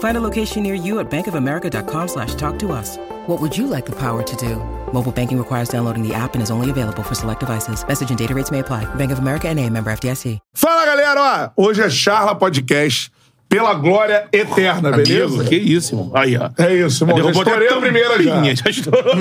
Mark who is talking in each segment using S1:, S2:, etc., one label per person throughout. S1: Find a location near you at bankofamerica.com slash talk to us. What would you like the power to do? Mobile banking requires downloading the app and is only available for select devices. Message and data rates may apply. Bank of America and a member FDIC.
S2: Fala, galera! Ó, hoje é Charla Podcast pela glória eterna, beleza?
S3: Amigo, que isso, irmão. Aí, ó.
S2: É isso, irmão. Já
S3: Derrubou até
S2: estourei a primeira já.
S3: tampinha, já estourou.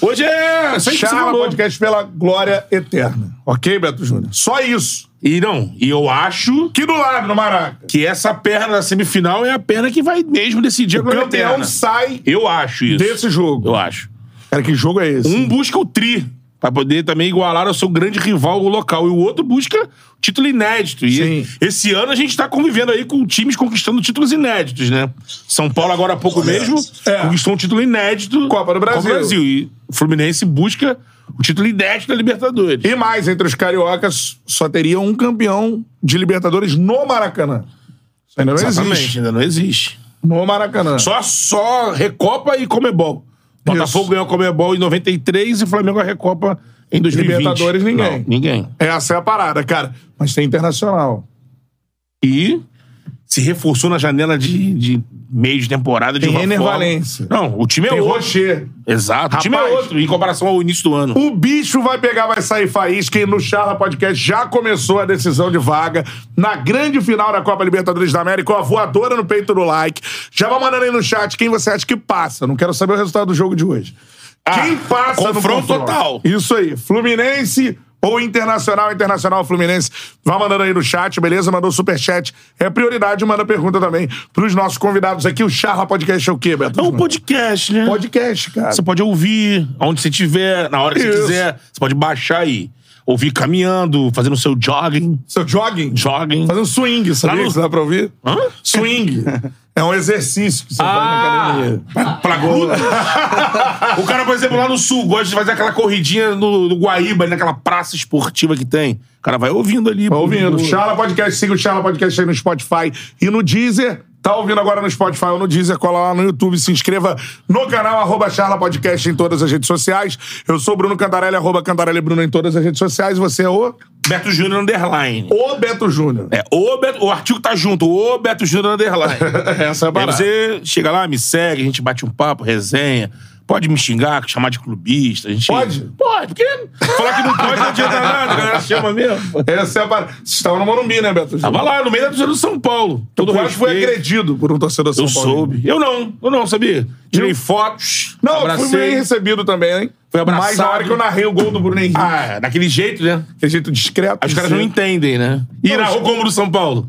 S3: Hoje é... Sempre se
S2: Charla
S3: falou.
S2: Podcast pela glória eterna. Ok, Beto Júnior? Só isso.
S3: E não, e eu acho
S2: Aqui do lado, no Maraca.
S3: que essa perna da semifinal é a perna que vai mesmo decidir a
S2: O
S3: glória
S2: campeão
S3: eterna.
S2: sai
S3: Eu acho isso.
S2: desse jogo.
S3: Eu acho.
S2: Cara, que jogo é esse?
S3: Um busca o tri, pra poder também igualar ao seu grande rival local. E o outro busca o título inédito. E
S2: Sim.
S3: esse ano a gente tá convivendo aí com times conquistando títulos inéditos, né? São Paulo agora há pouco mesmo
S2: É.
S3: conquistou um título inédito.
S2: Copa do Brasil.
S3: E o Fluminense busca o título inédito da Libertadores.
S2: E mais, entre os cariocas, só teria um campeão de Libertadores no Maracanã. Isso ainda não
S3: Exatamente,
S2: existe.
S3: ainda não existe.
S2: No Maracanã.
S3: Só, só Recopa e Comebol. Botafogo
S2: Isso.
S3: ganhou a Comebol em 93 e o Flamengo a Recopa em 2020.
S2: Libertadores, ninguém.
S3: Não, ninguém.
S2: Essa é a parada, cara. Mas tem internacional.
S3: e se reforçou na janela de, de meio de temporada de
S2: Tem
S3: uma
S2: Ener
S3: forma-
S2: Valencia.
S3: Não, o time é
S2: Tem
S3: outro.
S2: Rocher.
S3: Exato, o time é
S2: Rapaz.
S3: outro em comparação ao início do ano.
S2: O bicho vai pegar, vai sair faísca. E no Charla Podcast já começou a decisão de vaga na grande final da Copa Libertadores da América. Ó, a voadora no peito do like. Já vai mandando aí no chat quem você acha que passa. Não quero saber o resultado do jogo de hoje.
S3: Ah,
S2: quem passa no
S3: confronto total.
S2: Isso aí. Fluminense ou Internacional, Internacional Fluminense. Vai mandando aí no chat, beleza? Mandou superchat. É prioridade. Manda pergunta também pros nossos convidados aqui. O Charla Podcast é o quê, Beto?
S3: É um podcast, né?
S2: podcast, cara.
S3: Você pode ouvir onde você estiver, na hora que
S2: Isso.
S3: você quiser. Você pode baixar aí. Ouvir caminhando, fazendo seu jogging.
S2: Seu jogging?
S3: Jogging.
S2: Fazendo um swing,
S3: Lá
S2: sabe?
S3: no-
S2: Isso dá pra ouvir?
S3: Hã?
S2: Swing. É um exercício que você faz na academia.
S3: Ah, pra, pra gruta. o cara, por exemplo, lá no sul, gosta de fazer aquela corridinha no, no Guaíba, ali naquela praça esportiva que tem. O cara vai ouvindo ali.
S2: Tá ouvindo?
S3: Chato.
S2: Charla Podcast, siga o Charla Podcast aí no Spotify e no Deezer. Tá ouvindo agora no Spotify ou no Deezer, cola lá no YouTube, se inscreva no canal, arroba Charla Podcast em todas as redes sociais. Eu sou Bruno Cantarelli, arroba Cantarelli Bruno em todas as redes sociais. Você é o,
S3: Beto Júnior Underline.
S2: o Beto Júnior.
S3: É, o, Beto- o artigo tá junto, o Beto Júnior Underline.
S2: Essa é a
S3: Aí
S2: parada.
S3: você chega lá, me segue, a gente bate um papo, resenha. Pode me xingar, chamar de clubista. A gente...
S2: Pode?
S3: Pode, porque falar que não pode não adianta nada, a galera chama mesmo.
S2: Essa é a parada. Vocês estavam no Morumbi, né, Beto Júnior?
S3: Tava lá, no meio da torcida do São Paulo. Todo
S2: Tu quase foi
S3: respeito.
S2: agredido por um torcedor São
S3: Eu
S2: Paulo.
S3: soube. Eu não, eu não, sabia? Tirei
S2: Eu-
S3: fotos,
S2: Não, eu
S3: abracei.
S2: fui bem recebido também, hein?
S3: Foi abraçado.
S2: Mas na hora que eu narrei o gol do Bruno Henrique,
S3: Ah, daquele jeito, né?
S2: aquele jeito discreto.
S3: Aí Os caras
S2: assim.
S3: não entendem, né? E
S2: Não,
S3: narrou
S2: os-
S3: como do São Paulo?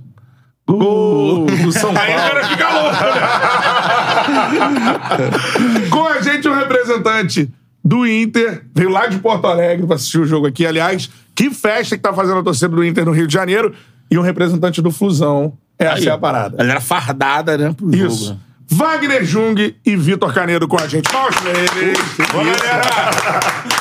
S2: Gol do São
S3: Aí os
S2: Paulo.
S3: caras ficam loucos, né?
S2: Com a gente, o representante do Inter veio lá de Porto Alegre pra assistir o jogo aqui. Aliás, que festa que tá fazendo a torcida do Inter no Rio de Janeiro. E um representante do Flusão. Essa é a
S3: A
S2: parada.
S3: galera fardada, né? Pro jogo,
S2: Isso.
S3: né?
S2: Wagner Jung e Vitor Canedo com a gente. Palmas pra eles. Boa, galera.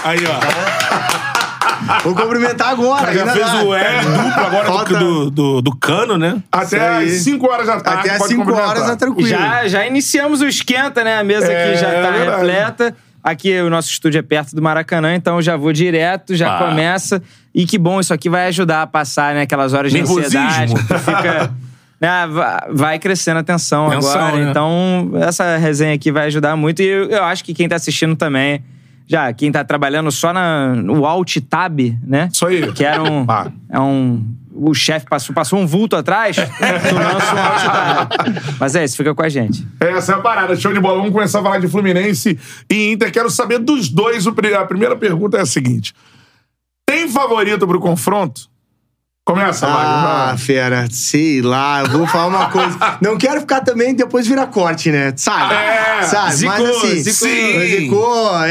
S3: Aí, ó.
S4: Vou cumprimentar agora.
S3: Já
S4: ainda
S3: fez
S4: dá.
S3: o E duplo agora
S4: Falta-
S3: do, do, do cano, né?
S2: Até
S4: aí.
S2: às 5 horas da tarde.
S4: Até às
S2: pode
S4: 5
S2: cumprimentar.
S4: horas é tranquilo.
S5: Já, já iniciamos o esquenta, né? A mesa
S2: É,
S5: aqui já tá
S2: é verdade.
S5: repleta. Aqui o nosso estúdio é perto do Maracanã, então eu já vou direto, já
S3: Ah.
S5: começa. E que bom, isso aqui vai ajudar a passar, né? Aquelas horas de
S3: Nervosismo.
S5: ansiedade. que tu fica. né, va- vai crescendo a tensão,
S3: Tensão,
S5: agora.
S3: né?
S5: Então, essa resenha aqui vai ajudar muito. E eu, eu acho que quem tá assistindo também. Já, quem tá trabalhando só na, no Alt Tab, né?
S2: Isso aí.
S5: Que era um.
S2: Ah.
S5: É um o chefe passou, passou um vulto atrás, tu lança um alt tab. Mas é isso, fica com a gente.
S2: Essa é a parada, show de bola. Vamos começar a falar de Fluminense e Inter. Quero saber dos dois. o pri- A primeira pergunta é a seguinte: tem favorito pro confronto? Começa, Wagner. vai
S4: Ah,
S2: lá.
S4: fera, sei lá, eu vou falar uma coisa. Não quero ficar também e depois virar corte, né? Sabe?
S2: É,
S4: Sabe?
S3: zicou,
S4: Mas assim,
S3: zicou.
S4: mas zicou,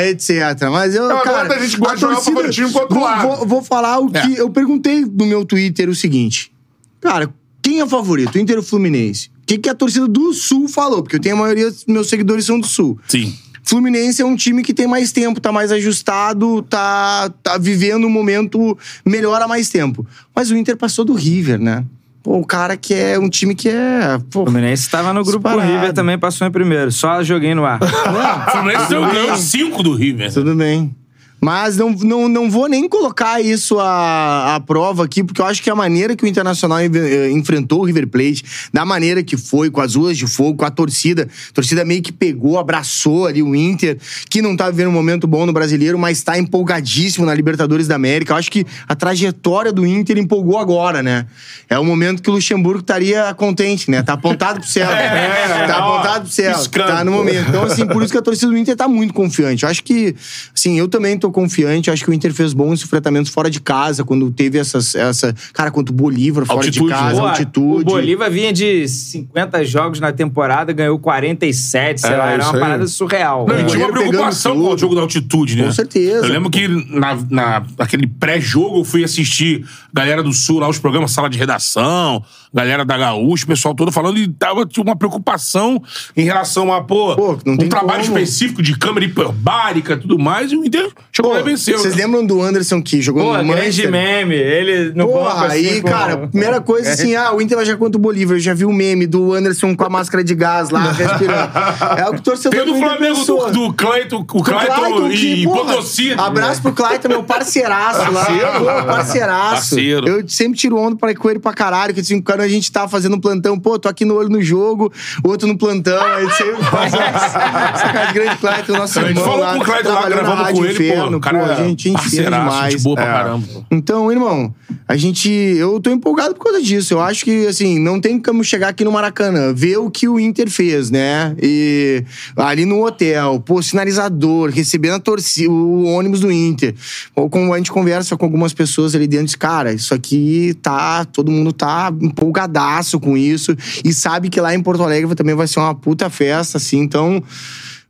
S4: etc. Mas eu,
S2: Não, agora
S4: cara,
S2: a gente gosta de jogar o favoritismo pro outro
S4: vou,
S2: lado. É.
S4: Vou, vou falar o que... Eu perguntei no meu Twitter o seguinte. Cara, quem é o favorito? Inter ou Fluminense? O que, que a torcida do Sul falou? Porque eu tenho a maioria dos meus seguidores são do Sul.
S3: Sim.
S4: Fluminense é um time que tem mais tempo, tá mais ajustado, tá, tá vivendo um momento melhor há mais tempo. Mas o Inter passou do River, né? Pô, o cara que é um time que é. Pô,
S5: O Fluminense tava no grupo com o
S4: Disparado.
S5: River também, passou em primeiro. Só joguei no ar.
S4: ah,
S3: O Fluminense deu- ganhou cinco do River.
S4: tudo bem. Mas não, não, não vou nem colocar isso à, à prova aqui, porque eu acho que a maneira que o Internacional enve- eh, enfrentou o River Plate, da maneira que foi, com as ruas de fogo, com a torcida, a torcida meio que pegou, abraçou ali o Inter, que não tá vivendo um momento bom no brasileiro, mas tá empolgadíssimo na Libertadores da América. Eu acho que a trajetória do Inter empolgou agora, né? É o momento que o Luxemburgo estaria contente, né? Tá apontado pro céu.
S3: É,
S4: tá
S3: ó,
S4: apontado pro céu.
S3: piscando.
S4: Tá no momento. Então, assim, por isso que a torcida do Inter tá muito confiante. Eu acho que, assim, eu também tô confiante. Eu acho que o Inter fez bons enfrentamentos fora de casa, quando teve essas, essa. Cara, contra o Bolívar, fora
S3: Altitude, né?
S4: de casa,
S5: Pô, O
S4: altitude.
S5: Bolívar vinha de 50 jogos na temporada, ganhou 47, sei
S3: É,
S5: lá. Era
S3: isso
S5: uma
S3: aí.
S5: parada surreal. Um
S3: Não, e
S4: O
S3: tinha uma
S4: goleiro
S3: preocupação
S4: pegando
S3: com o jogo da altitude, né?
S4: Com certeza.
S3: Eu lembro que na, na, naquele pré-jogo eu fui assistir galera do Sul lá, os programas, sala de redação, galera da Gaúcha, o pessoal todo falando e tava tinha uma preocupação em relação a, pô,
S4: Pô, não
S3: um
S4: tem
S3: trabalho
S4: como.
S3: específico de câmera hiperbárica e tudo mais, e o Inter chegou lá e venceu. né?
S4: Vocês lembram do Anderson que jogou
S5: Pô,
S4: no
S5: grande
S4: Manchester?
S5: meme. Ele no banco
S4: Porra,
S5: assim,
S4: aí,
S5: com-
S4: cara, primeira coisa
S3: É.
S4: assim, ah, o Inter vai jogar contra o Bolívar. Eu já vi o meme do Anderson com a máscara de gás lá, respirando. É o que o torcedor
S3: Tem do
S4: Inter
S3: Flamengo
S4: pensou.
S3: do, do Cleiton, o
S4: Pro
S3: Cleiton
S4: que,
S3: e né?
S4: porra,
S3: Podossi.
S4: Abraço pro Clayton, meu parceiraço lá. Pô, parceiraço.
S3: né? Parceiro.
S4: Eu sempre tiro onda pra, com ele pra caralho, que assim, quando a gente tá fazendo um plantão, pô, tô aqui no olho no jogo, outro no plantão, aí sempre faz essa essa cara de grande Clayton, nosso
S3: A gente
S4: irmão
S3: falou
S4: lá.
S3: com o Cleiton lá,
S4: trabalhou na
S3: gravamos
S4: Rádio
S3: com ele,
S4: Inferno,
S3: pô, o cara
S4: a gente é inferno
S3: parceiraço, gente
S4: demais.
S3: boa pra
S4: É.
S3: caramba, pô.
S4: Então, irmão, a gente. Eu tô empolgado por causa disso. Eu acho que, assim, não tem como chegar aqui no Maracanã, ver o que o Inter fez, né? E ali no hotel, pô, sinalizador, recebendo a torcida, o ônibus do Inter. Ou como a gente conversa com algumas pessoas ali dentro, diz, cara, isso aqui tá. Todo mundo tá empolgadaço com isso. E sabe que lá em Porto Alegre também vai ser uma puta festa, assim, então.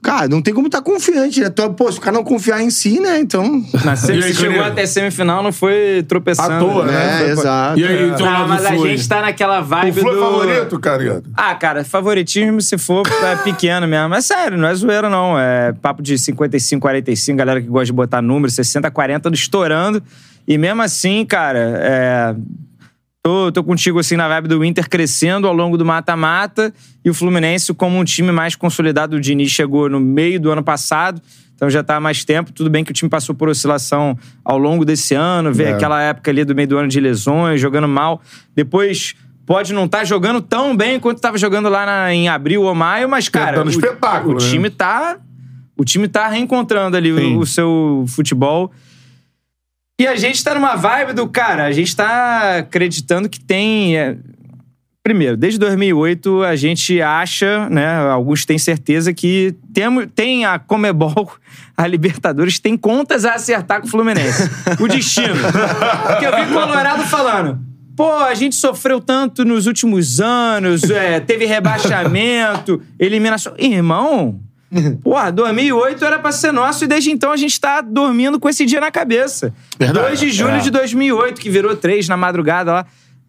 S4: Cara, não tem como estar tá confiante, né? Então, Pô, se o cara não confiar em si, né? Então.
S5: Na semi-
S3: E aí,
S5: chegou
S3: Canelo?
S5: até semifinal, não foi tropeçando.
S3: À toa, né?
S4: É, exato.
S3: E aí, então,
S5: Não,
S3: lá
S5: mas
S3: do
S5: a
S3: Flu, hein?
S5: gente tá naquela
S2: O
S5: vibe
S2: Flu é
S5: do...
S2: favorito, cara.
S5: Ah, cara, favoritismo se for é pequeno mesmo. Mas sério, não é zoeira, não. É papo de 55, 45, galera que gosta de botar número, 60, 40, do estourando. E mesmo assim, cara, é, Tô, tô contigo assim na vibe do Inter crescendo ao longo do mata-mata e o Fluminense como um time mais consolidado. O Diniz chegou no meio do ano passado, então já tá há mais tempo. Tudo bem que o time passou por oscilação ao longo desse ano, veio aquela época ali do meio do ano de lesões, jogando mal. Depois pode não estar jogando tão bem quanto estava jogando lá na- em abril ou maio, mas cara,
S2: Tentando
S5: o,
S2: espetáculo,
S5: o
S2: né?
S5: time tá o time tá reencontrando ali o- o seu futebol. E a gente tá numa vibe do cara, a gente tá acreditando que tem. é, Primeiro, desde 2008 a gente acha, né? Alguns têm certeza que temos, tem a Comebol, a Libertadores, tem contas a acertar com o Fluminense. o destino. Porque eu vi o Colorado falando. Pô, a gente sofreu tanto nos últimos anos, é, teve rebaixamento, eliminação. Irmão, Porra, 2008 era pra ser nosso e desde então a gente tá dormindo com esse dia na cabeça. 2 de julho de 2008, que virou 3 na madrugada lá.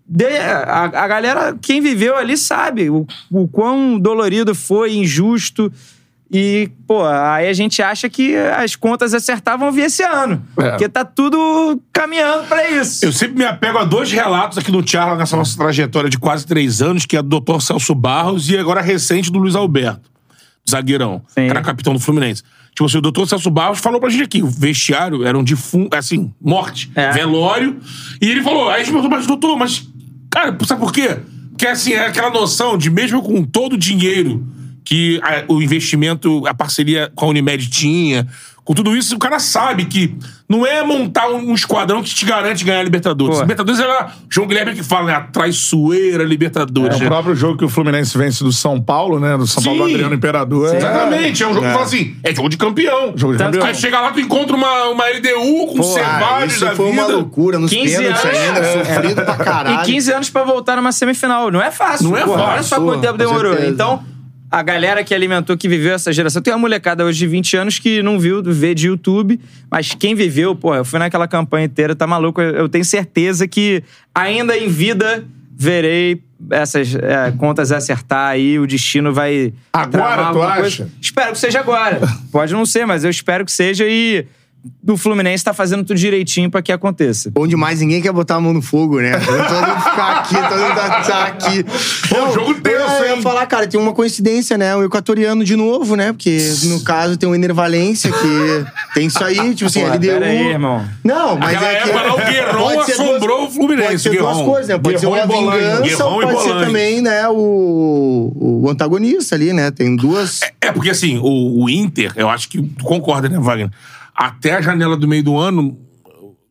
S5: De- a, a galera, quem viveu ali sabe o, o quão dolorido foi, injusto. E, pô, aí a gente acha que as contas acertar vão vir esse ano. Porque tá tudo caminhando pra isso.
S3: Eu sempre me apego a dois relatos aqui no Charla nessa nossa trajetória de quase três anos, que é do Dr. Celso Barros e agora recente do Luiz Alberto, zagueirão, que
S5: Sim.
S3: era capitão do Fluminense. Tipo assim, o Dr. Celso Barros falou pra gente aqui, o vestiário era um defunto, assim, morte,
S5: É.
S3: velório. E ele falou, aí a gente perguntou, mas doutor, mas, cara, sabe por quê? Porque assim, é aquela noção de mesmo com todo o dinheiro que a- o investimento, a parceria com a Unimed tinha. Com tudo isso, o cara sabe que não é montar um um esquadrão que te garante ganhar a Libertadores.
S5: Pô.
S3: Libertadores era João Guilherme que fala, né? A traiçoeira Libertadores.
S2: É o
S3: né?
S2: próprio jogo que o Fluminense vence do São Paulo, né? Do São
S3: Sim.
S2: Paulo do Adriano Imperador. É.
S3: Exatamente. É um jogo que fala assim: é jogo de campeão.
S2: Jogo de campeão.
S3: Aí chega lá, tu encontra uma, uma LDU com
S4: Pô, ah,
S3: Cervares
S4: isso
S3: da
S4: foi uma
S3: vida.
S4: loucura nos
S5: 15
S4: pênaltis
S5: anos. É.
S4: ainda, sofrido pra caralho.
S5: E 15 anos pra voltar numa semifinal. Não é fácil.
S3: Não é
S5: porra.
S3: fácil,
S5: Olha só quanto tempo
S4: com
S5: demorou.
S4: certeza.
S5: Então, a galera que alimentou, que viveu essa geração. Tem uma molecada hoje de 20 anos que não viu, vê de YouTube. Mas quem viveu, porra, eu fui naquela campanha inteira, tá maluco. Eu eu tenho certeza que ainda em vida verei essas é, contas acertar aí. O destino vai...
S2: Agora,
S5: tramar
S2: tu
S5: alguma coisa.
S2: acha?
S5: Espero que seja agora. Pode não ser, mas eu espero que seja e... O Fluminense tá fazendo tudo direitinho pra que aconteça.
S4: Bom demais, ninguém quer botar a mão no fogo, né? Todo mundo ficar aqui, todo mundo tá aqui. é,
S2: Pô, jogo tenso,
S4: eu ia
S2: hein?
S4: falar, cara, tem uma coincidência, né? O equatoriano de novo, né? Porque no caso tem o Enervalência, que tem isso aí, tipo assim,
S5: Pô,
S4: LDU.
S5: pera aí, irmão.
S4: Não, mas
S3: Naquela
S4: é que...
S3: época lá, o Guerrão
S4: Pode ser duas-
S3: assombrou o Fluminense,
S4: Pode ser
S3: Guerrão.
S4: duas coisas, né? Pode
S3: Guerrão
S4: ser
S3: e
S4: uma
S3: Bolanho.
S4: vingança,
S3: Guerrão
S4: ou
S3: e
S4: pode ser
S3: Bolanho.
S4: também, né, o, o antagonista ali, né? Tem duas...
S3: É, porque assim, o, o Inter, eu acho que tu concorda, né, Wagner? Até a janela do meio do ano,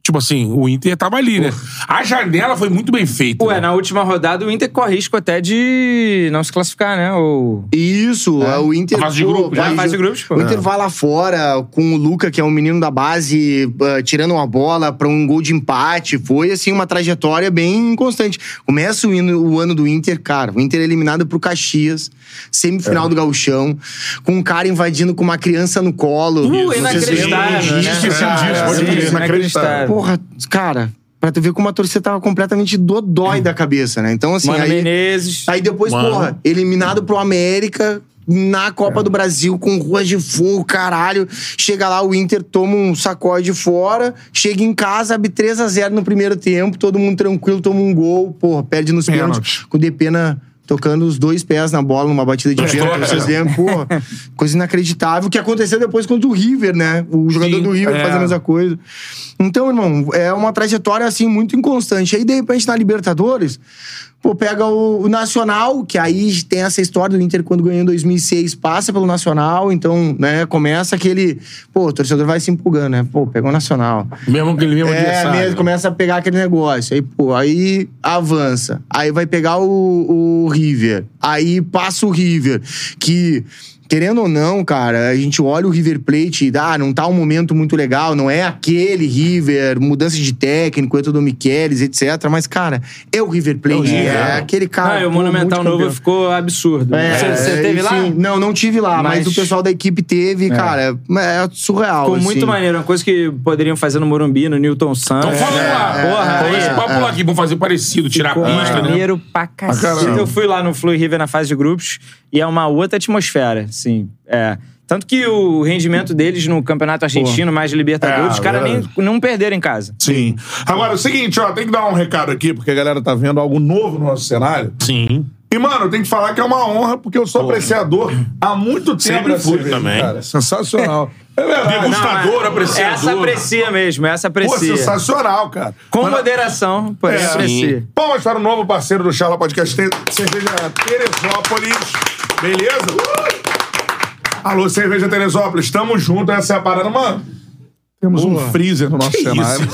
S3: tipo assim, o Inter tava ali, né? A janela foi muito bem feita.
S5: Ué,
S3: né?
S5: na última rodada o Inter corre risco até de não se classificar, né? Ou...
S4: Isso, é o Inter.
S3: A fase de
S4: pô,
S3: grupos, né?
S4: vai ju-
S5: A É? fase de grupos, pô.
S4: O Inter vai lá fora com o Luca, que é um menino da base, ah, tirando uma bola pra um gol de empate. Foi, assim, uma trajetória bem constante. Começa o, hino- o ano do Inter, cara. O Inter é eliminado pro Caxias,
S5: É.
S4: semifinal do Gauchão, com um cara invadindo com uma criança no colo.
S5: Uh,
S4: Vocês
S5: inacreditável,
S4: lembram
S5: né?
S4: disso,
S2: Esqueci
S4: cara?
S2: disso, pode
S4: Sim.
S2: crer. inacreditável.
S4: Porra, cara, pra tu ver como a torcida tava completamente dodói da cabeça, né? Então, assim,
S5: É. Mano
S4: aí...
S5: Menezes.
S4: Aí depois,
S3: Mano. É.
S4: porra, eliminado pro América na Copa do Brasil com ruas de fogo, caralho. Chega lá, o Inter toma um sacode fora, chega em casa, abre 3 a 0 no primeiro tempo, todo mundo tranquilo, toma um gol, porra, perde nos
S2: Pênalti.
S4: pênaltis, com o Depena tocando os dois pés na bola numa batida de
S3: Dois
S4: pênalti,
S3: toques,
S4: vocês
S3: né?
S4: lembram, porra, coisa inacreditável, o que aconteceu depois contra o River, né? O jogador
S3: Sim,
S4: do River
S3: é.
S4: faz a mesma coisa. Então, irmão, é uma trajetória assim muito inconstante. Aí de repente na Libertadores, Pô, pega o, o Nacional, que aí tem essa história do Inter quando ganhou em 2006, passa pelo Nacional, então, né, começa aquele. Pô, o torcedor vai se empolgando, né? Pô, pegou o Nacional.
S3: Mesmo aquele mesmo
S4: É,
S3: um adversário.
S4: mesmo, começa a pegar aquele negócio. Aí, pô, aí avança. Aí vai pegar o, o River. Aí passa o River. Que, querendo ou não, cara, a gente olha o River Plate e ah, não tá um momento muito legal, não é aquele River, mudança de técnico, entra do Miqueles, etc. Mas, cara, é o River Plate. É,
S3: River.
S4: aquele cara.
S5: Ah, e
S4: pô,
S5: o
S4: É,
S5: Monumental
S4: multicampeão.
S5: Novo ficou absurdo. Você- Você teve lá?
S4: enfim, Não, não tive lá, mas,
S5: Mas-
S4: o pessoal da equipe teve, cara. É surreal.
S5: Ficou muito
S4: assim.
S5: maneiro. Uma coisa que poderiam fazer no Morumbi, no Newton Santos.
S3: Então fala
S5: É,
S3: lá.
S5: Porra,
S3: Fala
S5: aí,
S3: esse papo lá aqui, vamos fazer parecido, tirar a
S5: Ficou
S3: pista, né?
S5: maneiro pra cacete.
S2: caramba.
S5: Eu fui lá no Flu River na fase de grupos e é uma outra atmosfera, sim. É. Tanto que o rendimento deles no Campeonato Argentino, mais de
S2: É,
S5: Libertadores, os caras nem
S2: verdade.
S5: não perderam em casa.
S2: Sim. Agora, é o seguinte, ó, tem que dar um recado aqui, porque a galera tá vendo algo novo no nosso cenário.
S3: Sim.
S2: E, mano, eu tenho que falar que é uma honra, porque eu sou apreciador há muito tempo.
S3: Sempre
S2: da
S3: fui
S2: cerveja,
S3: também.
S2: Cara. Sensacional. É verdade.
S3: Degustador,
S5: mas
S3: apreciador.
S5: Essa aprecia mesmo, essa
S2: Pô,
S5: aprecia.
S2: sensacional, cara.
S5: Com
S2: Mano,
S5: moderação, porém
S2: É,
S5: aprecia.
S2: Palmas para o novo parceiro do Charla Podcast, tem- Cerveja Teresópolis. Beleza? Uh! Alô, Cerveja Teresópolis, tamo junto, essa é a parada. Mano, temos um freezer no nosso cenário.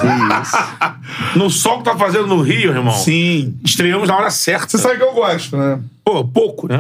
S3: No sol que tá fazendo no Rio, irmão.
S2: Sim.
S3: Estreamos na hora certa.
S2: Você sabe que eu gosto, né?
S3: Pô, pouco, né?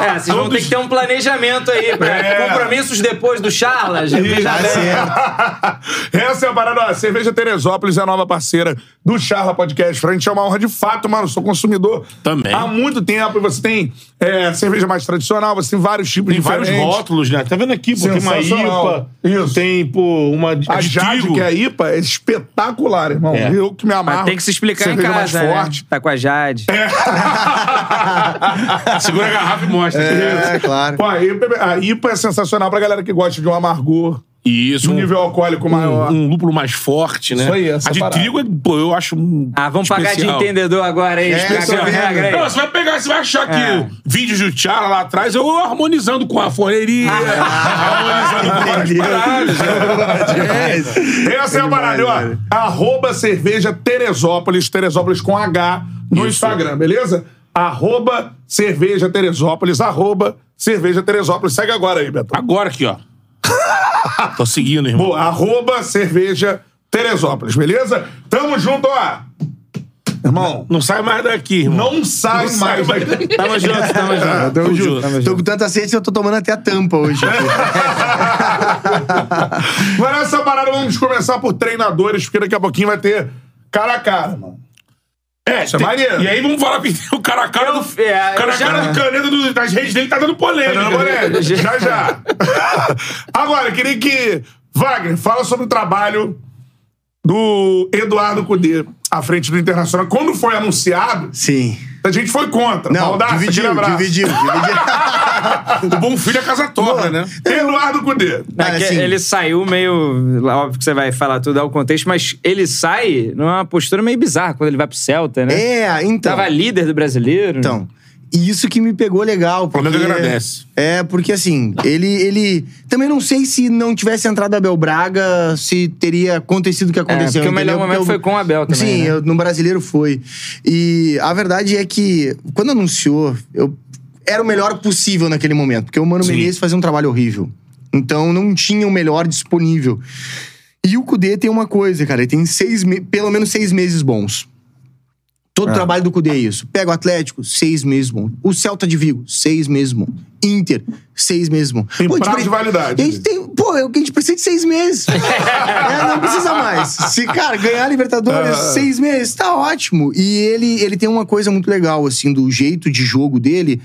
S5: É, vocês vão ter que ter um planejamento aí. pra-
S2: É.
S5: Compromissos depois do Charla, já
S2: Ih,
S5: veja
S2: tá
S5: bem.
S2: certo. Essa é a parada. ó. Cerveja Teresópolis é a nova parceira do Charla Podcast. Pra gente é uma honra de fato, mano. Sou consumidor
S3: Também.
S2: há muito tempo. E você tem é, cerveja mais tradicional, você tem vários tipos
S3: Tem
S2: de
S3: vários rótulos, né? Tá vendo aqui, pô, tem uma
S2: Sensacional.
S3: IPA,
S2: Isso.
S3: tem, pô, uma de
S2: A Jade,
S3: trigo.
S2: que é a IPA, é espetacular, irmão.
S3: É.
S2: Eu que me amarro.
S5: Mas tem que se explicar
S2: cerveja
S5: em casa,
S2: mais
S5: né?
S2: forte. É.
S5: Tá com a Jade.
S3: Segura a garrafa e mostra.
S4: É, claro.
S2: Pô, a IPA, a IPA é sensacional pra galera que gosta de um amargor, de
S3: Isso.
S2: um nível alcoólico maior.
S3: um lúpulo mais forte, né?
S2: Isso aí, essa
S3: A de
S2: parada.
S3: trigo, é, pô, eu acho. um
S5: Ah, vamos pagar de
S3: especial.
S5: entendedor agora
S2: É,
S5: aí.
S4: tô
S5: explicar a
S4: vendo.
S5: regra aí.
S3: Não, você vai pegar, você vai achar que
S5: É.
S3: vídeos do Tiara lá atrás, eu harmonizando com a forneria,
S5: Ah.
S3: harmonizando com várias
S4: Entendeu?
S3: paradas.
S2: Essa é a parada, ó. Arroba cerveja Teresópolis, Teresópolis com H no Instagram, beleza? arroba cerveja Teresópolis, arroba cerveja Teresópolis. Segue agora aí, Beto.
S3: Agora aqui, ó. Tô seguindo, irmão.
S2: Boa, arroba cerveja Teresópolis, beleza? Tamo junto, ó. Irmão,
S3: Não sai mais daqui, irmão.
S2: não sai mais daqui.
S3: Tamo junto, tamo junto.
S4: Tamo junto.
S3: Tamo
S4: Tô com tanta sede que eu tô tomando até a tampa hoje.
S2: Mas nessa parada vamos começar por treinadores, porque daqui a pouquinho vai ter cara a cara, mano.
S3: É,
S2: Isso é
S3: tem-
S2: maneiro.
S3: E aí vamos falar que tem o cara a cara do.
S5: Eu- é,
S3: o cara a
S5: eu já-
S3: cara do caneta do- das redes dele tá dando polêmica.
S2: Não, Morelli, já já. Agora, eu queria que. Wagner, fala sobre o trabalho do Eduardo Cudê à frente do Internacional. Quando foi anunciado,
S4: Sim.
S2: a gente foi contra.
S4: Não,
S2: Baldaço, aquele
S4: dividiu,
S2: abraço.
S4: dividiu, dividiu.
S3: O bom filho é casa torna, né?
S2: Eduardo Cudê.
S4: Cara,
S5: Aque-
S4: assim-
S5: É Ele saiu meio. Óbvio que você vai falar tudo ao contexto, mas ele sai numa postura meio bizarra quando ele vai pro Celta, né?
S4: É, então.
S2: Tá
S5: Tava líder do brasileiro. né?
S4: Então, e isso que me pegou legal. Porque,
S3: Flamengo agradece.
S4: É, porque assim, ele, ele. Também não sei se não tivesse entrado Abel Braga, se teria acontecido o que aconteceu.
S5: É, porque o melhor
S4: entendeu?
S5: momento
S4: eu-
S5: foi com o Abel também,
S4: Sim,
S5: né?
S4: eu- no brasileiro foi. E a verdade é que, quando anunciou, eu era o melhor possível naquele momento, porque o Mano Menezes fazia um trabalho horrível. Então não tinha o melhor disponível. E o Cudê tem uma coisa, cara, ele tem seis me- pelo menos seis meses bons. Todo trabalho do Cudê é isso. Pega o Atlético, seis meses bom. O Celta de Vigo, seis meses bom. Inter, seis meses bom.
S2: Tem
S4: a gente
S2: prazo de validade.
S4: A gente tem, pô, eu- a gente precisa de seis meses. É, não precisa mais. Se, cara, ganhar a Libertadores,
S2: É.
S4: seis meses, tá ótimo. E ele, ele tem uma coisa muito legal, assim, do jeito de jogo dele.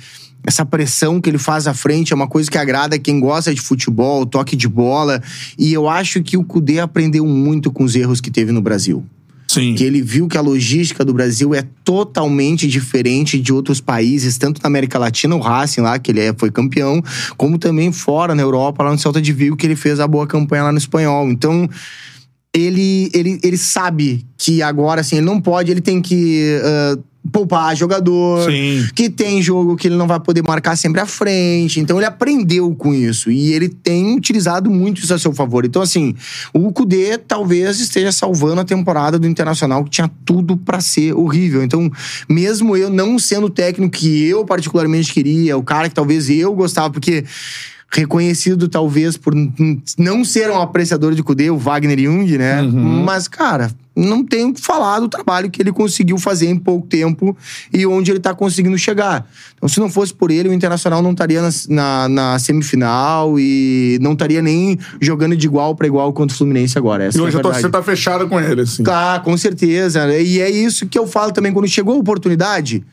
S4: Essa pressão que ele faz à frente é uma coisa que agrada quem gosta de futebol, toque de bola. E eu acho que o Cudê aprendeu muito com os erros que teve no Brasil
S2: Sim.
S4: que ele viu que a logística do Brasil é totalmente diferente de outros países, tanto na América Latina, o Racing lá, que ele é- foi campeão, como também fora, na Europa, lá no Celta de Vigo, que ele fez a boa campanha lá no Espanhol. Então, ele, ele, ele sabe que agora, assim, ele não pode, ele tem que ah, poupar jogador,
S2: Sim.
S4: que tem jogo que ele não vai poder marcar sempre à frente. Então ele aprendeu com isso e ele tem utilizado muito isso a seu favor. Então assim, o Cudê talvez esteja salvando a temporada do Internacional que tinha tudo pra ser horrível. Então, mesmo eu não sendo o técnico que eu particularmente queria, o cara que talvez eu gostava, porque reconhecido talvez por n- n- não ser um apreciador de Cudê, o Wagner Jung, né? Mas, cara, não tenho o que falar do trabalho que ele conseguiu fazer em pouco tempo e onde ele tá conseguindo chegar. Então, se não fosse por ele, o Internacional não estaria na, na- na semifinal e não estaria nem jogando de igual para igual contra o Fluminense agora. Essa
S2: E
S4: que é
S2: hoje
S4: a
S2: a torcida
S4: verdade.
S2: tá fechada com ele, assim.
S4: Tá, com certeza. E é isso que eu falo também. Quando chegou a oportunidade,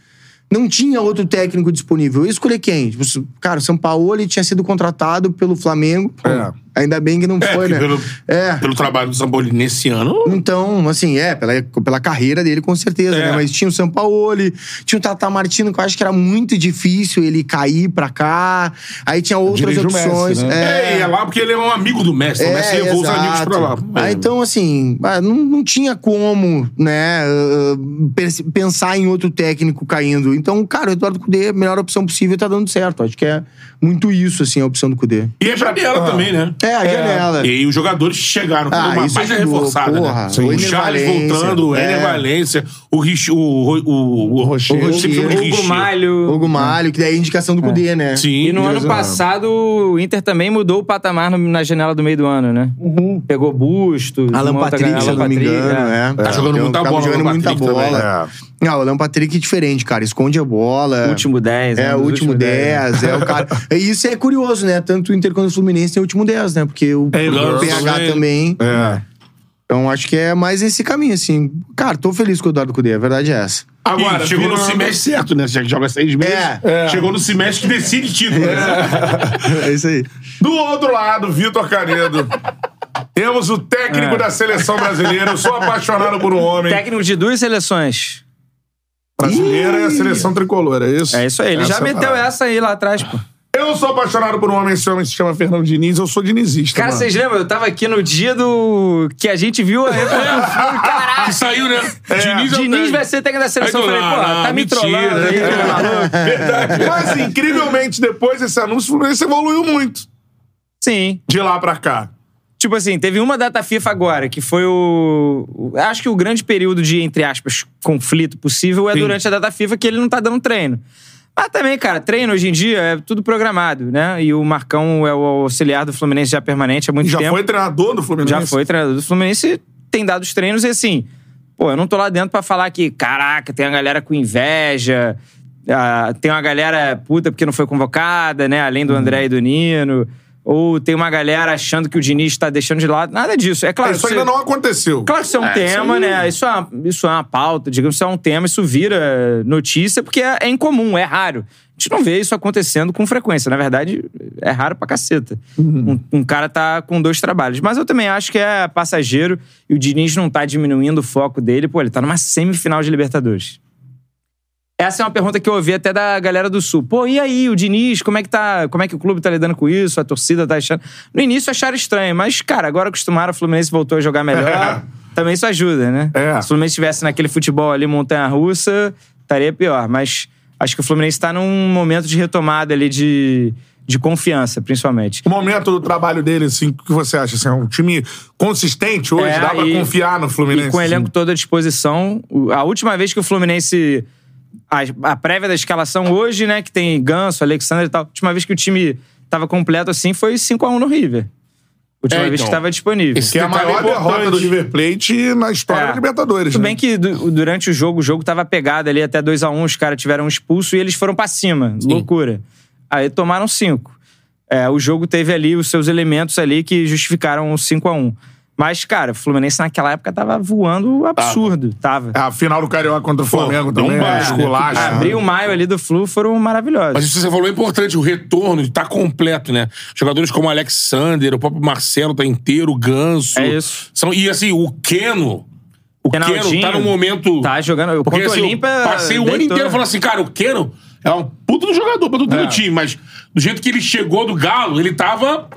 S4: não tinha outro técnico disponível. Eu escolhi quem? Tipo, Cara, o São Paulo tinha sido contratado pelo Flamengo. Pô,
S2: É.
S4: Ainda bem que não
S3: É,
S4: foi,
S3: porque
S4: né?
S3: pelo,
S4: É.
S3: pelo trabalho do São Paulo nesse ano.
S4: Então, assim, é, pela, pela carreira dele, com certeza,
S3: É.
S4: né? Mas tinha o Sampaoli, tinha o Tata Martino, que eu acho que era muito difícil ele cair pra cá. Aí tinha outras
S2: Dirige o Messi,
S4: opções. é,
S2: né?
S3: É, e é lá porque ele é um amigo do mestre. o mestre levou os amigos pra lá. É.
S4: exato. Ah, então, assim, ah, não, não tinha como, né, ah, pers- pensar em outro técnico caindo. Então, cara, o Eduardo Cudê, a melhor opção possível, tá dando certo. Acho que é muito isso, assim, a opção do Cudê.
S3: E é janela também, né?
S4: É, a janela.
S3: E aí os jogadores chegaram com
S4: Ah,
S3: uma
S4: isso
S3: baita
S4: ajudou,
S3: reforçada,
S4: porra.
S3: né?
S4: Sim. O
S3: O
S4: Ener
S3: Charles
S4: Valencia,
S3: voltando, o Ener
S4: é.
S3: Valência, o Rich, o, o, o, o
S4: Rocher.
S3: eu sempre chamo de
S5: Hugo
S3: Richi.
S5: Malho.
S4: Hugo Malho, que daí é a indicação do Cudê, né?
S3: Sim.
S5: E no ano passado, o Inter também mudou o patamar no- na janela do meio do ano, né? Pegou Bustos,
S4: Uhum. Alan
S5: uma outra
S4: Patrick,
S5: galera,
S4: se eu não me
S5: Patrick,
S4: engano,
S5: é.
S4: né?
S3: Tá jogando muita
S4: tava
S3: bola,
S4: jogando
S3: Alan
S4: muita
S3: Patrick também.
S4: bola. Não, o Alan Patrick é diferente, cara. Esconde a bola.
S5: Último 10, né?
S4: É, o
S5: Dos
S4: último
S5: últimos
S4: 10, é o cara. E isso é curioso, né? Tanto o Inter quanto o Fluminense tem o último 10, né? Porque o
S3: É,
S4: o
S3: Ganso
S4: PH
S3: também.
S4: também.
S2: É.
S4: Então acho que é mais esse caminho, assim. Cara, tô feliz com o Eduardo Cudê, a verdade é essa.
S3: Agora,
S2: Ih,
S3: chegou no
S2: virando-
S3: semestre certo, né? Já que joga seis meses.
S4: É.
S3: Chegou no semestre que decide título. né?
S4: É isso aí.
S2: Do outro lado, Vitor Canedo. Temos o técnico da seleção brasileira. Eu sou apaixonado por um homem.
S5: Técnico de duas seleções.
S2: Brasileira é a seleção tricolor, é isso?
S5: É isso aí. Ele
S4: Ah,
S5: já
S2: Essa
S5: meteu
S2: parada.
S5: essa aí lá atrás, pô.
S2: Eu sou apaixonado por um homem, esse homem se chama Fernando Diniz, eu sou dinizista.
S5: Cara,
S2: mano.
S5: vocês lembram? Eu tava aqui no dia do. que a gente viu a reportagem do filme.
S3: Que saiu, né? Diniz, é o
S5: Diniz
S3: técnico.
S5: vai ser técnico da seleção.
S3: Aí
S5: Eu
S3: do
S5: falei, pô,
S3: nada,
S5: tá me
S3: mentira,
S5: trollando aí,
S3: né?
S5: tá maluco?
S2: Mas, incrivelmente, depois desse anúncio, o Fluminense evoluiu muito
S5: Sim.
S2: de lá pra cá.
S5: Tipo assim, teve uma data FIFA agora, que foi o. o- Acho que o grande período de, entre aspas, conflito possível é
S3: Sim.
S5: durante a data FIFA que ele não tá dando treino. Mas também, cara, treino hoje em dia é tudo programado, né? E o Marcão é o auxiliar do Fluminense já permanente há muito
S2: E já
S5: tempo.
S2: foi treinador do Fluminense?
S5: Já foi treinador do Fluminense, tem dado os treinos e assim, pô, eu não tô lá dentro pra falar que, caraca, tem a galera com inveja, ah, tem uma galera puta porque não foi convocada, né? Além do
S2: Uhum.
S5: André e do Nino. Ou tem uma galera achando que o Diniz tá deixando de lado. Nada disso. É claro
S2: Isso
S5: que
S2: ainda
S5: você-
S2: não aconteceu.
S5: Claro que isso é um
S3: É,
S5: tema,
S3: isso aí-
S5: né? Isso é, uma, isso é uma pauta, digamos, isso é um tema, isso vira notícia, porque é, é incomum, é raro. A gente não vê isso acontecendo com frequência. Na verdade, é raro pra caceta. Um, um cara tá com dois trabalhos. Mas eu também acho que é passageiro e o Diniz não tá diminuindo o foco dele. Pô, ele tá numa semifinal de Libertadores. Essa é uma pergunta que eu ouvi até da galera do Sul. Pô, e aí, o Diniz, como é que tá, como é que o clube tá lidando com isso? A torcida tá achando. No início acharam estranho, mas cara, agora acostumaram, o Fluminense voltou a jogar melhor.
S2: É.
S5: Também isso ajuda, né?
S2: É.
S5: Se o Fluminense estivesse naquele futebol ali montanha russa, estaria pior, mas acho que o Fluminense tá num momento de retomada ali de de confiança, principalmente.
S2: O momento do trabalho dele, assim, o que você acha? Assim, é um time consistente hoje?
S5: É,
S2: dá pra
S5: e-
S2: confiar no
S3: É,
S2: Fluminense?
S5: E com o elenco todo à disposição. O- A última vez que o Fluminense. A, a prévia da escalação hoje, né? Que tem Ganso, Alexandre e tal. A última vez que o time tava completo assim foi 5x1 no River. A última
S3: É,
S5: vez que
S3: então.
S5: tava disponível.
S3: Esse
S2: Que é a
S3: Detalhe
S2: maior derrota
S3: importante.
S2: do River Plate na história
S5: É.
S2: da Libertadores,
S5: Tudo
S2: né?
S5: bem que du- durante o jogo, o jogo tava pegado ali até 2 a 1 os caras tiveram um expulso e eles foram pra cima. Loucura. Aí tomaram 5. o jogo teve ali os seus elementos ali que justificaram o 5 a 1 Mas, cara, o Fluminense naquela época tava voando absurdo. Tava.
S2: É A final do Carioca contra o Flamengo
S3: deu um
S2: também,
S3: baile,
S2: um
S3: né?
S2: esculacho.
S3: Ah,
S5: Abril, maio ali do Flu foram maravilhosos.
S3: Mas isso que você falou é importante, o retorno de tá completo, né? Jogadores como o Alexander, o próprio Marcelo tá inteiro, o Ganso.
S5: É isso.
S3: São, e assim, o Keno. O Keno
S5: Ronaldinho
S3: tá num momento.
S5: Tá jogando.
S3: Porque
S5: Contra o
S3: assim, eu
S5: Olímpia,
S3: passei o ano
S5: deitou. né? É.
S3: inteiro falando assim, cara, o Keno é um puto do jogador pra todo time, mas do jeito que ele chegou do Galo, ele tava.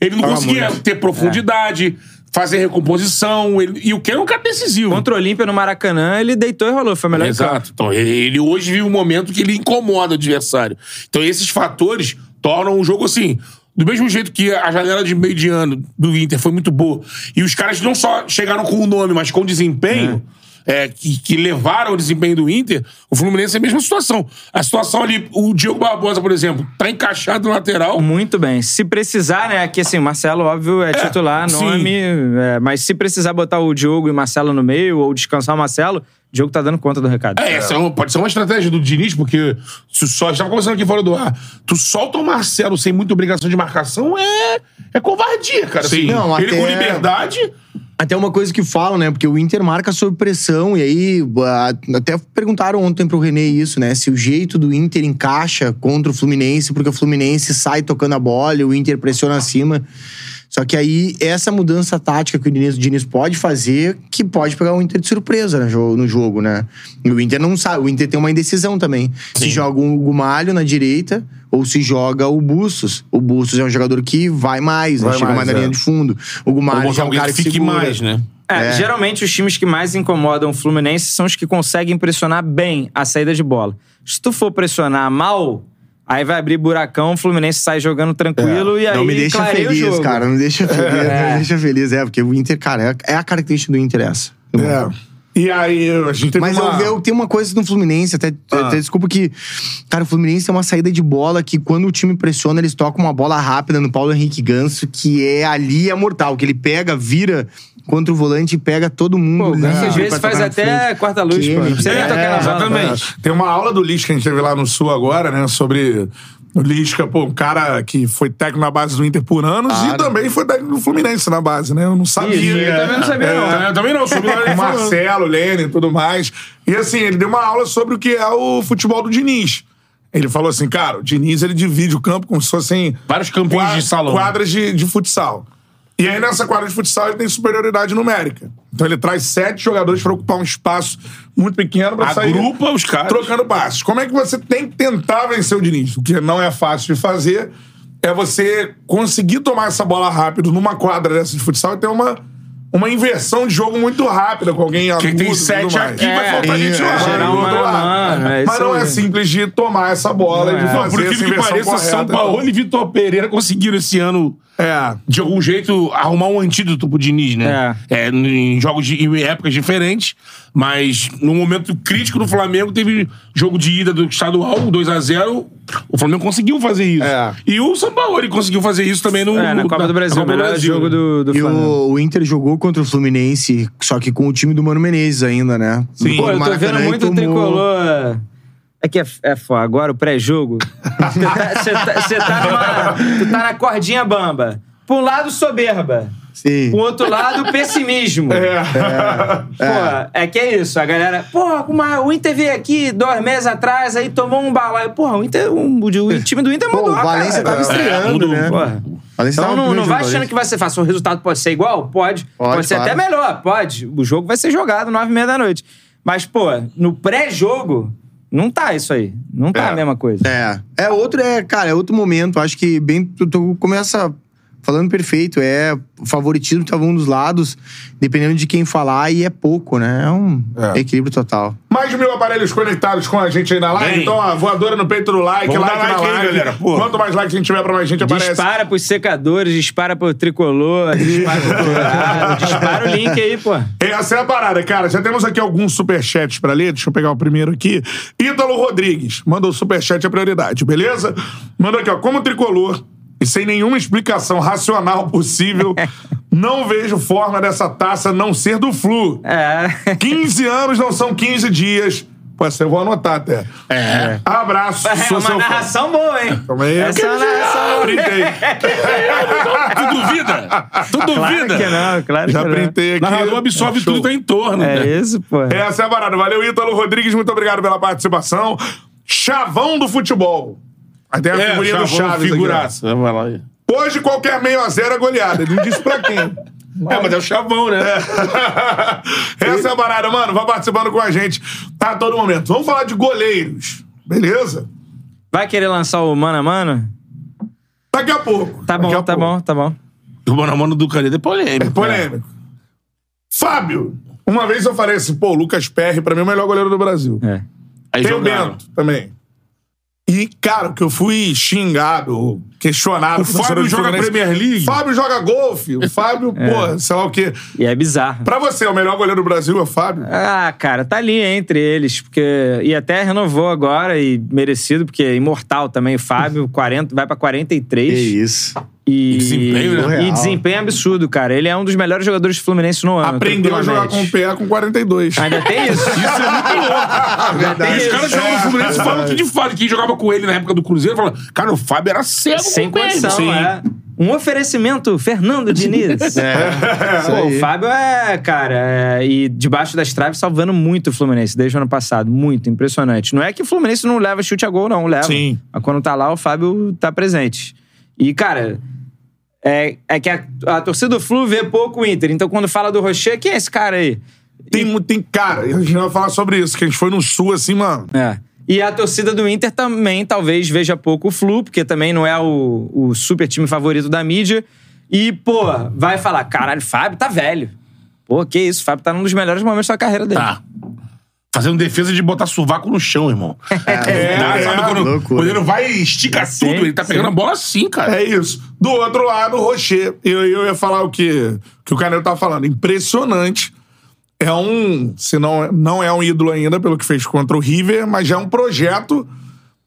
S3: Ele não
S2: Tava
S3: conseguia
S2: muito.
S3: ter profundidade, fazer recomposição. ele- e o Keno é um cara decisivo.
S5: É. Contra o Olímpia no Maracanã, ele deitou e rolou. Foi o melhor em campo.
S3: Exato. Então, ele ele hoje vive um momento que ele incomoda o adversário. Então, esses fatores tornam o jogo assim. Do mesmo jeito que a janela de meio de ano do Inter foi muito boa, e os caras não só chegaram com o nome, mas com o desempenho, é, que, que levaram o desempenho do Inter, o Fluminense é a mesma situação. A situação ali, o Diego Barbosa, por exemplo, tá encaixado no lateral.
S5: Muito bem. Se precisar, né? Aqui, assim, Marcelo, óbvio, é, titular,
S3: sim.
S5: nome. é, mas se precisar botar o Diogo e o Marcelo no meio, ou descansar o Marcelo, o Diogo tá dando conta do recado.
S3: É, essa é uma- pode ser uma estratégia do Diniz, porque se só. Estava conversando aqui fora do ar. Tu solta o Marcelo sem muita obrigação de marcação é, é covardia, cara.
S2: Sim.
S3: Assim,
S4: Não,
S3: ele
S4: até-
S3: com liberdade.
S4: Até uma coisa que falam, né? Porque o Inter marca sob pressão, e aí a- até perguntaram ontem pro René isso, né? Se o jeito do Inter encaixa contra o Fluminense, porque o Fluminense sai tocando a bola e o Inter pressiona acima. Só que aí, essa mudança tática que o Diniz, o Diniz pode fazer, que pode pegar o Inter de surpresa no jogo, no jogo, né? E o Inter não sabe, o Inter tem uma indecisão também. Se joga o Gumalho na direita ou se joga o Bustos. O Bustos é um jogador que vai mais, né?
S2: Vai
S4: chega mais
S2: mais,
S4: na
S2: é.
S4: linha de fundo. O
S3: Ou
S4: Gumalho
S3: botar
S4: já é um
S3: alguém
S4: cara
S3: que
S4: que
S3: fique
S4: segura.
S3: mais, né?
S5: É, Geralmente, os times que mais incomodam o Fluminense são os que conseguem pressionar bem a saída de bola. Se tu for pressionar mal, aí vai abrir buracão, o Fluminense sai jogando tranquilo e aí
S4: É. não me deixa
S5: clareia o
S4: feliz,
S5: jogo.
S4: cara. Não me deixa feliz,
S5: É.
S4: não me deixa feliz. É, porque o Inter, cara, é é a característica do Inter essa.
S2: É. E aí, a gente teve
S4: Mas
S2: uma...
S4: eu, eu tenho uma coisa no Fluminense, até, até desculpa que. Cara, o Fluminense é uma saída de bola que quando o time pressiona, eles tocam uma bola rápida no Paulo Henrique Ganso, que é ali é mortal, que ele pega, vira contra o volante e pega todo mundo.
S5: Pô, o Ganso
S4: livre pra
S5: às vezes
S4: tocar
S5: faz
S4: na
S5: até
S4: frente.
S5: quarta-luz,
S4: Que
S5: pô. Não
S4: ele-
S5: precisa nem
S4: É,
S5: tocar na bola. né?
S2: Exatamente. Tem uma aula do Lisca que a gente teve lá no Sul agora, né? Sobre o Lisca, pô, um cara que foi técnico na base do Inter por anos e também foi técnico do Fluminense na base, né? Eu não sabia. É,
S5: Isso, eu também não sabia, não.
S3: Eu também não, soube lá ele
S2: o
S3: falando.
S2: Marcelo, Lênin e tudo mais. E assim, ele deu uma aula sobre o que é o futebol do Diniz. Ele falou assim, cara, o Diniz ele divide o campo como se fossem
S3: Vários campinhos
S2: qua-
S3: de salão.
S2: Quadras de, de futsal. E aí nessa quadra de futsal ele tem superioridade numérica. Então ele traz sete jogadores para ocupar um espaço muito pequeno para sair
S3: Agrupa os caras.
S2: trocando passos. Como é que você tem que tentar vencer o Diniz? O que não é fácil de fazer é você conseguir tomar essa bola rápido numa quadra dessa de futsal e ter uma, uma inversão de jogo muito rápida com alguém agudo.
S3: tem
S2: e tudo
S3: sete
S2: mais.
S3: aqui, vai
S5: faltar
S2: é,
S5: gente lá.
S2: é,
S5: Gerar um
S2: do outro
S5: mano a
S2: lado.
S5: mano, é
S2: Mas
S5: isso
S2: não é
S5: aí.
S2: simples de tomar essa bola e de
S5: Não é.
S2: fazer
S3: Por
S2: essa
S3: incrível que
S2: inversão
S3: pareça,
S2: correta. né?
S3: São Paulo e Vitor Pereira conseguiram esse ano
S2: É.
S3: de algum jeito, arrumar um antídoto pro Diniz, né? É, em jogos de, em épocas diferentes, mas num momento crítico do Flamengo, teve jogo de ida do estadual, um 2x0. O Flamengo conseguiu fazer isso.
S2: É.
S3: E o Sampaoli conseguiu fazer isso também no,
S5: É, na
S3: no-
S5: Copa do Brasil, o
S3: Copa
S5: melhor
S3: Brasil.
S5: jogo do, do
S4: E
S5: Flamengo.
S4: o, o Inter jogou contra o Fluminense, só que com o time do Mano Menezes ainda, né?
S3: Sim.
S5: Pô, eu tô
S4: Maracanã
S5: vendo
S4: e
S5: muito o
S4: tomou-
S5: tricolor. É que é, é foda. Agora o pré-jogo. Você tá, cê tá, cê tá numa- tu tá na cordinha bamba. Pra um lado, soberba.
S4: Sim.
S5: Pro outro lado, pessimismo. É. Pô, é que é isso. A galera. Porra, uma- o Inter veio aqui dois meses atrás, aí tomou um balaio. Porra, o, Inter, um- o time do Inter
S4: Pô,
S5: mudou.
S4: o Valência
S5: cara.
S4: tava
S3: É,
S4: estreando,
S3: mudou.
S4: né?
S5: Porra.
S4: Valência
S5: Então
S2: um
S4: tava
S5: não,
S4: muito
S5: não
S4: bem,
S5: vai
S4: Valência.
S5: achando que vai ser fácil. O resultado pode ser igual? Pode. Pode,
S4: Pode,
S5: ser
S4: claro.
S5: até melhor? Pode. O jogo vai ser jogado nove e meia da noite. Mas, pô, no pré-jogo, não tá isso aí. Não tá
S2: É.
S5: a mesma coisa.
S4: É. É outro, é, cara, é outro momento. Acho que bem. Tu, tu começa falando perfeito. É o favoritismo tava um dos lados, dependendo de quem falar, e é pouco, né? É um
S2: É.
S4: equilíbrio total.
S2: Mais de mil aparelhos conectados com a gente aí na live.
S3: Bem.
S2: Então, ó, voadora no peito do like,
S3: Vamos
S2: like
S3: dar
S2: na
S3: like aí,
S2: live.
S3: galera, pô.
S2: Quanto mais like a gente tiver pra mais gente aparece.
S5: Dispara pros secadores, dispara pro tricolor, dispara pro colorado, dispara o link aí, pô.
S2: Essa é a parada, cara. Já temos aqui alguns superchats pra ler. Deixa eu pegar o primeiro aqui. Ítalo Rodrigues mandou superchat a prioridade, beleza? Mandou aqui, ó. Como tricolor e sem nenhuma explicação racional possível, não vejo forma dessa taça não ser do Flu.
S5: É.
S2: 15 anos não são 15 dias. Pô, essa eu vou anotar até.
S3: É.
S2: Abraço,
S5: É
S2: sou
S5: uma
S2: seu fã.
S5: narração boa, hein?
S2: Calma aí.
S5: Essa é uma narração boa.
S2: Printei.
S3: Tu duvida? Tu
S5: Claro
S3: duvida?
S5: que não, claro
S2: Já
S5: que não.
S2: printei aqui.
S3: Narrador absorve
S2: Show.
S3: tudo que tá em torno. né?
S5: É isso, pô.
S2: Essa é a parada. Valeu, Ítalo Rodrigues. Muito obrigado pela participação. Chavão do futebol. Até a
S3: É,
S2: figurinha do
S3: Chavão,
S2: Chaves. Aqui,
S3: figuraça. Vai lá.
S2: ó. Hoje qualquer meio a zero é goleada. Ele não disse pra quem.
S3: É, mas é o chavão, né?
S2: Essa é a parada, mano. Vai participando com a gente Tá a todo momento. Vamos falar de goleiros. Beleza?
S5: Vai querer lançar o mano a mano?
S2: Daqui a pouco.
S5: Tá
S2: Daqui
S5: bom,
S2: a
S5: tá
S2: pouco.
S5: bom, tá bom.
S3: Do mano a mano do Caneta é polêmico.
S2: É polêmico. Fábio. Uma vez eu falei assim, pô, o Lucas Perry, pra mim, é o melhor goleiro do Brasil.
S5: É.
S3: Aí
S2: Tem o
S3: jogaram.
S2: Bento também. E, cara, que eu fui xingado, questionado.
S3: O
S2: por torcedor
S3: Fábio
S2: do
S3: joga
S2: Fluminense.
S3: Premier League.
S2: Fábio joga golfe. O Fábio, pô, sei lá o quê.
S5: E é bizarro.
S2: Pra você, o melhor goleiro do Brasil é o Fábio?
S5: Ah, cara, tá ali entre eles, porque. E até renovou agora, e merecido, porque é imortal também, o Fábio, 40, vai pra 43.
S4: É isso.
S5: E,
S3: desempenho,
S4: né?
S5: e desempenho absurdo, cara. Ele é um dos melhores jogadores do Fluminense no ano.
S2: Aprendeu a jogar com o
S5: tranquilamente.
S2: pé com 42.
S5: Ainda tem
S3: Isso
S5: isso?
S3: é muito louco.
S4: Verdade.
S3: Os caras jogam no Fluminense falam que de fato. Quem jogava com ele na época do Cruzeiro fala, cara, o Fábio era cego
S5: Sem
S3: com o Pedro.
S5: condição,
S3: Sim.
S5: é. Um oferecimento, Fernando Diniz.
S4: isso
S5: Pô,
S4: aí.
S5: o Fábio é, cara, é, e debaixo das traves salvando muito o Fluminense desde o ano passado. Muito impressionante. Não é que o Fluminense não leva chute a gol, não, leva.
S2: Sim.
S5: Mas quando tá lá, o Fábio tá presente. E, cara, é, é que a, a torcida do Flu vê pouco o Inter. Então, quando fala do Rocher, quem é esse cara aí?
S2: Tem, mu- tem cara, a gente vai falar sobre isso, que a gente foi no sul assim, mano.
S5: É. E a torcida do Inter também talvez veja pouco o Flu, porque também não é o, o super time favorito da mídia. E, pô, vai falar: caralho, Fábio tá velho. Pô, que isso, Fábio tá num dos melhores momentos da carreira dele.
S3: Tá. Fazendo defesa de botar sovaco no chão, irmão.
S2: É,
S3: Tá,
S2: é,
S3: sabe quando o
S4: loucura.
S3: goleiro vai e estica
S5: Sim,
S3: tudo, ele tá
S5: sim.
S3: pegando a bola assim, cara.
S2: É isso. Do outro lado, o Rocher. Eu, eu ia falar o que, que o Canelo tava falando. Impressionante. É um. Se não, não é um ídolo ainda, pelo que fez contra o River, mas já é um projeto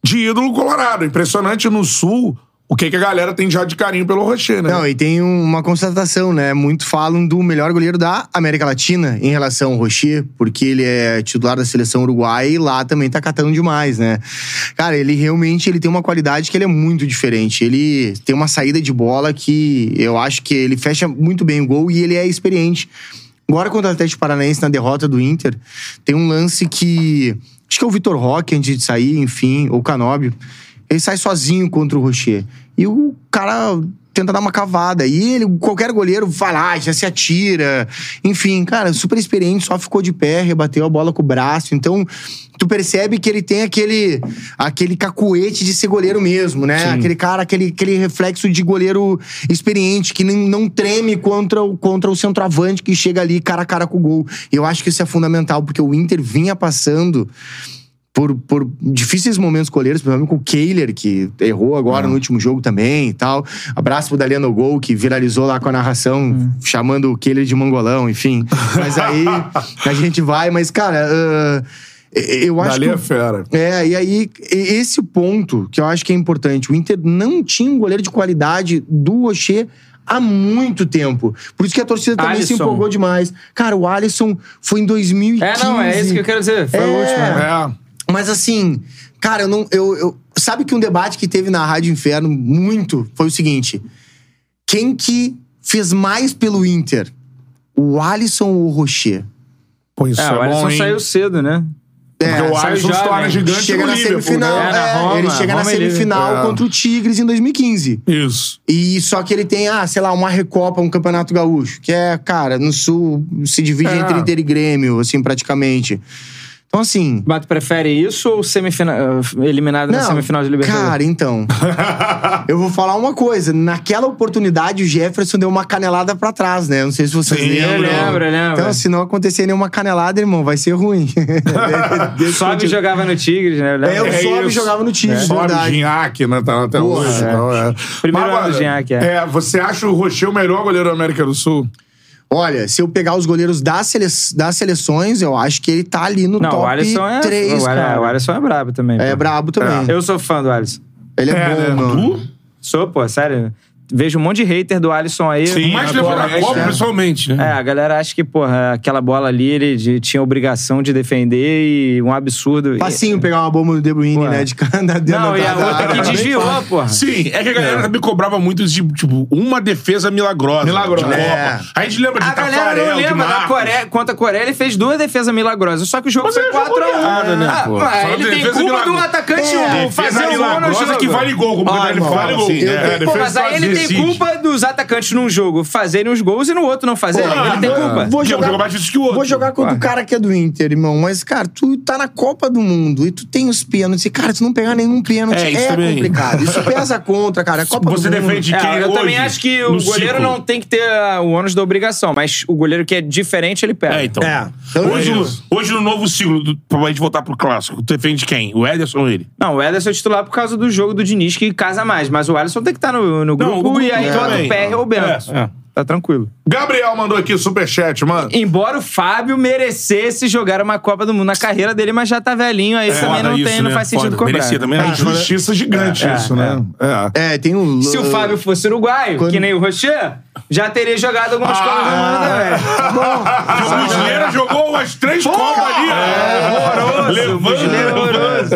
S2: de ídolo colorado. Impressionante no sul o que, que a galera tem já de carinho pelo Rocher, né?
S4: Não, e tem um- uma constatação, né? Muito falam do melhor goleiro da América Latina em relação ao Rocher, porque ele é titular da seleção uruguaia e lá também tá catando demais, né? Cara, ele realmente ele tem uma qualidade que ele é muito diferente. Ele tem uma saída de bola que eu acho que ele fecha muito bem o gol e ele é experiente. Agora contra o Atlético Paranaense na derrota do Inter, tem um lance que acho que é o Vitor Roque antes de sair, enfim, ou o Canóbio. Ele sai sozinho contra o Rocher. E o cara tenta dar uma cavada. E ele, qualquer goleiro, vai lá, já se atira. Enfim, cara, super experiente, só ficou de pé, rebateu a bola com o braço. Então, tu percebe que ele tem aquele aquele cacuete de ser goleiro mesmo, né? Aquele cara, aquele, aquele reflexo de goleiro experiente, que nem- não treme contra o, contra o centroavante que chega ali cara a cara com o gol. E eu acho que isso é fundamental, porque o Inter vinha passando por, por difíceis momentos colheiros, principalmente com o Kehler, que errou agora
S5: É.
S4: no último jogo também e tal. Abraço pro Daliano Gol, que viralizou lá com a narração,
S5: Hum.
S4: chamando o Kehler de mangolão, enfim. Mas aí a gente vai, mas, cara, ah, eu acho
S2: Dali
S4: que.
S2: é fera.
S4: É, e aí, e- esse ponto que eu acho que é importante. O Inter não tinha um goleiro de qualidade do Oxê há muito tempo. Por isso que a torcida também se
S5: Alisson.
S4: empolgou demais. Cara, o Alisson foi em 2015.
S5: É, não, é isso que eu quero dizer. Foi
S4: É.
S5: o último. né?
S2: É.
S4: Mas assim, cara, eu não. Eu, eu- sabe que um debate que teve na Rádio Inferno muito foi o seguinte: quem que fez mais pelo Inter? O Alisson ou o Rocher?
S2: Pô, isso
S5: É,
S2: é,
S5: o Alisson
S2: bom, hein?
S5: saiu cedo, né?
S4: É,
S2: Porque É, o
S5: saiu
S2: Alisson
S5: já,
S2: se torna
S5: né?
S2: gigante
S4: Chega
S2: no
S4: na
S2: Liverpool,
S4: semifinal.
S2: né?
S5: É, na
S4: é,
S5: Roma,
S4: ele chega na
S5: Roma e
S4: semifinal
S2: Liverpool. É.
S4: contra o Tigres em 2015.
S2: Isso.
S4: E só que ele tem, ah, sei lá, uma recopa, um campeonato gaúcho, que é, cara, no sul se divide
S2: É.
S4: entre Inter e Grêmio, assim, praticamente. Então, assim.
S5: Mas tu prefere isso ou semifinal, eh, eliminado na
S4: não,
S5: semifinal de Libertadores?
S4: Cara, então. eu vou falar uma coisa. Naquela oportunidade, o Jefferson deu uma canelada pra trás, né? Não sei se vocês
S2: Sim, eu
S4: lembram.
S5: lembro, eu lembro.
S4: Então, se não acontecer nenhuma canelada, irmão, vai ser ruim.
S5: Sobe e jogava no Tigres, né? Eu lembro.
S4: É, eu
S2: É
S4: sobe e
S2: isso.
S4: jogava no time,
S2: Sobe
S4: verdade.
S2: Gignac, né? Tá lá até
S4: Porra,
S2: hoje.
S4: é.
S2: Então, é.
S5: Primeiro
S2: Mas
S5: ano
S2: agora,
S5: do Gignac, é.
S2: é. Você acha o Rocher o melhor goleiro da América do Sul?
S4: Olha, se eu pegar os goleiros das, sele- das seleções, eu acho que ele tá ali no
S5: Não, o
S4: top
S5: Alisson é.
S4: 3,
S5: o, Al-
S4: cara.
S5: o Alisson é brabo também.
S4: É
S5: pô.
S4: brabo também.
S5: Eu sou fã do Alisson.
S4: Ele é,
S5: né?
S4: bom, mano.
S3: Uhum.
S2: Tu?
S5: Sou, pô, sério. Vejo um monte de hater do Alisson aí.
S3: Sim,
S2: Mas
S3: mas
S2: levou
S3: levou
S2: na
S3: a
S2: Copa,
S3: Copa, principalmente,
S5: É,
S3: né?
S5: a galera acha que, porra, aquela bola ali ele de- tinha obrigação de defender e um absurdo.
S4: Facinho pegar uma bomba do De Bruyne,
S5: Ué.
S4: né? De cara dentro
S5: E- Não,
S4: da
S5: e a
S4: da-
S5: outra que
S4: da-
S5: desviou, porra.
S3: Sim, é que a galera também cobrava muito de, tipo, uma defesa milagrosa.
S2: Milagrosa.
S3: De Copa.
S4: É.
S3: A gente lembra de
S5: A galera
S3: Tafarel,
S5: não
S3: Tá de
S5: lembra da
S3: Marcos.
S5: Coreia. Contra a Coreia, ele fez duas defesas milagrosas. Só que o jogo foi
S3: ele jogou
S5: 4x1.
S3: goleada, né, pô? Só
S5: Ah, ele tem
S3: defesa
S5: culpa
S3: milagro-
S5: de um atacante
S4: É,
S5: um,
S3: Defesa
S5: fazer um gol no
S3: milagrosa
S5: jogo.
S3: que vale gol, como
S4: Ah,
S3: ele
S4: irmão,
S3: vale gol.
S4: sim, eu-
S3: É,
S5: Pô,
S3: defesa
S5: mas aí ele
S3: decide.
S5: tem culpa dos atacantes num jogo fazerem os gols e no outro não fazerem.
S4: Pô,
S5: ele tem
S4: é.
S5: culpa.
S4: Vou
S3: Que é um
S4: jogar-
S3: jogo mais difícil que o outro.
S4: Vou jogar contra o cara que é do Inter, irmão. Mas, cara, tu tá na Copa do Mundo e tu tem os pênaltis. E, cara, se não pegar nenhum pênalti,
S3: É,
S4: é,
S3: isso também.
S4: complicado. Isso pesa contra, cara. É Copa
S3: Você
S4: do Mundo.
S3: defende
S5: É,
S3: quem
S5: eu
S3: hoje,
S5: também acho que o
S3: no
S5: goleiro
S3: ciclo?
S5: não tem que ter ah, o ônus da obrigação, mas o goleiro que é diferente, ele pega.
S3: É, então.
S4: É. Então,
S3: hoje,
S4: é
S3: no-
S4: isso.
S3: hoje no novo ciclo, do, pra gente voltar pro clássico, tu defende quem? O Ederson ou ele?
S5: Não, o Ederson é titular por causa do jogo do Diniz, que casa mais, mas o Alisson tem que estar no, no grupo
S3: o grupo
S5: e aí
S3: é,
S5: bota o
S3: também.
S5: PR ou o Bento.
S3: É, é.
S5: Tá tranquilo.
S2: Gabriel mandou aqui superchat, mano.
S5: Embora o Fábio merecesse jogar uma Copa do Mundo na carreira dele, mas já tá velhinho, aí também não,
S3: Foda
S5: tem,
S3: isso,
S5: não
S3: né?
S5: faz
S3: Foda.
S5: sentido cobrar.
S3: Merecia também,
S2: É
S3: né?
S2: injustiça gigante
S5: é,
S2: isso,
S5: é.
S2: né? É.
S4: É, tem um...
S5: Se o Fábio fosse uruguaio,
S4: Quando-
S5: que nem o Rocher, já teria jogado algumas
S2: Ah,
S5: Copas do Mundo, velho.
S3: O Muslera jogou umas três copas ali.
S5: Brasileiro
S3: Levando.
S5: horroroso.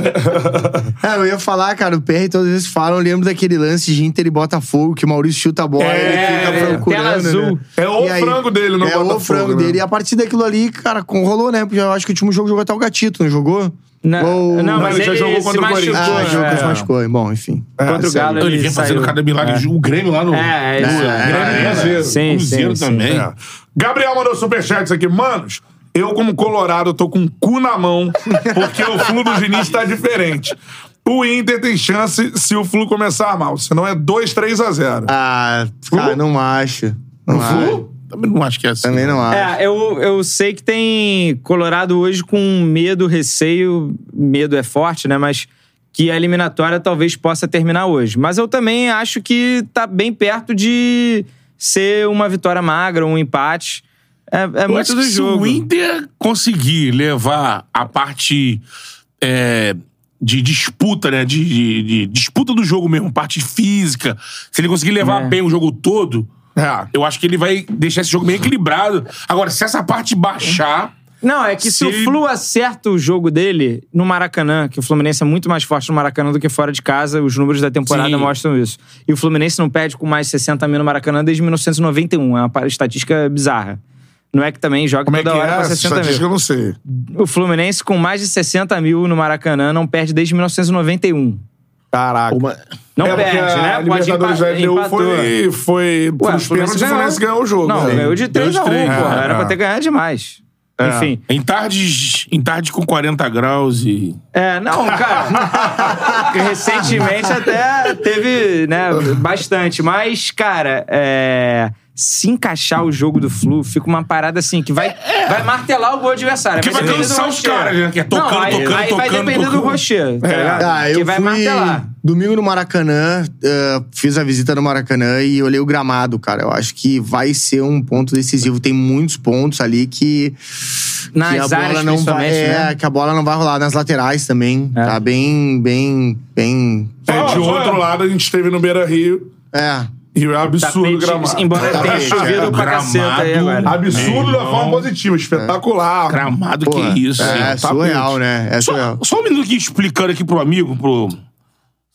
S4: É, eu ia falar, cara, o PR todas as vezes falam, eu lembro daquele lance de Inter e Botafogo, que o Maurício chuta a bola,
S2: É,
S4: ele
S5: é,
S4: fica procurando,
S5: tela azul.
S4: né?
S2: É o
S4: E aí-
S2: frango dele no
S4: É
S2: Botafogo,
S4: o frango
S2: né?
S4: dele. E a partir daquilo ali, cara, com- rolou, né? Porque eu acho que o último jogo jogou até o Gatito, não jogou?
S5: Não,
S4: Ou-
S5: não,
S4: Não,
S5: mas
S2: ele já
S5: ele,
S2: jogou
S5: se
S2: contra o
S5: machucou.
S2: Corinthians.
S4: Ah,
S2: É.
S4: jogo que se
S5: é.
S4: machucou. Bom, enfim.
S3: É.
S5: Contra o
S4: isso aí.
S5: Galo,
S3: Ele vinha fazendo
S5: saiu.
S3: cada milagre. O Grêmio lá no.
S5: É, é,
S3: no-
S5: isso,
S3: no
S5: é.
S3: Grêmio
S2: É,
S3: e Cruzeiro.
S5: sim,
S3: Cruzeiro
S5: sim,
S3: também.
S2: É. Gabriel mandou superchats aqui. Manos, eu como colorado tô com o cu na mão porque o flu do Diniz tá diferente. O Inter tem chance se o flu começar mal. Senão é 2, 3 a 0.
S4: Ah, cara, não acho. Não acho.
S3: Também não acho que é assim.
S4: Ah, Também não acho.
S5: É, eu, eu sei que tem Colorado hoje com medo, receio. Medo é forte, né? Mas que a eliminatória talvez possa terminar hoje. Mas eu também acho que tá bem perto de ser uma vitória magra, um empate. É, é
S3: Eu acho
S5: muito do
S3: que se
S5: jogo.
S3: o Inter conseguir levar a parte é, de disputa, né? De, de- de disputa do jogo mesmo, parte física. Se ele conseguir levar
S5: É.
S3: bem o jogo todo,
S2: É.
S3: eu acho que ele vai deixar esse jogo bem equilibrado. Agora, se essa parte baixar.
S5: Não, é que se... o
S3: Se-
S5: Flu acerta o jogo dele no Maracanã, que o Fluminense é muito mais forte no Maracanã do que fora de casa, os números da temporada
S3: Sim.
S5: mostram isso. E o Fluminense não perde com mais 60 mil no Maracanã desde 1991. É uma par- estatística bizarra. Não é que também joga
S2: Como é que
S5: toda hora
S2: é?
S5: com 60
S2: Estatística
S5: mil.
S2: eu não sei.
S5: O Fluminense com mais de 60 mil no Maracanã não perde desde 1991.
S2: Caraca.
S5: Não
S2: é porque
S5: perde, né?
S2: a Libertadores
S5: empa-
S2: da LDU foi, foi
S5: Ué,
S2: pros pênaltis, o Fluminense ganhou o jogo.
S5: Não,
S2: né?
S5: ganhou de 3 a 1,
S3: três.
S5: porra.
S2: É,
S5: Era
S2: é.
S5: pra ter ganhado demais. Enfim.
S3: Em tardes, em tardes com 40 graus e.
S5: É, não, cara. recentemente até teve, né, bastante. Mas, cara, é, se encaixar o jogo do Flu, fica uma parada assim, que vai, vai martelar o gol adversário.
S3: Que vai
S5: depender do
S3: cansar os
S5: rocheiro.
S3: caras, né? Que é tocando,
S5: aí,
S3: tocando,
S5: aí Vai
S3: tocando, É.
S5: depender do
S3: tocando.
S5: rocheiro, tá ligado?
S4: Ah, eu
S5: que vai
S4: fui
S5: martelar.
S4: domingo no Maracanã, eh, fiz a visita no Maracanã e olhei o gramado, cara. Eu acho que vai ser um ponto decisivo. Tem muitos pontos ali que, que
S5: Nas
S4: a bola
S5: áreas,
S4: não vai,
S5: principalmente,
S4: é,
S5: né?
S4: que a bola não vai rolar nas laterais também.
S5: É.
S4: Tá bem, bem, bem.
S2: É, de outro lado, a gente esteve no Beira Rio
S4: É.
S2: e é absurdo o
S5: Tapete,
S2: gramado.
S5: Tá
S2: Tá
S5: Embora tenha chovido pra
S3: Gramado.
S5: caceta aí agora.
S2: Absurdo
S3: Meu
S2: da forma
S3: irmão. É.
S2: positiva, espetacular.
S5: Ah,
S3: Gramado,
S4: Pô,
S3: que isso.
S4: É,
S3: hein?
S5: Tá
S3: Tá
S4: surreal, né? É surreal.
S3: Só, só um minuto aqui explicando aqui pro amigo, pro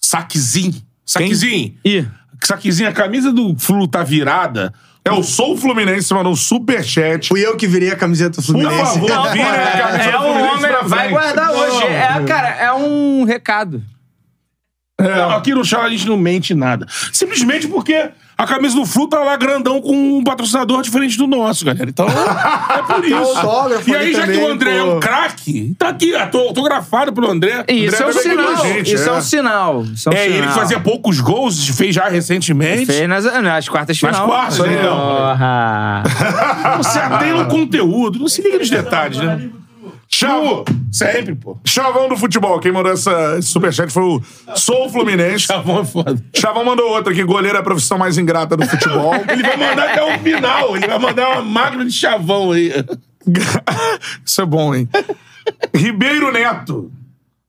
S3: Saquezinho. Saquezinho.
S5: Ih,
S3: Saquezinho, a camisa do Flu tá virada.
S2: É o Sou Fluminense, mandou um superchat.
S4: Fui eu que virei a camiseta do Fluminense.
S2: favor,
S4: cara.
S2: vira a camisa
S5: É,
S2: do
S5: é um
S2: Fluminense pra
S5: homem, vai
S2: frente.
S5: guardar
S2: Não.
S5: hoje. É, cara, é um recado.
S3: Não, é,
S5: É.
S3: aqui no chão a gente não mente nada. Simplesmente porque a camisa do Flu tá lá grandão com um patrocinador diferente do nosso, galera. Então, é por
S5: Então,
S4: Tem
S3: isso.
S4: autógrafo
S3: e
S4: ali
S3: aí, já que
S4: também,
S3: o André é
S4: pô.
S3: um craque, tá aqui, auto- autografado pelo André.
S5: Isso é um
S3: André também
S5: sinal.
S3: com a gente,
S5: Isso
S3: é.
S5: é um sinal. Isso é um
S3: É, ele que
S5: sinal.
S3: fazia poucos gols, fez já recentemente.
S5: Fez nas, nas quartas de
S3: Nas
S5: final.
S3: quartas, então.
S5: Porra.
S3: Você atende o Ah. conteúdo, não se liga nos detalhes, né? Chavo! Sempre, pô.
S2: Chavão do futebol. Quem mandou essa esse superchat foi o Sou Fluminense.
S3: Chavão é foda.
S2: Chavão mandou outra aqui. Goleiro é a profissão mais ingrata do futebol.
S3: Ele vai mandar até o final, ele vai mandar uma máquina de chavão aí.
S2: Isso é bom, hein? Ribeiro Neto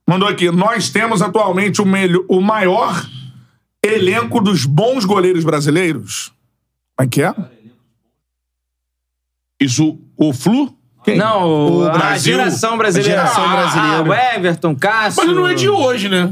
S2: mandou aqui. Nós temos atualmente o, melhor, o maior elenco dos bons goleiros brasileiros. Como é que é?
S3: Isso, o Flu?
S5: Não, o,
S4: O
S5: a
S4: Brasil-
S3: é
S5: geração brasileira.
S4: a geração
S5: Ah,
S4: brasileira.
S5: Ah, o Everton, Cássio.
S3: Mas não é de hoje, né?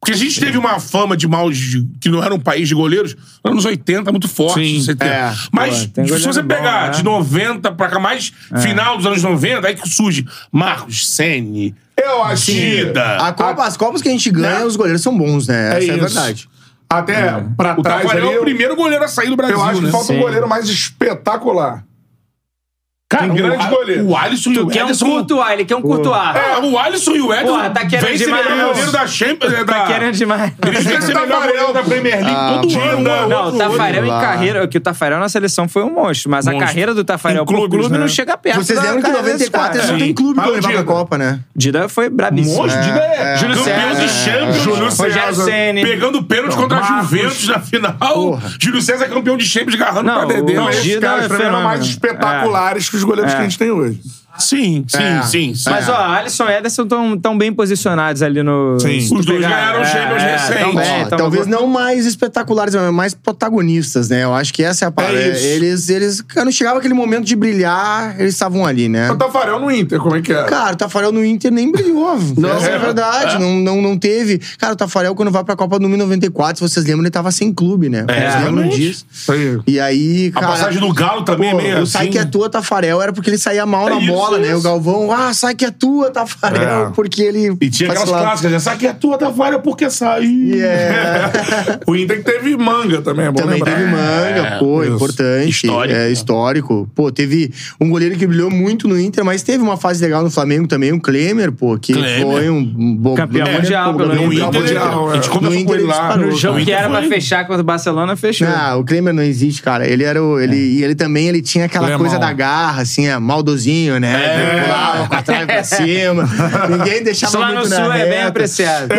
S3: Porque a gente teve uma fama de mal de- que não era um país de goleiros, nos anos 80, muito forte.
S5: Sim,
S3: 70.
S4: é.
S3: Mas
S5: Pô, tem
S3: se você
S5: goleiro bom,
S3: pegar
S5: né? É.
S3: de 90 pra cá, mais final dos anos 90, aí que surge Marcos Sene,
S2: Eu acho que-
S3: Tida.
S4: A Copa- Ah, as Copas que a gente ganha, os goleiros são bons, né? Essa é a
S2: isso.
S4: verdade.
S2: Até pra
S3: O
S2: trás ali,
S3: Tafarel é o
S2: eu,
S3: primeiro goleiro a sair do Brasil,
S2: eu acho que
S3: né?
S2: falta um
S5: Sim.
S2: goleiro mais espetacular.
S3: Cara,
S2: um grande
S3: o,
S2: goleiro.
S3: O Alisson e o
S5: Que é um
S3: Ederson.
S5: Courtois, ele quer um Courtois.
S3: É, o Alisson e o Ederson.
S5: Porra, tá querendo
S3: vem ser
S5: demais.
S3: melhor goleiro da Champions. é, Da...
S5: Tá querendo demais.
S3: Eles vêm ser melhor
S2: Tafarel.
S3: goleiro da Premier League todo
S2: mano.
S3: ano. um ao
S5: Ah, Não, tá
S3: outro,
S5: o Tafarel em
S4: lá.
S5: carreira. Que o Tafarel na seleção foi um monstro, mas a
S3: Monstro.
S5: carreira do Tafarel
S3: Em
S5: pro
S3: clubes,
S5: clube
S3: né?
S5: não chega perto.
S4: Vocês
S5: É da
S4: lembram que em
S5: carreira desse
S4: 94
S5: cara.
S4: não tem clube pra
S2: Fala,
S4: levar pra
S2: Dida.
S4: Copa, né?
S5: Dida foi brabíssimo.
S3: Monstro, Dida é.
S5: Júlio
S3: campeão
S5: César.
S3: de Champions.
S2: Júlio
S5: Rogério
S2: César.
S5: Ceni.
S3: Pegando pênalti contra a
S2: Marcos.
S3: Juventus na final. Júlio César é campeão de Champions, agarrando pra
S5: Não,
S3: Dedê.
S5: o
S3: mas-
S2: Esses
S5: Gida
S2: caras
S5: é
S2: pra mim, eram mais
S5: fenômeno.
S2: espetaculares
S3: É.
S2: que os goleiros que a gente tem hoje.
S3: Sim, sim,
S4: É.
S3: sim. sim.
S5: Mas, ó, Alisson e Ederson estão tão bem posicionados ali no.
S2: Sim.
S5: se tu
S3: Os dois
S5: pegar-
S3: ganharam o Champions recente.
S5: tão bem,
S4: Ó,
S5: tão-
S4: É, talvez não mais espetaculares, mas mais protagonistas, né? Eu acho que essa é a parada.
S2: isso.
S4: eles, eles, quando chegava aquele momento de brilhar, eles estavam ali, né?
S2: O Tafarel no Inter, como é que é?
S4: Cara, o Tafarel no Inter nem brilhou. Não, essa é a verdade. Não, não, não teve. Cara, o Tafarel, quando vai pra Copa do 94, se vocês lembram, ele tava sem clube, né? Vocês lembram
S3: É, realmente.
S4: disso?
S2: Isso aí.
S4: E aí,
S3: a
S4: cara.
S3: passagem do Galo também
S4: Pô,
S3: é meio
S4: o sai
S3: assim.
S4: que é tua, Tafarel, era porque ele saía mal
S3: É
S4: na
S3: isso, é
S4: bola, né? O
S3: isso.
S4: Galvão, ah, sai que é tua, Tafarel,
S2: É.
S4: porque ele.
S3: E tinha aquelas
S4: vacilava.
S3: clássicas, já sabe que é tua da Vara porque saiu.
S2: O Inter que teve manga também, é bom
S4: Também
S2: lembrar.
S4: teve manga,
S3: É.
S4: pô,
S2: isso.
S4: importante.
S3: Histórico,
S4: é,
S3: né?
S4: histórico. Pô, teve um goleiro que brilhou muito no Inter, mas teve uma fase legal no Flamengo também, o Klemer, pô, que
S3: Klemer.
S4: foi um bom
S5: Campeão mundial pelo
S3: No
S5: Inter.
S2: Mundial,
S3: Inter, ele- a gente
S2: é.
S4: No
S3: conversou com
S4: Inter
S3: ele
S4: ele
S3: lá.
S4: disparou.
S5: O
S3: No
S5: jogo que
S3: Inter
S5: era pra
S3: foi-
S5: fechar contra o Barcelona fechou.
S4: Não, É. Ah, o Klemer não existe, cara. Ele era o.
S3: É.
S4: Ele, E ele também ele tinha aquela
S2: Ele é
S4: coisa
S2: mau.
S4: da garra, assim, é, maldozinho, né?
S3: É.
S4: Ele pulava com a trave pra cima. Ninguém deixava
S5: Isso lá
S4: muito
S5: no
S4: na
S5: Sul é
S4: reta.
S5: bem apreciado.
S4: Não, e,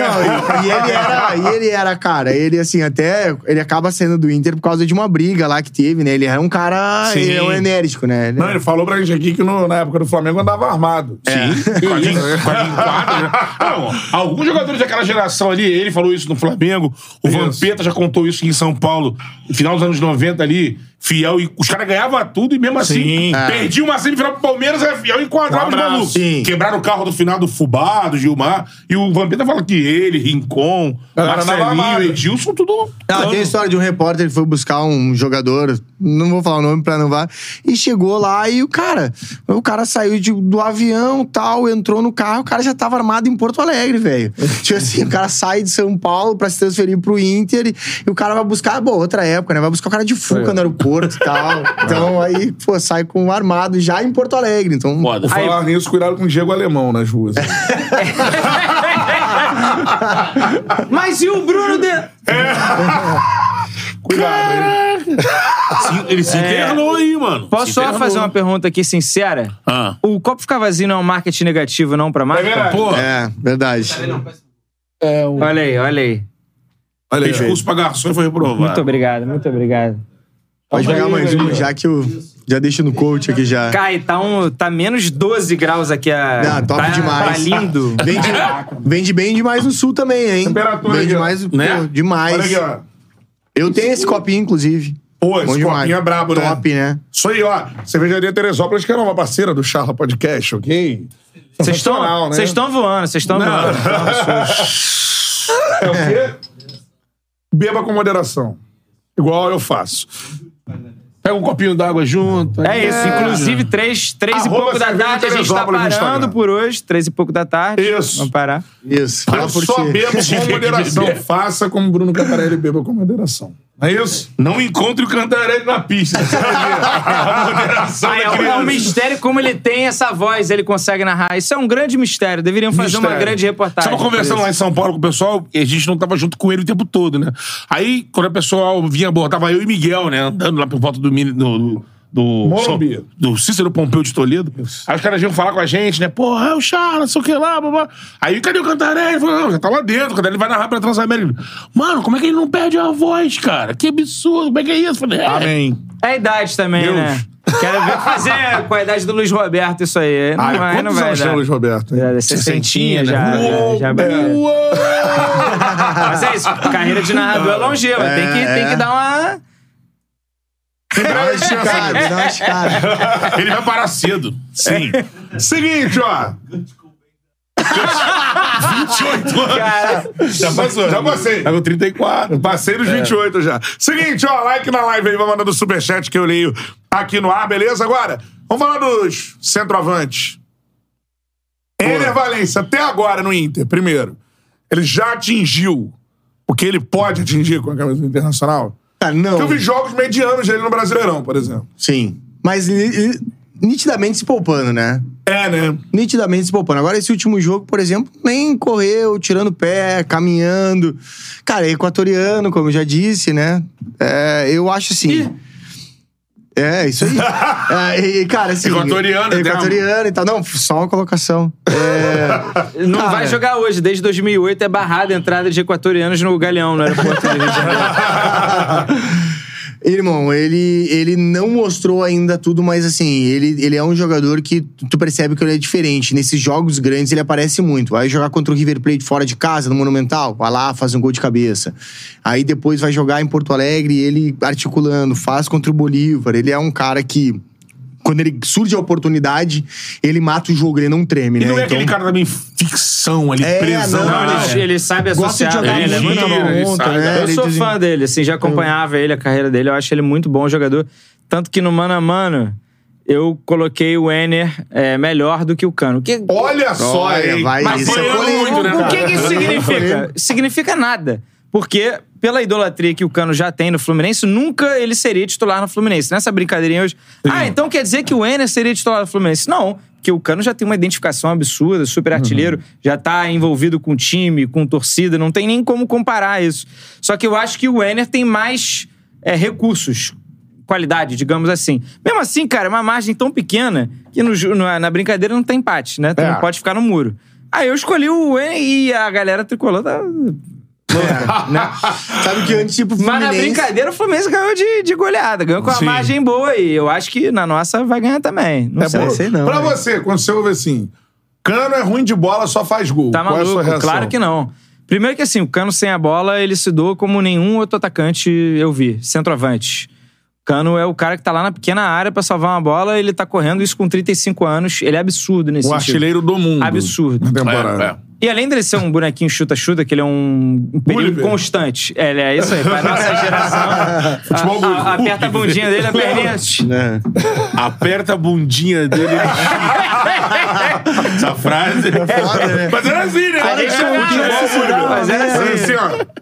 S4: e ele era, e ele era, cara, ele assim, até ele acaba saindo do Inter por causa de uma briga lá que teve, né? Ele era um cara,
S3: Sim.
S4: ele é um enérgico, né? Ele-
S2: Não, ele falou pra gente aqui que no- na época do Flamengo andava armado.
S3: É. Sim, com a linha- com a linha em quadra, né? Não, alguns jogadores daquela geração ali, ele falou isso no Flamengo, o
S2: Isso.
S3: Vampeta já contou isso em São Paulo, no final dos anos 90 ali, fiel, e os caras ganhavam tudo e mesmo assim,
S2: Sim.
S5: É.
S3: perdiam perdi uma semifinal pro Palmeiras, era fiel e enquadrava
S2: Um
S3: os
S2: abraço.
S3: malucos.
S4: Sim.
S3: Quebraram o carro do final do Fubá, do Gilmar, e o Vampeta fala que ele, Rincon,
S2: Galera, andava
S3: Marcelinho,
S2: armado.
S3: Edilson, tudo...
S4: Não, tem a história de um repórter que foi buscar um jogador, não vou falar o nome pra não vá, e chegou lá e o cara, o cara saiu de- do avião tal, entrou no carro, o cara já tava armado em Porto Alegre, velho. tipo assim, o cara sai de São Paulo pra se transferir pro Inter e, e o cara vai buscar, bom, outra época, né? Vai buscar o cara de Fuca no aeroporto e tal. Então aí, pô, sai com um armado já em Porto Alegre. Então,
S3: Foda.
S2: Por falar nisso, cuidado com o Diego Alemão nas ruas.
S5: Mas e o Bruno de...
S2: cuidado, hein?
S3: Se- Ele se internou aí, mano.
S5: é. Posso
S3: Se
S5: só
S3: internou.
S5: fazer uma pergunta aqui sincera?
S3: Ah.
S5: O copo ficar vazio não é um marketing negativo, não, pra marca?
S2: verdade.
S3: Pô,
S4: É, verdade.
S5: Olha aí, olha aí.
S2: Olha aí,
S3: fez curso pra garçom e foi reprovado.
S5: Muito obrigado, muito obrigado.
S4: Pode pegar mais uma, já que eu já deixo no coach aqui já.
S5: Cai, tá, um, tá menos 12 graus aqui. A,
S4: Não, Ah, top
S5: tá,
S4: demais.
S5: Tá lindo.
S4: Vende, vende bem demais no sul também, hein?
S2: Temperatura
S4: Vende
S2: aqui, ó.
S4: mais,
S3: Né?
S4: pô, demais.
S2: Olha aqui, ó.
S4: Eu tenho esse copinho, inclusive.
S2: Pô,
S4: Bom
S2: esse
S4: demais.
S2: copinho é brabo, né?
S4: Top, né?
S2: Isso aí, ó. Cervejaria Teresópolis, que é uma parceira do Charla Podcast, ok?
S5: Vocês
S2: Sensacional,
S5: estão
S2: né?
S5: vocês estão voando, vocês estão voando.
S2: É o quê? Beba com moderação. Igual eu faço. Pega um copinho d'água junto.
S5: É isso. Inclusive, três, três e
S2: Arroba
S5: pouco da
S2: Cerveja
S5: tarde a gente tá
S2: Teresópolis no
S5: parando
S2: Instagram.
S5: por hoje. Três e pouco da tarde.
S2: Isso.
S5: Vamos parar.
S4: Isso. Fala
S2: Eu
S4: por
S2: só
S4: ti.
S2: bebo com moderação. Faça como Bruno Cantarelli, beba com moderação. Não é isso?
S3: Não encontre o Cantarelli na pista. a moderação
S5: Ah,
S3: da
S5: é, um- é um
S3: criança.
S5: mistério como ele tem essa voz, ele consegue narrar. Isso é um grande mistério. Deveriam fazer uma
S2: Mistério.
S5: grande reportagem.
S3: Tava conversando lá em São Paulo com o pessoal e a gente não tava junto com ele o tempo todo, né? Aí, quando o pessoal vinha abordar, tava eu e Miguel, né? Andando lá por volta do. mini- do do,
S2: Morumbi.
S3: São- do Cícero Pompeu de Toledo. Aí os caras vinham falar com a gente, né? Porra, é o Charla, não sei o que lá, blá, blá. Aí cadê o Cantarelli? Ele Falou, não, já tá lá dentro. O Cantarelli vai narrar pra Transamérica. Ele, Mano, como é que ele não perde a voz, cara? Que absurdo, como é que é isso? Eu Falei, é.
S2: Amém.
S5: É a idade também,
S2: Deus.
S5: né? Quero ver fazer com a idade do Luiz Roberto isso aí. Não
S2: Ah,
S5: vai, não
S2: quantos
S5: vai
S2: anos
S5: dar.
S2: tem o Luiz né? Roberto? hein?
S5: É, é sessentinha já,
S3: né?"
S2: Uou,
S5: já, já
S2: Beto.
S5: bem.
S2: Uou.
S5: Mas é isso, carreira de narrador é longeva. tem, que, tem
S2: É,
S5: que dar uma.
S4: Dá uma esticada, dá uma esticada.
S3: Ele vai parar cedo. Sim.
S2: É. Seguinte, ó.
S3: 28 anos.
S5: Cara,
S2: Já passou. Já passei.
S3: Tá com 34.
S2: Eu Passei dos 28 já. Seguinte, ó, like na live aí, vai mandando superchat que eu leio aqui no ar, beleza? Agora, vamos falar dos centroavantes. Ener Valência, até agora no Inter, primeiro, ele já atingiu o que ele pode atingir com a camisa do internacional?
S4: Cara,
S2: Porque eu
S4: não.
S2: vi jogos medianos dele no Brasileirão, por exemplo.
S4: Sim. Mas ni- ni- nitidamente se poupando, né?
S2: É, né?
S4: nitidamente se poupando. Agora, esse último jogo, por exemplo, nem correu, tirando pé, caminhando. Cara, é equatoriano, como eu já disse, né? É, eu acho assim. É, isso aí. É, e, e, cara, assim,
S3: Equatoriano, né?
S4: Equatoriano e tal. Não, só uma colocação. É,
S5: não
S4: Cara.
S5: vai jogar hoje. Desde 2008 é barrada a entrada de equatorianos no Galeão, no aeroporto do Rio de Janeiro.
S4: Irmão, ele, ele não mostrou ainda tudo, mas assim, ele, ele é um jogador que tu percebe que ele é diferente. Nesses jogos grandes ele aparece muito. Vai jogar contra o River Plate fora de casa, no Monumental, vai lá, faz um gol de cabeça. Aí depois vai jogar em Porto Alegre, ele articulando, faz contra o Bolívar. Ele é um cara que, quando ele surge a oportunidade, ele mata o jogo, ele não treme,
S3: E
S4: né?
S3: não é
S4: Então-
S3: aquele cara também ficção ali,
S4: É,
S3: presão.
S4: não,
S3: né?
S4: Ah,
S5: Ele, ele sabe
S4: Gosta
S5: associar.
S4: de jogar
S5: né?
S3: ele
S4: ele
S5: é
S3: gira,
S4: levanta a mão
S3: ele
S4: ontem,
S3: sai,
S4: né?
S5: Eu
S4: Ele
S5: sou
S4: desen-
S5: fã dele, assim, já acompanhava ele, a carreira dele. Eu acho ele muito bom jogador. Tanto que no mano a mano, eu coloquei o Enner é, melhor do que o Cano. O Que,
S2: Olha só,
S4: Olha,
S2: hein?
S4: vai,
S2: Mas
S4: isso
S2: foi
S4: é
S2: ano
S4: polêmico,
S2: muito, né?
S5: o que,
S2: cara?
S5: que isso significa? significa nada. Porque, pela idolatria que o Cano já tem no Fluminense, nunca ele seria titular no Fluminense. Nessa brincadeirinha hoje. Ah, então quer dizer que o Enner seria titular do Fluminense? Não, porque o Cano já tem uma identificação absurda, super artilheiro,
S2: Uhum.
S5: já tá envolvido com time, com torcida, não tem nem como comparar isso. Só que eu acho que o Enner tem mais é, recursos qualidade, digamos assim. Mesmo assim, cara, é uma margem tão pequena que no ju- na, na brincadeira não tem empate, né? Tu
S2: É.
S5: não pode ficar no muro. Aí eu escolhi o N e a galera tricolor tá.
S4: Sabe que antes, tipo,
S5: Mas na
S4: Fluminense-
S5: brincadeira o Fluminense ganhou de, de goleada, ganhou com uma
S2: Sim.
S5: margem boa e eu acho que na nossa vai ganhar também. Não
S4: É
S5: sei.
S4: bom. sei não,
S2: pra
S4: hein?
S2: você, quando você ouve assim, Cano é ruim de bola, só faz gol.
S5: Tá
S2: Qual é a
S5: maluco,
S2: sua reação?
S5: claro que não. Primeiro que assim, o Cano sem a bola, ele se doa como nenhum outro atacante eu vi, centroavante. Cano é o cara que tá lá na pequena área pra salvar uma bola, ele tá correndo isso com 35 anos, ele é absurdo nesse
S2: O
S5: sentido.
S2: artilheiro do mundo.
S5: Absurdo.
S2: Na temporada.
S3: É, é.
S5: E além dele ser um bonequinho chuta-chuta, que ele é um um perigo
S2: Gulliver.
S5: constante. É, ele é isso aí, pra nossa geração.
S3: Futebol
S5: a- a-
S3: Gulliver.
S5: aperta a bundinha dele, a perninha.
S4: É.
S3: Aperta a bundinha dele. Essa frase.
S4: foda, né?
S3: Mas era assim, né?
S5: A gente
S3: Era
S5: jogava
S3: futebol,
S5: nessa
S3: mano.
S5: cidade, mas era
S2: Olha
S5: assim.
S2: assim, ó.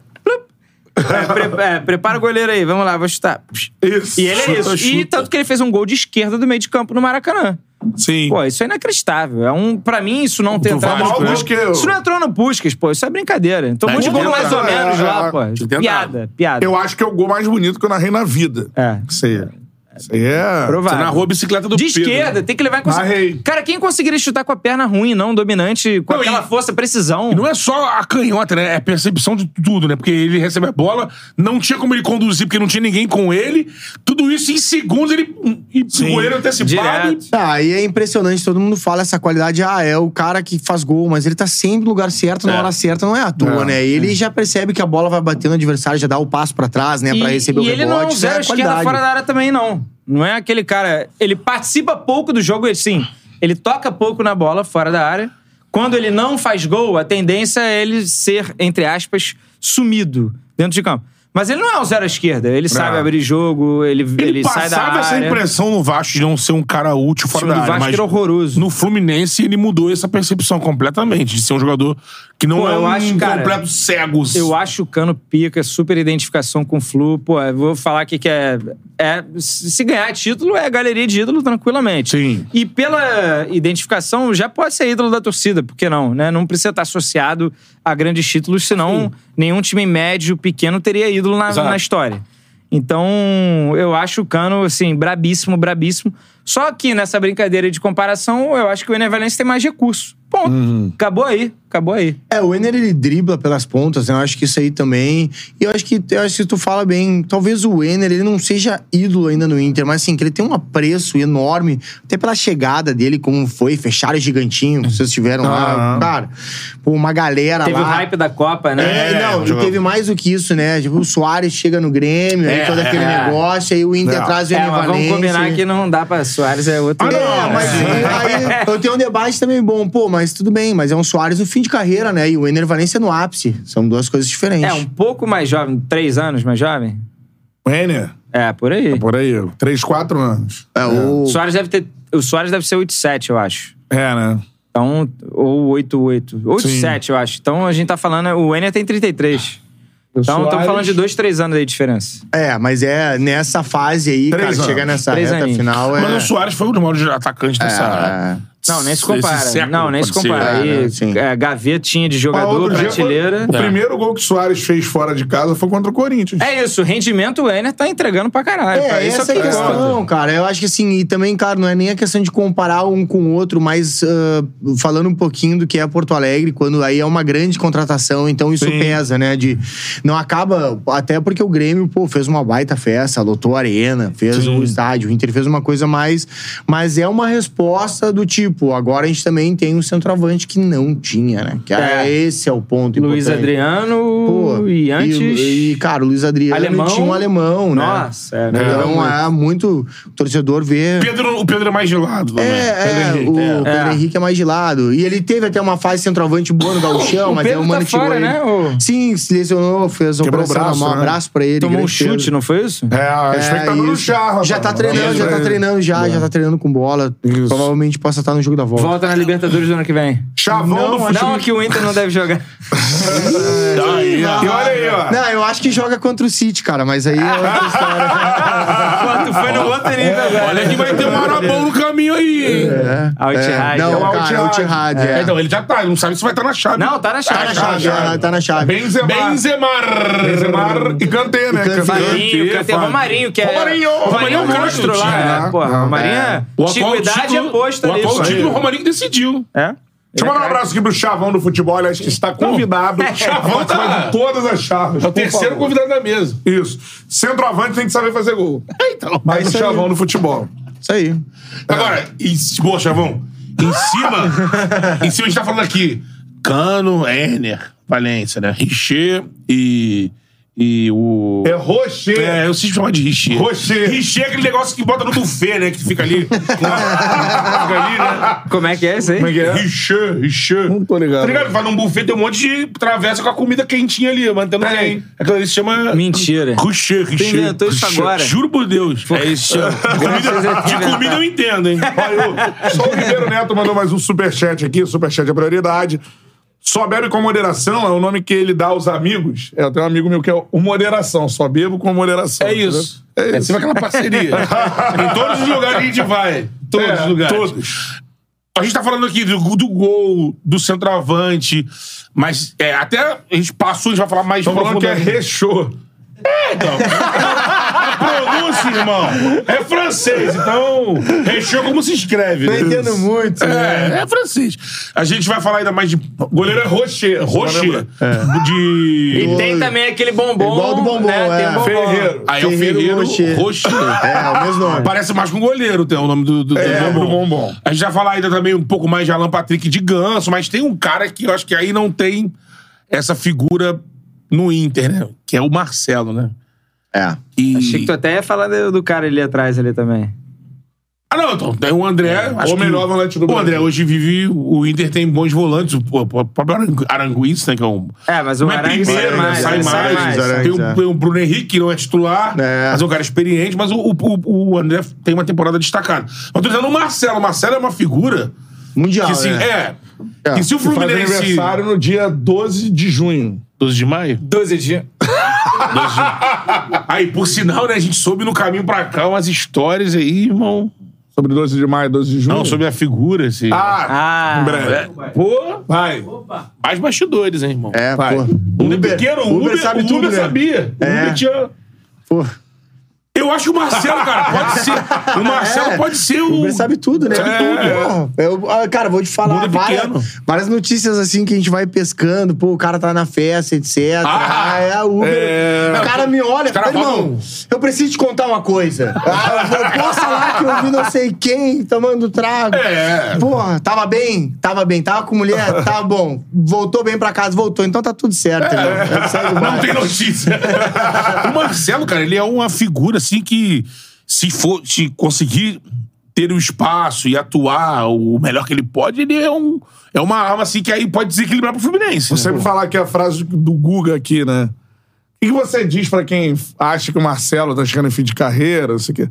S5: É, pre- é, prepara o goleiro aí, vamos lá, vou chutar. é
S2: Isso.
S5: E ele é isso. E tanto que ele fez um gol de esquerda do meio de campo no Maracanã.
S3: Sim.
S5: Pô, isso é inacreditável. É um, pra mim, isso não ter
S3: Tu
S5: entrado
S3: vai
S5: no
S3: mal
S5: Puskas-
S3: do que eu.
S5: Isso não entrou no Puskas, pô. Isso é brincadeira. Então,
S3: É,
S5: muito gol mais ou
S2: é,
S5: menos
S2: é,
S5: lá,
S2: é,
S5: pô.
S3: tentado.
S5: Piada, piada.
S2: Eu acho que é o gol mais bonito que eu narrei na vida.
S5: É.
S2: Isso aí. Isso aí é.
S3: Você
S5: Provável.
S3: narrou a bicicleta do
S5: De
S3: Pedro.
S5: esquerda, tem que levar em consideração.
S2: Arrei.
S5: Cara, quem conseguiria chutar com a perna ruim, não dominante, com
S3: Não,
S5: aquela
S3: e-
S5: força, precisão.
S3: E não é só a canhota, né? É a percepção de tudo, né? Porque ele recebe a bola, não tinha como ele conduzir, porque não tinha ninguém com ele. Tudo isso em segundos, ele. E o goleiro antecipado.
S5: Direto.
S4: Ah, e é impressionante, todo mundo fala essa qualidade, ah, é o cara que faz gol, mas ele tá sempre no lugar certo, na
S3: É.
S4: hora certa, não é à toa,
S2: É,
S4: né? E ele já percebe que a bola vai bater no adversário, já dá o passo pra trás, né, pra
S5: E-
S4: receber
S5: e
S4: o rebote.
S5: ele não é um
S4: isso
S5: zero
S4: é
S5: esquerda
S4: qualidade.
S5: fora da área também, não. Não é aquele cara. Ele participa pouco do jogo, assim. Ele toca pouco na bola fora da área. Quando ele não faz gol, a tendência é ele ser, entre aspas, sumido dentro de campo. Mas ele não é um zero esquerda. Ele sabe abrir jogo, ele, ele,
S3: Ele,
S5: sai da
S3: passava
S5: área.
S3: essa impressão no Vasco de não ser um cara útil
S5: O
S3: fora
S5: time
S3: da
S5: do
S3: área.
S5: Vasco
S3: mas
S5: era horroroso.
S3: No Fluminense, ele mudou essa percepção completamente, de ser um jogador que não
S5: Pô,
S3: é
S5: eu
S3: um
S5: acho, cara,
S3: completo cego.
S5: Eu acho o Cano pica, super identificação com o Flu. Pô, eu vou falar aqui que é, é. Se ganhar título, é galeria de ídolo tranquilamente.
S3: Sim.
S5: E pela identificação, já pode ser ídolo da torcida, por que não? Né? Não precisa estar associado a grandes títulos, senão nenhum time médio, pequeno, teria ídolo na,
S3: Exato.
S5: na história. Então, eu acho o Cano, assim, brabíssimo, brabíssimo. Só que nessa brincadeira de comparação, eu acho que o Ener Valencia tem mais recurso. Ponto.
S3: Uhum.
S5: Acabou aí, acabou aí.
S4: É, o Enner ele dribla pelas pontas, né? Eu acho que isso aí também. E eu acho que eu acho que tu fala bem, talvez o Enner ele não seja ídolo ainda no Inter, mas assim, que ele tem um apreço enorme, até pela chegada dele, como foi, fecharam o gigantinho, vocês tiveram lá, cara. Pô, uma galera
S5: Teve
S4: Tá lá.
S5: o hype da Copa, né?
S4: É, não, e
S3: jogou.
S4: teve mais do que isso, né? Tipo, o Soares chega no Grêmio, aí
S3: É,
S4: todo aquele
S5: é.
S4: negócio, aí o Inter
S2: É.
S4: traz o
S5: É,
S4: Ener
S5: mas vamos
S4: Valencia.
S5: combinar que não dá pra Soares, é outro.
S4: Ah, não, mas
S2: É.
S4: aí eu tenho um debate também bom. Pô, mas tudo bem, mas é um Soares no fim de carreira, né? E o Ener Valencia no ápice. São duas coisas diferentes.
S5: É, um pouco mais jovem, três anos mais jovem?
S2: Renner,
S5: É, por
S4: um
S5: aí.
S2: por aí, 3, 4 anos.
S4: É, o...
S5: O Soares deve ter. O Soares deve ser 8-7, eu acho.
S2: É, né?
S5: Então, ou 8-8. 8-7, eu acho. Então a gente tá falando. O Enner tem 33. Então estamos
S2: Soares-
S5: falando de dois, três anos aí de diferença.
S4: é, mas é nessa fase aí,
S2: Três
S4: cara,
S2: anos.
S4: chegar nessa
S5: Três
S4: reta
S5: aninhos.
S4: final é...
S3: Mas o Soares foi um dos maiores atacantes dessa.
S4: é...
S5: Não, nem se
S3: Esse
S5: compara.
S3: século,
S5: Não, nem se
S3: pode ser.
S5: compara.
S4: É,
S5: Aí,
S4: né, sim.
S5: é, gavetinha de
S2: Mas
S5: jogador,
S2: outro dia,
S5: prateleira.
S3: É.
S2: o primeiro gol que o Soares fez fora de casa foi contra o Corinthians.
S5: É isso, o rendimento o Enner tá entregando pra caralho. cara.
S4: É,
S5: Isso
S4: essa é
S5: que
S4: a questão,
S5: conta.
S4: cara. Eu acho que assim, e também, cara, não é nem a questão de comparar um com o outro, mas ah, falando um pouquinho do que é Porto Alegre, quando aí é uma grande contratação, então isso pesa, né? De, não acaba, até porque o Grêmio, pô, fez uma baita festa, lotou a arena, fez o estádio, o Inter fez uma coisa mais, mas é uma resposta do tipo, agora a gente também tem um centroavante que não tinha, né? Que
S5: É.
S4: é. esse é o ponto
S5: Luiz
S4: importante.
S5: Adriano
S4: Pô,
S5: e antes.
S4: E, cara, o Luiz Adriano
S5: Alemão.
S4: tinha um alemão, né?
S5: Nossa, é, né?
S4: Então é muito. O torcedor vê.
S3: Pedro, o Pedro é mais gelado.
S4: É,
S3: também. Pedro
S4: é, o
S3: Henrique, é.
S4: Pedro
S5: É.
S4: Henrique é mais de lado. E ele teve até uma fase centroavante boa no Gauchão,
S5: O
S4: mas aí
S5: Pedro
S4: o Mano
S5: tá
S4: tirou
S5: fora,
S4: ele.
S5: né, o-
S4: Sim, se lesionou, fez
S2: Quebrou o
S4: operação,
S2: braço,
S4: um
S2: né?
S4: abraço pra ele.
S5: Tomou um
S4: grande
S5: chute, né?
S4: Pedro.
S5: não foi isso?
S2: É, o
S4: É,
S2: espectador no
S4: isso.
S2: charla.
S4: Já tá
S2: mano.
S4: treinando, já tá treinando já, já tá treinando com bola.
S2: Isso.
S4: Provavelmente possa estar no jogo da volta.
S5: Volta na Libertadores do ano que vem.
S2: Chavão do
S5: Não,
S2: futebol.
S5: não que o Inter não deve jogar.
S3: Tá Aí, ó.
S2: E olha aí, ó.
S4: Não, eu acho que joga contra o City, cara, mas aí é outra história.
S5: Pô, Ah, tu foi no outro nível agora.
S3: Olha que vai ter um Arabão no caminho aí, hein?
S4: É.
S5: Out
S4: é.
S5: high,
S4: Não,
S5: é o
S4: cara,
S2: out
S4: out
S2: high.
S4: high, é.
S3: Então, ele já tá, ele não sabe se vai estar na chave.
S5: Não, tá na chave.
S4: Tá na chave, é, tá na chave.
S2: Benzemar.
S3: Benzemar.
S2: Benzemar e Kanté, né?
S4: E Kanté.
S5: Marinho, cadê o um Romarinho, que é.
S3: Romarinho,
S5: Romarinho é um
S3: Romarinho
S5: monstro lá,
S3: é.
S5: né? Porra, Romarinho é.
S3: O atual
S5: Antiguidade
S3: título,
S5: é posto
S3: o
S5: ali.
S3: atual
S5: isso aí.
S3: título o Romarinho decidiu.
S5: É?
S2: Deixa eu mandar um abraço aqui pro Chavão do futebol, ele acho que está convidado.
S3: Chavão tá-
S2: Participar de todas as chaves.
S3: É o terceiro convidado da mesa.
S2: Isso. Centroavante tem que saber fazer gol.
S3: Então.
S2: Mas o
S4: isso aí.
S2: Chavão do futebol.
S4: Isso aí.
S3: É. Agora, em, boa, Chavão. Em cima, em cima a gente tá falando aqui. Cano, Erner, Valência, né? Richer e. E o.
S2: É Rocher.
S3: É, eu sei chamar de Richer.
S2: Rocher.
S3: Richer é aquele negócio que bota no buffet, né? Que fica ali. com- fica ali, né?
S5: Como é que é isso aí?
S2: que é?
S3: Richer, Richer.
S2: Não tô ligado.
S3: Tá ligado? Vai num buffet, tem um monte de travessa com a comida quentinha ali, mantendo
S5: Pera aí.
S3: bem. Aquela ali se chama.
S5: Mentira.
S3: Richer, Richer.
S5: inventou isso
S3: Richer.
S5: agora?
S3: Juro por Deus. É isso. Comida, de comida eu entendo, hein?
S2: Olha, o- Só o Ribeiro Neto mandou mais um superchat aqui, superchat é prioridade. Só bebe com moderação é o nome que ele dá aos amigos. É, eu tenho um amigo meu que é o moderação, só bebo com moderação.
S3: É isso. É sempre aquela parceria. em todos os lugares que a gente vai. Todos
S2: É,
S3: os lugares.
S2: todos.
S3: A gente tá falando aqui do, do gol, do centroavante, mas é, até a gente passou, a gente vai falar mais
S2: Tô falando que é
S3: profundamente. É,
S2: rechô.
S3: pronúncia, irmão. É francês, então. Rechou como se escreve.
S4: Não
S3: né?
S4: entendo muito, né?
S3: É, é francês. A gente vai falar ainda mais de. Goleiro é Rocher. Rocher.
S2: é
S3: De.
S5: E tem também aquele bombom.
S4: Igual do bombom,
S5: né?
S4: é.
S5: Tem bombom.
S2: Ferreiro.
S3: Aí é o Ferreiro
S4: Ferreiro Rocher.
S3: Rocher.
S4: É, o mesmo nome.
S3: Parece mais com goleiro, tem o nome do, do,
S2: É,
S3: do
S2: do
S3: bombom.
S2: bombom.
S3: A gente vai falar ainda também um pouco mais de Alan Patrick de Ganso, mas tem um cara que eu acho que aí não tem essa figura no Inter, né? Que é o Marcelo, né?
S4: É.
S3: E...
S5: Achei que tu até ia falar do, do cara ali atrás ali também.
S3: Ah, não, então tem o André. acho
S2: o É, melhor
S3: que-
S2: volante do
S3: O
S2: Brasil.
S3: André hoje vive. O Inter tem bons volantes. O o- o próprio Arangu- Aranguiz, né? Que é um.
S5: É, mas o
S3: Não é
S5: Arangues
S3: primeiro,
S5: sai
S3: né?
S5: mais.
S3: Sai
S5: ele
S3: mais.
S4: Arangues,
S3: Tem, o,
S4: é.
S3: tem o Bruno Henrique, que não é titular,
S4: É.
S3: mas é um cara experiente. Mas o, o, o- o André tem uma temporada destacada. Mas tô dizendo o Marcelo. O Marcelo é uma figura
S4: Mundial,
S3: que, assim,
S4: né?
S3: é.
S4: É.
S3: Que se o
S2: Que faz
S3: Fluminense.
S2: aniversário no dia 12 de junho.
S3: 12 de maio?
S5: 12 dias.
S3: Aí, por sinal, né? A gente soube no caminho pra cá umas histórias aí, irmão. Hum.
S2: Sobre 12 de maio, 12 de junho.
S3: Não, sobre a figura, assim.
S2: Ah,
S5: Ah.
S2: em breve.
S3: É, pô,
S2: Vai.
S3: mais bastidores, hein, irmão?
S4: É,
S2: Vai.
S4: pô.
S3: Uber, pequeno, o Uber, sabe tudo, Uber
S4: né?
S3: sabia. O
S4: É.
S3: Uber tinha...
S4: Pô.
S3: Eu acho que o Marcelo, cara, pode ser. O Marcelo
S4: É.
S3: pode ser o.
S4: Uber sabe tudo, né?
S3: Sabe tudo.
S4: É. Eu, ah, cara, vou te falar
S3: Mundo é pequeno.
S4: várias, várias notícias assim que a gente vai pescando. Pô, o cara tá na festa, etc.
S3: Ah,
S4: Ah, é a Uber.
S3: é.
S4: O cara me olha,
S3: cara
S4: irmão,
S3: roda um-
S4: eu preciso te contar uma coisa. Ah, eu posso falar que eu vi não sei quem tomando trago.
S3: É.
S4: Porra, tava bem, tava bem, tava com mulher, tava bom. Voltou bem pra casa, voltou. Então tá tudo certo, irmão. É, segue o
S3: Não
S4: baile.
S3: tem notícia. o Marcelo, cara, ele é uma figura assim que se for se conseguir ter o espaço e atuar o melhor que ele pode, ele é um é uma arma assim que aí pode desequilibrar pro Fluminense. Né?
S2: Vou sempre falar aqui a frase do Guga aqui, né? O que você diz pra quem acha que o Marcelo tá chegando em fim de carreira, não sei o quê?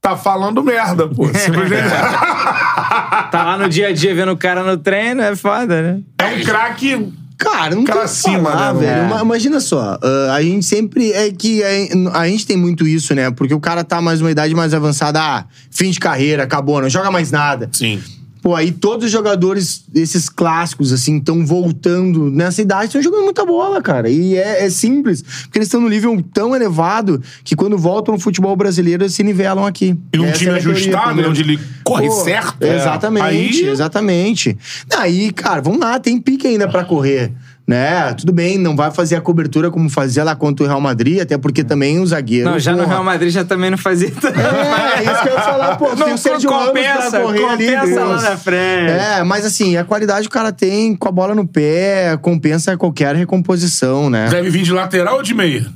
S2: Tá falando merda, pô. Simplesmente.
S5: Tá lá no dia a dia vendo o cara no treino, é foda, né?
S2: é um craque
S4: Cara,
S2: Cara
S4: não tem o que
S2: acima,
S4: falar,
S2: né,
S4: velho.
S5: mano?
S4: Ima- Imagina só, ah, a gente sempre é que a, a gente tem muito isso, né? Porque o cara tá mais uma idade mais avançada, ah, fim de carreira, acabou, não joga mais nada.
S3: Sim.
S4: Pô, aí todos os jogadores, esses clássicos, assim, estão voltando nessa idade, estão jogando muita bola, cara. E é, é simples, porque eles estão no nível tão elevado que quando voltam no futebol brasileiro, eles se nivelam aqui.
S3: E um
S4: Essa
S3: time
S4: é a teoria,
S3: ajustado,
S4: pelo menos.
S3: onde ele corre
S4: Pô,
S3: certo.
S4: É. Exatamente,
S3: Aí-
S4: exatamente. Aí, cara, vamos lá, tem pique ainda pra correr. Né? Tudo bem, não vai fazer a cobertura como fazia lá contra o Real Madrid, até porque também o zagueiro.
S5: Não, já no
S4: porra.
S5: Real Madrid já também não fazia tanto.
S4: É, isso que eu ia falar, pô,
S5: Não,
S4: tem o Sérgio Ramos
S5: compensa,
S4: pra correr ali,
S5: compensa
S4: Deus.
S5: lá na frente.
S4: É, mas assim, a qualidade que o cara tem com a bola no pé compensa qualquer recomposição, né?
S3: Deve vir de lateral ou de meia?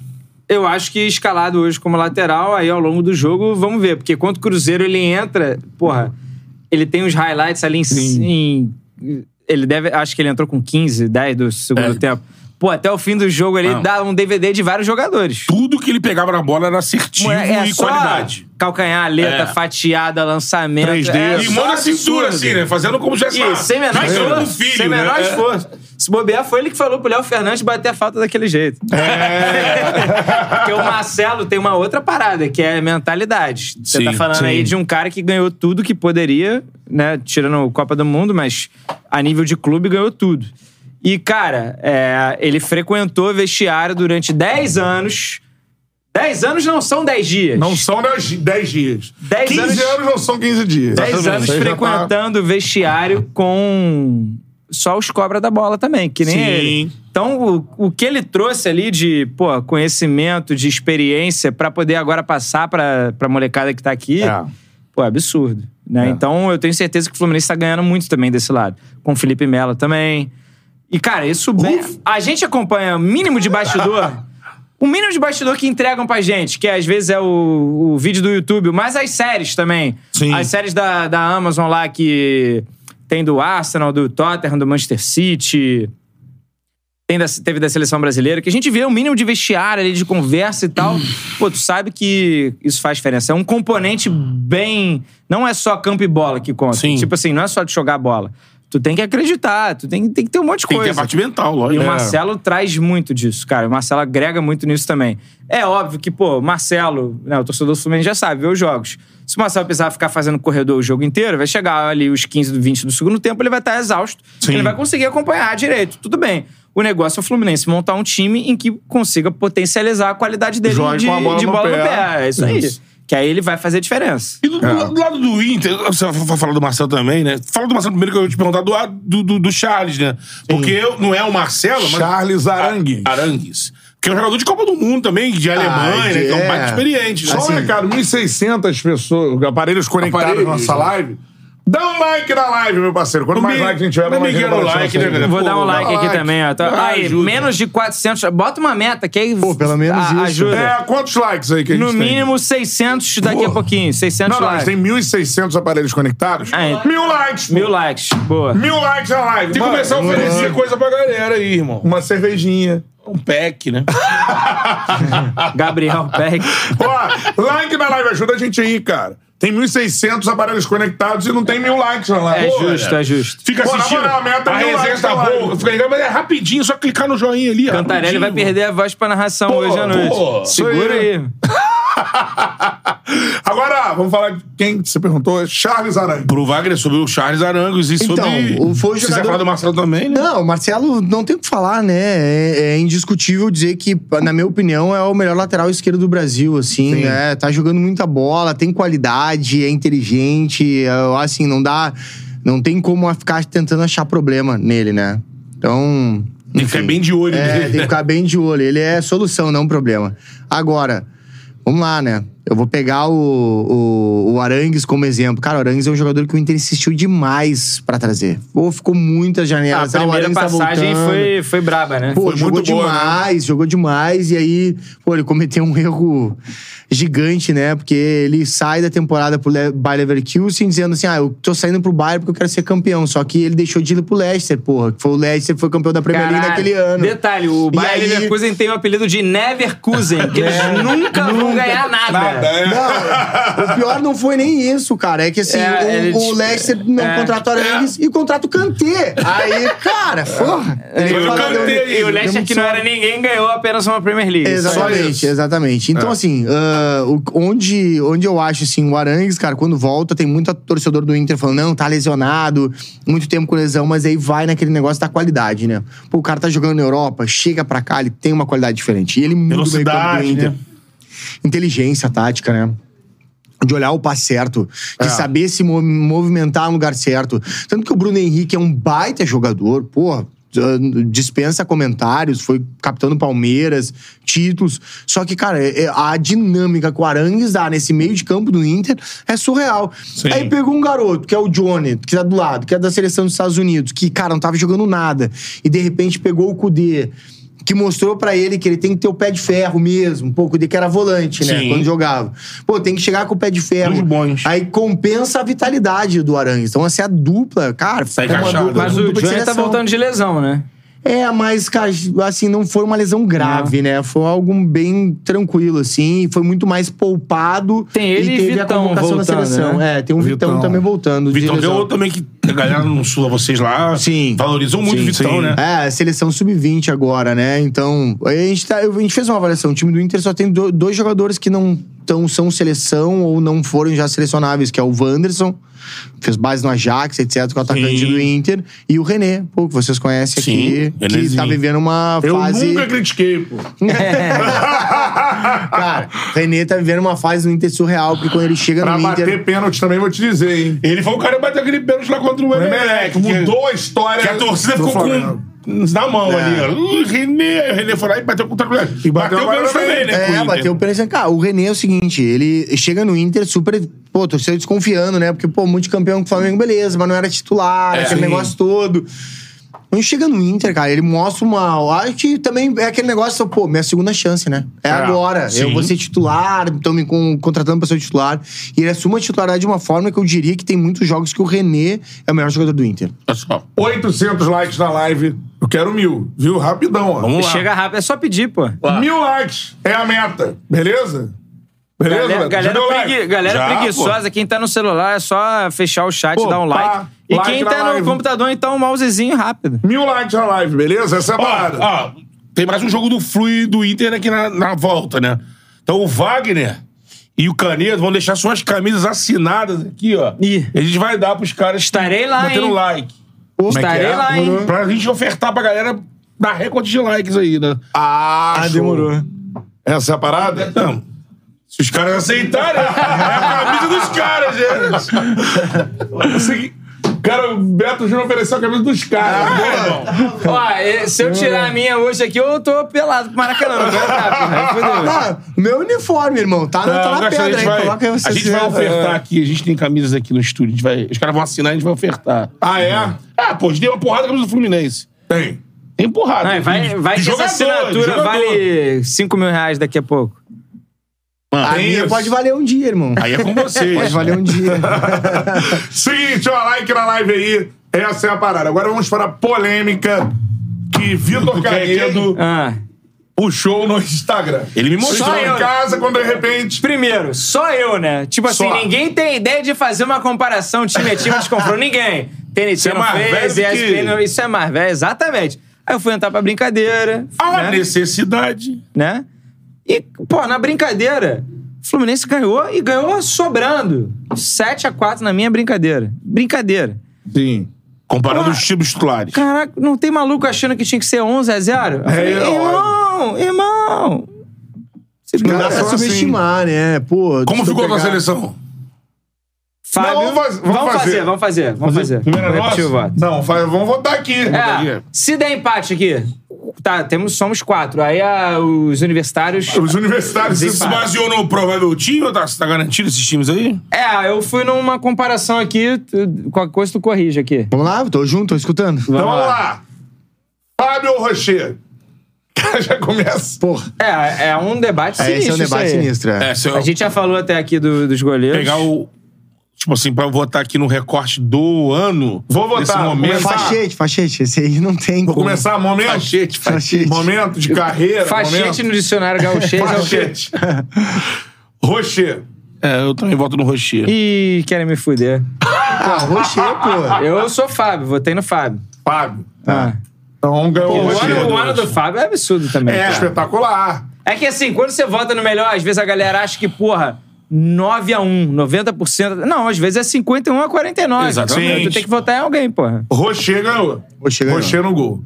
S5: Eu acho que escalado hoje como lateral, aí ao longo do jogo, vamos ver. Porque quanto o Cruzeiro ele entra, porra, ele tem uns highlights ali em. em- ele deve. Acho que ele entrou com 15, 10 do segundo
S3: É.
S5: tempo. Pô, até o fim do jogo ele
S3: Não.
S5: dá um DVD de vários jogadores.
S3: Tudo que ele pegava na bola era assertivo
S5: É, é
S3: e
S5: só
S3: qualidade.
S5: Calcanhar,
S3: É.
S5: aleta, fatiada, lançamento.
S3: Três
S5: é
S3: dedos. e
S5: só
S3: mão na
S5: absurdo.
S3: cintura, assim, né? Fazendo como se
S5: E
S3: tivesse
S5: sem menor
S3: Mas eu não
S5: esforço.
S3: filho,
S5: sem
S3: né?
S5: menor
S3: É.
S5: esforço. Se bobear, foi ele que falou pro Léo Fernandes bater a falta daquele jeito.
S3: É.
S5: Porque o Marcelo tem uma outra parada, que é mentalidade. Você
S3: Sim,
S5: tá falando
S3: sim.
S5: aí de um cara que ganhou tudo que poderia, né? Tirando o Copa do Mundo, mas a nível de clube ganhou tudo. E, cara, é, ele frequentou vestiário durante 10 anos. 10 anos não são 10 dias.
S2: Não são 10 dias.
S5: Dez
S2: 15 anos...
S5: anos-
S2: não são 15 dias.
S5: 10 anos
S2: Isso aí já tá-
S5: frequentando o vestiário com só os cobra da bola também, que nem
S3: Sim.
S5: ele. Então, o, o que ele trouxe ali de pô, conhecimento, de experiência, pra poder agora passar pra, pra molecada que tá aqui,
S2: É.
S5: pô, é absurdo. Né? Então, eu tenho certeza que o Fluminense tá ganhando muito também desse lado. Com o Felipe Melo também. E, cara, isso bem.
S3: É.
S5: A gente acompanha o mínimo de bastidor. O mínimo de bastidor que entregam pra gente, que às vezes é o, o vídeo do YouTube, mas as séries também.
S3: Sim.
S5: As séries da, da Amazon lá que tem do Arsenal, do Tottenham, do Manchester City. Tem da- teve da seleção brasileira, que a gente vê o mínimo de vestiário ali, de conversa e tal. Pô, tu sabe que isso faz diferença. É um componente bem. Não é só campo e bola que conta.
S3: Sim.
S5: Tipo assim, não é só de jogar bola. Tu tem que acreditar, tu tem, tem que ter um monte de
S3: Tem que ter a
S5: coisa.
S3: parte mental,
S5: E
S3: lógico.
S5: o
S3: É.
S5: Marcelo traz muito disso, cara. O Marcelo agrega muito nisso também. É óbvio que, pô, o Marcelo, né, o torcedor do Fluminense já sabe, vê os jogos. Se o Marcelo precisar ficar fazendo corredor o jogo inteiro, vai chegar ali os 15, 20 do segundo tempo, ele vai estar exausto.
S3: Sim.
S5: Ele vai conseguir acompanhar direito. Tudo bem. O negócio é o Fluminense montar um time em que consiga potencializar a qualidade dele
S2: Joga
S5: de,
S2: com a bola
S5: de
S2: no
S5: bola
S2: pé.
S5: no pé. É isso aí.
S3: Isso.
S5: Que aí ele vai fazer a diferença.
S3: E do, do lado- do lado do Inter, você vai fa- falar do Marcelo também, né? Fala do Marcelo primeiro que eu ia te perguntar do, do, do, do Charles, né? Porque eu- não é o Marcelo, mas.
S2: Charles Arangues.
S3: Arangues. Que é um jogador de Copa do Mundo também, de Alemanha, né? Que é um
S4: é.
S3: baita experiente.
S2: Só
S5: Assim.
S2: um recado, 1.600 pessoas, aparelhos conectados
S3: Aparelhos,
S2: na nossa
S3: né?
S2: live. Dá um like na live, meu parceiro. Quanto mais
S3: Não me-
S2: like a gente tiver,
S3: não me
S2: mais gente
S3: engana o
S2: vai
S3: like,
S2: achar isso
S3: né,
S2: aí.
S3: galera?
S5: Vou
S3: Pô,
S5: dar um
S3: dá
S5: like aqui
S3: like.
S5: também, ó. Tá-
S2: um
S3: Ah,
S5: Aí,
S3: ajuda.
S5: menos de 400. Bota uma meta que aí.
S4: Pô, pelo menos isso.
S5: Ajuda.
S2: É, quantos likes aí que a gente
S5: no
S2: tem?
S5: mínimo 600 daqui a
S3: Boa.
S5: pouquinho. 600
S2: Não, não, mas
S5: likes.
S2: tem 1.600 aparelhos conectados.
S5: Ah, é.
S2: Mil likes, pô.
S5: Mil likes. Boa.
S2: Mil likes na live.
S3: Tem que
S2: Mano, é.
S3: começar a oferecer
S2: mano.
S3: coisa pra galera aí, irmão.
S2: Uma cervejinha.
S3: Um pack, né?
S5: Gabriel Peck.
S2: Ó, like na live ajuda a gente aí, cara. Tem 1.600 aparelhos conectados e não tem mil likes na live.
S5: É
S2: Pô,
S5: justo, é justo.
S3: Fica
S2: Pô, na
S3: assistindo.
S2: moral, a meta é
S3: a
S2: mil
S3: resenha
S2: likes
S3: tá
S2: na live.
S3: boa. Fica ligado, mas é rapidinho, só clicar no joinha ali.
S5: Cantarelli
S3: rapidinho.
S5: vai perder a voz pra narração hoje à noite.
S3: pô,
S5: Segura
S2: isso aí.
S5: aí.
S2: Agora, vamos falar de quem você perguntou. É Charles Aranha.
S3: Pro Wagner sobre o Charles Arangos e
S4: Então,
S3: sobre.
S4: o- foi o
S3: Se quiser
S4: jogador-
S3: falar do Marcelo também, né?
S4: Não, o Marcelo não tem o que falar, né? É, é indiscutível dizer que, na minha opinião, é o melhor lateral esquerdo do Brasil, assim, né? Tá jogando muita bola, tem qualidade, é inteligente, é, assim, não dá... Não tem como ficar tentando achar problema nele, né? Então...
S3: Tem que ficar bem de olho né?
S4: É, tem
S3: nele.
S4: que ficar bem de olho. Ele é solução, não problema. Agora, vamos lá, né? Eu vou pegar o, o, o Arangues como exemplo. Cara, o Arangues é um jogador que o Inter insistiu demais pra trazer. Pô, ficou muitas
S5: A
S4: janelas. Ah, o
S5: primeira
S4: Arangues tá
S5: passagem
S4: voltando.
S5: foi, foi braba, né?
S4: Pô,
S3: Foi
S4: jogou
S3: muito boa, né?
S4: demais, jogou demais. E aí, pô, ele cometeu um erro gigante, né? Porque ele sai da temporada pro Le Bayer Leverkusen dizendo assim, ah, eu tô saindo pro Bayern porque eu quero ser campeão. Só que ele deixou de ir pro Leicester, porra. que Foi o Leicester que foi campeão da Premier League
S5: Caralho.
S4: naquele ano.
S5: Detalhe, o
S4: E
S5: Bayern
S4: aí- É.
S5: Leverkusen tem o apelido de Neverkusen, que eles nunca, vão ganhar nada.
S4: Não, o pior não foi nem isso, cara. É que assim,
S5: É,
S4: o,
S5: eles-
S4: o Leicester não
S5: é.
S4: contrata o Arangues e contrata o Kanté. Aí, cara, porra. Ele
S3: Foi o
S4: fala,
S3: Kanté
S4: deu-
S3: aí,
S5: E É. o
S4: deu
S5: Leicester
S4: muito
S5: que não é era ninguém ganhou apenas uma Premier League.
S4: Exatamente, exatamente.
S3: É.
S4: Então, assim, ah, o- onde, onde eu acho, assim, o Arangues, cara, quando volta, tem muito torcedor do Inter falando, não, tá lesionado, muito tempo com lesão, mas aí vai naquele negócio da qualidade, né? Pô, o cara tá jogando na Europa, chega pra cá, ele tem uma qualidade diferente. E ele muda o meio campo do
S3: Velocidade,
S4: Inter.
S3: né?
S4: Inteligência tática, né? De olhar o passo certo, de saber se mo- movimentar no lugar certo. Tanto que o Bruno Henrique é um baita jogador, porra. eh, Dispensa comentários, foi capitão do Palmeiras, títulos. Só que, cara, é- é- a dinâmica que o Arangues dá nesse meio de campo do Inter é surreal. Aí pegou um garoto, que é o Johnny, que tá do lado, que é da seleção dos Estados Unidos, que, cara, não tava jogando nada. E de repente pegou o Kudê, que mostrou pra ele que ele tem que ter o pé de ferro mesmo. Pô, o Kudê que era volante, né?
S3: Sim.
S4: Quando jogava. Pô, tem que chegar com é o pé de ferro.
S3: Dois bons.
S4: Aí compensa a vitalidade do Arangues. Então, essa é a dupla, cara.
S3: Sai
S4: é uma
S3: encaixado.
S4: dupla-
S5: Mas
S4: uma
S5: o
S4: dupla de
S5: Johnny tá
S4: seleção.
S5: voltando de lesão, né?
S4: É, mas, cara, assim, não foi uma lesão grave, né? Foi algo bem tranquilo, assim. Foi muito mais poupado.
S5: Tem ele e
S4: teve a
S5: Vitão
S4: convocação da
S5: voltando,
S4: seleção.
S5: né?
S4: É, tem um Vitão,
S2: Vitão.
S4: também voltando. de
S3: Vitão tem
S4: lesão.
S3: outro também que a galera no sul, vocês lá,
S4: Sim.
S3: valorizam muito o
S4: Sim,
S3: Vitão,
S4: sim.
S3: né?
S4: É, seleção sub-20 agora, né? Então, a gente, tá- a gente fez uma avaliação. O time do Inter só tem do- dois jogadores que não tão, são seleção ou não foram já selecionáveis, que é o Wanderson, que fez base no Ajax, etc, que é o atacante
S3: Sim.
S4: do Inter, e o René, pô, que vocês conhecem
S3: Sim,
S4: aqui, que tá
S3: Renézinho.
S4: vivendo uma
S2: Eu
S4: fase...
S2: nunca critiquei, pô. né?
S4: Cara, o René tá vivendo uma fase no Inter surreal, porque quando ele chega
S2: Pra
S4: no Inter...
S2: bater pênalti também, vou te dizer, hein.
S3: Ele foi o cara que bateu aquele pênalti lá contra o
S2: O Emelec
S3: Emelec. É, que-
S2: mudou a história.
S3: Que a torcida
S2: do
S3: ficou
S2: Flamengo.
S3: com. Na mão
S4: É.
S3: ali, ó. Uh, René, aí o René foi lá e bateu contra o Atlético.
S2: E bateu
S3: o
S2: agora
S3: pênalti
S2: também.
S3: também, né? pro
S4: É,
S3: Inter.
S4: bateu o pênalti. Cara, o René é o seguinte, ele chega no Inter super, pô, torcedor desconfiando, né? Porque, pô, multicampeão com o Flamengo, beleza, mas não era titular, aquele
S3: É, sim.
S4: negócio todo. Quando chega no Inter, cara, ele mostra uma. Acho que também é aquele negócio, pô, minha segunda chance, né? É, agora.
S3: sim.
S4: Eu vou ser titular, estão me con- contratando pra ser titular. E ele assume a titularidade de uma forma que eu diria que tem muitos jogos que o René é o melhor jogador do Inter.
S3: Olha só.
S2: 800 likes na live. Eu quero mil, viu? Rapidão, ó.
S3: Vamos lá.
S5: Chega rápido, é só pedir, pô.
S2: Mil likes é a meta, beleza? Beleza?
S5: Galera,
S2: Beto? Já
S5: galera,
S2: deu
S5: pregui-
S2: like?
S5: galera
S3: Já,
S5: preguiçosa, quem tá no celular é só fechar o chat,
S2: Pô,
S5: dar um
S2: pá,
S5: like. E
S2: like
S5: quem
S2: na
S5: tá no
S2: live.
S5: computador, então, um mousezinho rápido.
S2: Mil likes na live, beleza? Essa é a parada.
S3: Ó, ó, tem mais um jogo do Flu e do Inter aqui na, na volta, né? Então o Wagner e o Canedo vão deixar suas camisas assinadas aqui, ó.
S5: Ih.
S3: E a gente vai dar pros caras. que
S5: Estarei lá,
S3: Bateram
S5: hein?
S3: like.
S5: Como é que Estarei é? lá, hein?
S3: Pra gente ofertar pra galera dar recorde de likes aí, né?
S2: Ah,
S4: Ah,
S2: show.
S4: demorou.
S2: Essa é a parada?
S3: Não. Se os caras aceitarem, é a camisa dos caras, gente. Assim,
S2: Cara, o Beto Júnior ofereceu a camisa dos caras.
S3: é, irmão.
S5: Ó, eh, se eu tirar a minha hoje aqui, eu tô pelado pro Maracanã. Não vou tá, porra. Aí fudeu.
S4: Ah, meu uniforme, irmão. Tá, na- tá
S3: Não,
S4: na
S3: Gastão,
S4: pedra
S3: a
S4: aí.
S3: gente vai,
S4: Coloca aí
S3: a
S4: vocês
S3: gente vai
S4: verem.
S3: ofertar aqui. A gente tem camisas aqui no estúdio. a gente vai- os caras vão assinar e a gente vai ofertar.
S2: Ah, é?
S3: Ah, pô, a gente deu uma porrada com a camisa do Fluminense.
S2: Tem.
S3: Tem porrada.
S5: Não, vai, vai que essa
S3: Jogador,
S5: assinatura
S3: jogador.
S5: vale 5 mil reais daqui a pouco.
S3: Mano,
S4: A
S3: tem
S4: minha
S3: isso.
S4: pode valer um dia, irmão.
S3: Aí é com vocês.
S4: Pode valer um dia.
S2: Seguinte, ó, like na live aí. Essa é a parada. Agora vamos para a polêmica que Vitor Canedo
S5: Ah.
S2: puxou no Instagram.
S3: Ele me mostrou.
S2: Estou em casa quando de repente.
S5: Primeiro, só eu, né? Tipo assim,
S2: Só.
S5: ninguém tem ideia de fazer uma comparação time a time de confronto. Ninguém. TNT
S3: é
S5: não
S3: mais
S5: fez,
S3: velho que-
S5: ESPN não... Isso é Marvel, exatamente. Aí eu fui entrar pra brincadeira.
S3: A
S5: né?
S3: necessidade.
S5: né? E, pô, na brincadeira, o Fluminense ganhou e ganhou sobrando. 7 a 4 na minha brincadeira. Brincadeira.
S2: Sim.
S3: Comparando os times titulares.
S5: Caraca, não tem maluco achando que tinha que ser 11 a 0? Eu falei,
S2: É, é
S5: irmão, irmão. Se
S4: Não dá
S5: brinca-
S4: pra
S2: só assim.
S4: subestimar, né? Pô,
S3: Como
S4: se eu
S3: ficou a tua
S4: pegar-
S3: seleção?
S5: Fábio,
S2: Não, vamos faz- vamos
S5: vamos fazer,
S2: fazer.
S5: vamos fazer, vamos fazer.
S2: Primeira
S3: é
S5: Vou repetir o
S2: nossa?
S5: voto.
S2: Não, faz- vamos votar aqui.
S5: É, se der empate aqui, tá, temos, somos quatro. Aí ah, os universitários.
S2: Os universitários se
S3: Você se
S2: esbazem.
S3: baseou no provável time ou tá, você tá garantindo esses times aí?
S5: É, eu fui numa comparação aqui, tu- qualquer coisa tu corrige aqui.
S4: Vamos lá, tô junto, tô escutando.
S2: Então
S5: Vamos
S2: vamos
S5: lá.
S2: lá. Fábio ou Rocher? Já começa.
S4: Porra,
S5: É, é um debate
S4: é,
S5: sinistro.
S4: esse é um
S5: isso
S4: debate
S5: aí.
S4: sinistro. É.
S3: se eu
S5: A gente já falou até aqui do- dos goleiros.
S3: pegar o. Tipo assim, pra eu votar aqui no recorte do ano.
S2: Vou votar,
S3: nesse
S2: vou
S3: momento.
S2: começar.
S4: Fachete, fachete, esse aí não tem
S2: Vou
S4: como.
S2: começar momento.
S3: Fachete,
S4: fachete.
S2: Momento de carreira.
S5: Fachete
S2: momento.
S5: no dicionário gauchês é o quê?
S2: Fachete. Rocher.
S3: É, eu também voto no Rocher.
S5: Ih, querem me fuder.
S4: Ah, Rocher, pô.
S5: Eu sou Fábio, votei no Fábio.
S2: Fábio.
S4: Ah.
S2: Então ganhou
S5: O
S2: o Rocher.
S5: ano, o ano do Fábio é absurdo também.
S2: É,
S5: cara.
S2: espetacular.
S5: É que assim, quando você vota no melhor, às vezes a galera acha que, porra, 9 a 1, 90%. Não, às vezes é 51 a 49.
S3: Exatamente.
S5: Tu tem que votar em alguém, porra.
S2: Rocher ganhou.
S4: Rocher ganhou.
S2: no gol.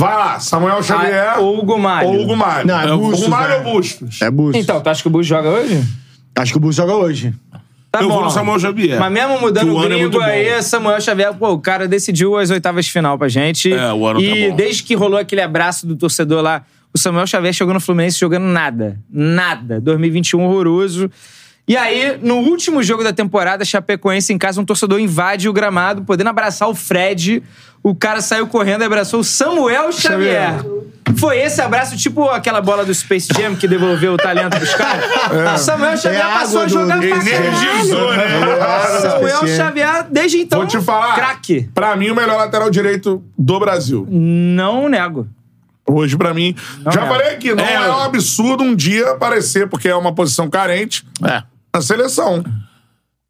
S2: Vai lá, Samuel Xavier
S3: é
S5: Ah, ou Hugo Mário.
S2: ou Hugo Mário.
S4: Não, é
S2: Hugo
S4: Bustos,
S2: Mário
S4: né?
S2: ou Bustos?
S4: É Bus.
S5: Então, tu acha que o Bus joga hoje? Então.
S4: Acho que o Bus joga hoje.
S5: Tá
S3: eu
S5: bom.
S3: vou no Samuel Xavier.
S5: Mas mesmo mudando
S3: Que
S5: o
S3: o ano é
S5: gringo
S3: muito bom.
S5: aí, Samuel Xavier, pô, o cara decidiu as oitavas de final pra gente.
S3: É, o ano tá
S5: E
S3: bom.
S5: desde que rolou aquele abraço do torcedor lá, o Samuel Xavier chegou no Fluminense jogando nada. Nada. 2021 horroroso. E aí, no último jogo da temporada, Chapecoense em casa, um torcedor invade o gramado, podendo abraçar o Fred. O cara saiu correndo e abraçou o Samuel Xavier. Foi esse abraço, tipo aquela bola do Space Jam que devolveu o talento dos caras? O Samuel Xavier
S4: É a água
S5: passou a
S4: do-
S5: jogar pra
S3: assim,
S5: caralho.
S2: Energizou, né?
S5: Samuel
S4: Eficiente.
S5: Xavier, desde então.
S2: Vou te falar.
S5: Craque.
S2: Pra mim, o melhor lateral direito do Brasil.
S5: Não nego.
S2: Hoje, pra mim. já
S5: é.
S2: falei aqui, não é.
S3: É.
S2: um absurdo um dia aparecer, porque é uma posição carente,
S3: É.
S2: na seleção.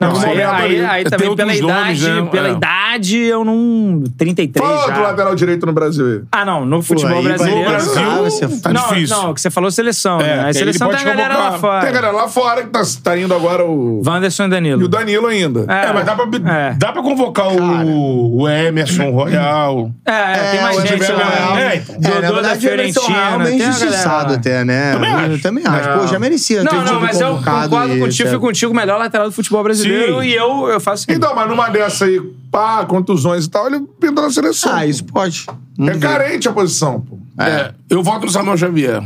S5: Não,
S2: Nesse
S5: aí,
S2: momento
S5: aí-
S2: ali.
S5: aí
S3: Tem
S5: também pela
S3: outros nomes,
S5: idade,
S3: né?
S5: pela
S3: É.
S5: idade, eu não. 33
S2: Fala
S5: já.
S2: outro lateral direito no Brasil aí.
S5: Ah, não, no futebol
S4: aí vai
S5: brasileiro. né?
S4: no Brasil,
S3: Brasil,
S4: Ah, você-
S3: tá
S5: não,
S3: difícil.
S5: não, o que você falou seleção,
S3: É,
S5: né?
S3: que
S5: A
S3: aí
S5: seleção
S3: ele
S5: tem a
S3: pode
S5: galera lá
S3: convocar.
S2: Tem a
S5: fora.
S2: galera lá fora que tá, tá indo agora o.
S5: Wanderson e
S2: E o
S5: Danilo.
S2: Danilo ainda.
S3: É,
S5: É.
S3: mas dá pra,
S5: É.
S3: dá pra convocar o, o Emerson Royal.
S5: É, é, tem
S4: É,
S5: mais
S4: o
S5: gente
S4: Everton
S5: lá.
S4: Real.
S5: né?
S3: É,
S5: Dodô
S4: É, na
S5: da
S4: verdade, o Emerson Real
S5: Fiorentina.
S4: meio
S5: tem a galera
S4: injustiçado
S5: lá.
S4: até, né?
S3: Também
S4: Eu
S3: acho.
S4: também acho. Pô, já merecia. ter
S5: Não,
S4: sido
S5: não, mas eu
S4: convocado
S5: concordo
S4: e
S5: contigo,
S4: etc.
S5: fico contigo, o melhor lateral do futebol
S3: Sim.
S5: brasileiro. E eu, eu faço. assim.
S2: Então, mas numa dessa aí, pá, contusões e tal, ele pinta na seleção.
S4: Ah, isso pode.
S2: é carente a posição, pô.
S3: É, Eu voto no Samuel Xavier.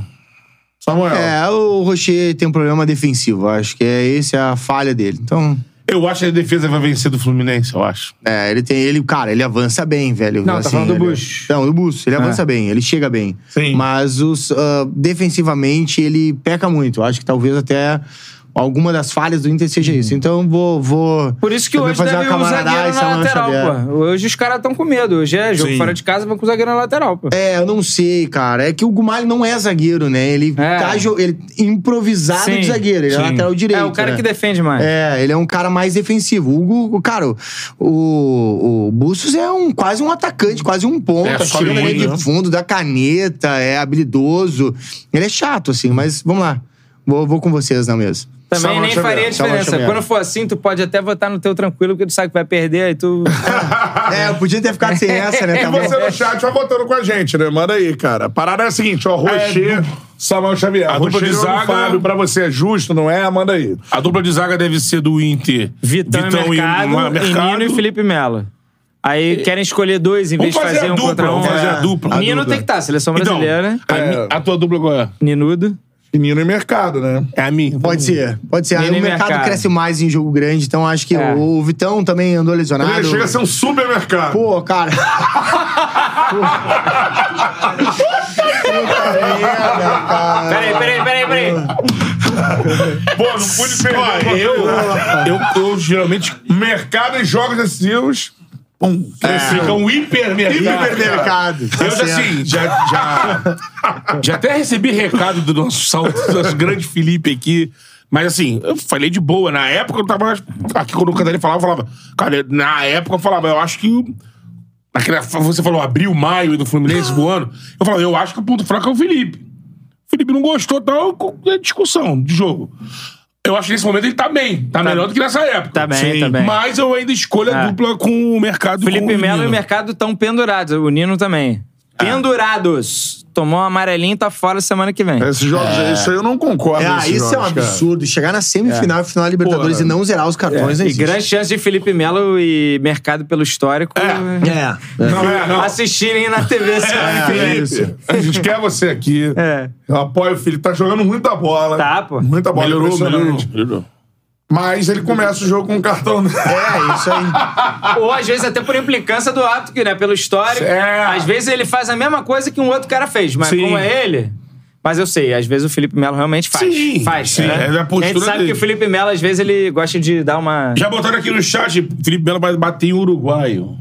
S2: Samuel.
S4: É, o Rocher tem um problema defensivo. Acho que é essa é a falha dele. Então,
S3: Eu acho que a defesa vai vencer do Fluminense, eu acho.
S4: é, ele tem. Ele, cara, ele avança bem, velho. assim,
S5: Não, tá falando do É.
S4: ele- é
S5: Bush.
S4: Não, do Bush. Ele avança bem, ele chega bem.
S2: Sim.
S4: Mas os, ah, defensivamente ele peca muito. Acho que talvez até. Alguma das falhas do Inter seja isso. Então vou. vou
S5: Hum. Por isso que
S4: também
S5: hoje deve o
S4: camaradagem,
S5: zagueiro na
S4: Samuel
S5: lateral,
S4: Xavier.
S5: pô. Hoje os caras estão com medo. Hoje é jogo
S3: Sim.
S5: fora de casa, vão com o zagueiro na lateral, pô.
S4: É, eu não sei, cara. É que o Gumali não é zagueiro, né? Ele
S5: É.
S4: tá jo- ele improvisado
S5: Sim,
S4: de zagueiro, ele
S3: sim.
S4: é lateral direito.
S5: É, o cara
S4: né?
S5: que defende mais.
S4: É, ele é um cara mais defensivo. O, Gu- o cara, o, o Bustos é um, quase um atacante, quase um ponta.
S3: É,
S4: É,
S3: só
S4: chega na
S3: ele,
S4: linha
S3: né?
S4: de fundo, da caneta, é habilidoso. Ele é chato, assim, mas vamos lá. Vou, vou com vocês na mesa.
S5: Também
S2: Salva
S5: nem
S2: Xavier,
S5: faria
S4: salva
S5: diferença.
S4: Xavier.
S5: Quando for assim, tu pode até votar no teu tranquilo, porque tu sabe que vai perder, aí tu.
S4: É, eu podia ter ficado sem essa,
S2: E
S4: né?
S5: É,
S4: Também.
S2: você no chat vai botando com a gente, né? Manda aí, cara. A parada é a seguinte, ó, Rocher, Samuel Xavier.
S3: a dupla de
S2: Rocher ou
S3: zaga-
S2: Fábio, pra você é justo, não é? Manda aí.
S3: A dupla de zaga deve ser do Inter.
S5: Vitão, e Mercado,
S3: Ma- É.
S5: e Nino e Felipe Melo. Aí querem escolher dois em
S3: Vamos
S5: vez de
S3: fazer
S5: fazer
S3: a
S5: um
S3: dupla,
S5: contra um.
S3: vamos fazer a
S5: É.
S3: dupla.
S5: Nino
S4: A dupla.
S5: tem que estar, seleção
S3: Então,
S5: brasileira, né?
S3: a, mi- a tua dupla qual é?
S5: Ninudo.
S2: Menino e mercado, né?
S3: É a minha.
S4: Pode ser, pode ser. Aí
S5: Menino
S4: o
S5: e
S4: mercado,
S5: mercado.
S4: cresce mais em jogo grande, então acho que
S5: É.
S4: o Vitão também andou lesionado.
S2: Ele chega a ser um supermercado.
S4: Pô, cara.
S5: Peraí, peraí, peraí, peraí.
S2: Pô, não pude perder.
S3: Ó,
S2: uma
S3: eu,
S2: coisa.
S3: eu, eu geralmente
S2: Mercado e jogos decisivos. Pum.
S3: fica um hipermercado.
S4: Hipermercado.
S5: Tá
S3: Eu já, assim, já, já, já até recebi recado do nosso, sal- do nosso grande Felipe aqui. Mas assim, eu falei de boa. Na época eu tava. Aqui quando o Cantarelli falava, eu falava. Cara, eu- na época eu falava, eu acho que. o- Naquela, você falou abril, maio do
S5: Ah.
S3: Fluminense voando. Eu falava, eu acho que o ponto fraco é o Felipe. O Felipe não gostou, tal, com- é discussão de jogo. Eu acho que nesse momento ele tá bem. Tá, melhor do que nessa época.
S5: Tá bem, tá bem.
S3: Mas eu ainda escolho a
S5: É.
S3: dupla com o mercado com
S5: Felipe
S3: o
S5: Melo e
S3: Nino. É.
S5: o Mercado estão pendurados. O Nino também. Pendurados. Tomou um amarelinho e tá fora semana que vem.
S2: Esses jogos, isso aí eu não concordo.
S4: É,
S2: esses
S4: isso é um
S2: jogos, cara.
S4: absurdo. Chegar na semifinal e final da Libertadores
S2: Porra.
S4: e não zerar os cartões é,
S5: e
S4: existe.
S5: grande chance de Felipe Melo e Mercado pelo histórico
S4: É. é.
S2: Não é, não.
S5: assistirem na TV semana que
S2: É,
S5: vem.
S2: Felipe, a gente quer você aqui.
S5: É.
S2: Eu apoio o Felipe. Tá jogando muita bola.
S5: Tá, pô.
S2: Muita bola.
S3: Melhorou,
S2: impressionante.
S3: melhorou. melhorou.
S2: Mas ele começa o jogo com um cartão.
S4: É, isso aí.
S5: Ou às vezes até por implicância do hábito, que, né? Pelo histórico.
S2: É.
S5: Às vezes ele faz a mesma coisa que um outro cara fez, mas
S3: Sim.
S5: como é ele. Mas eu sei, às vezes o Felipe Melo realmente faz.
S3: Sim,
S5: faz.
S3: sim,
S5: né?
S3: é da postura
S5: a gente sabe
S3: dele.
S5: que o Felipe Melo, às vezes, ele gosta de dar uma.
S3: Já botaram aqui no chat, Felipe Melo vai bater em uruguaio.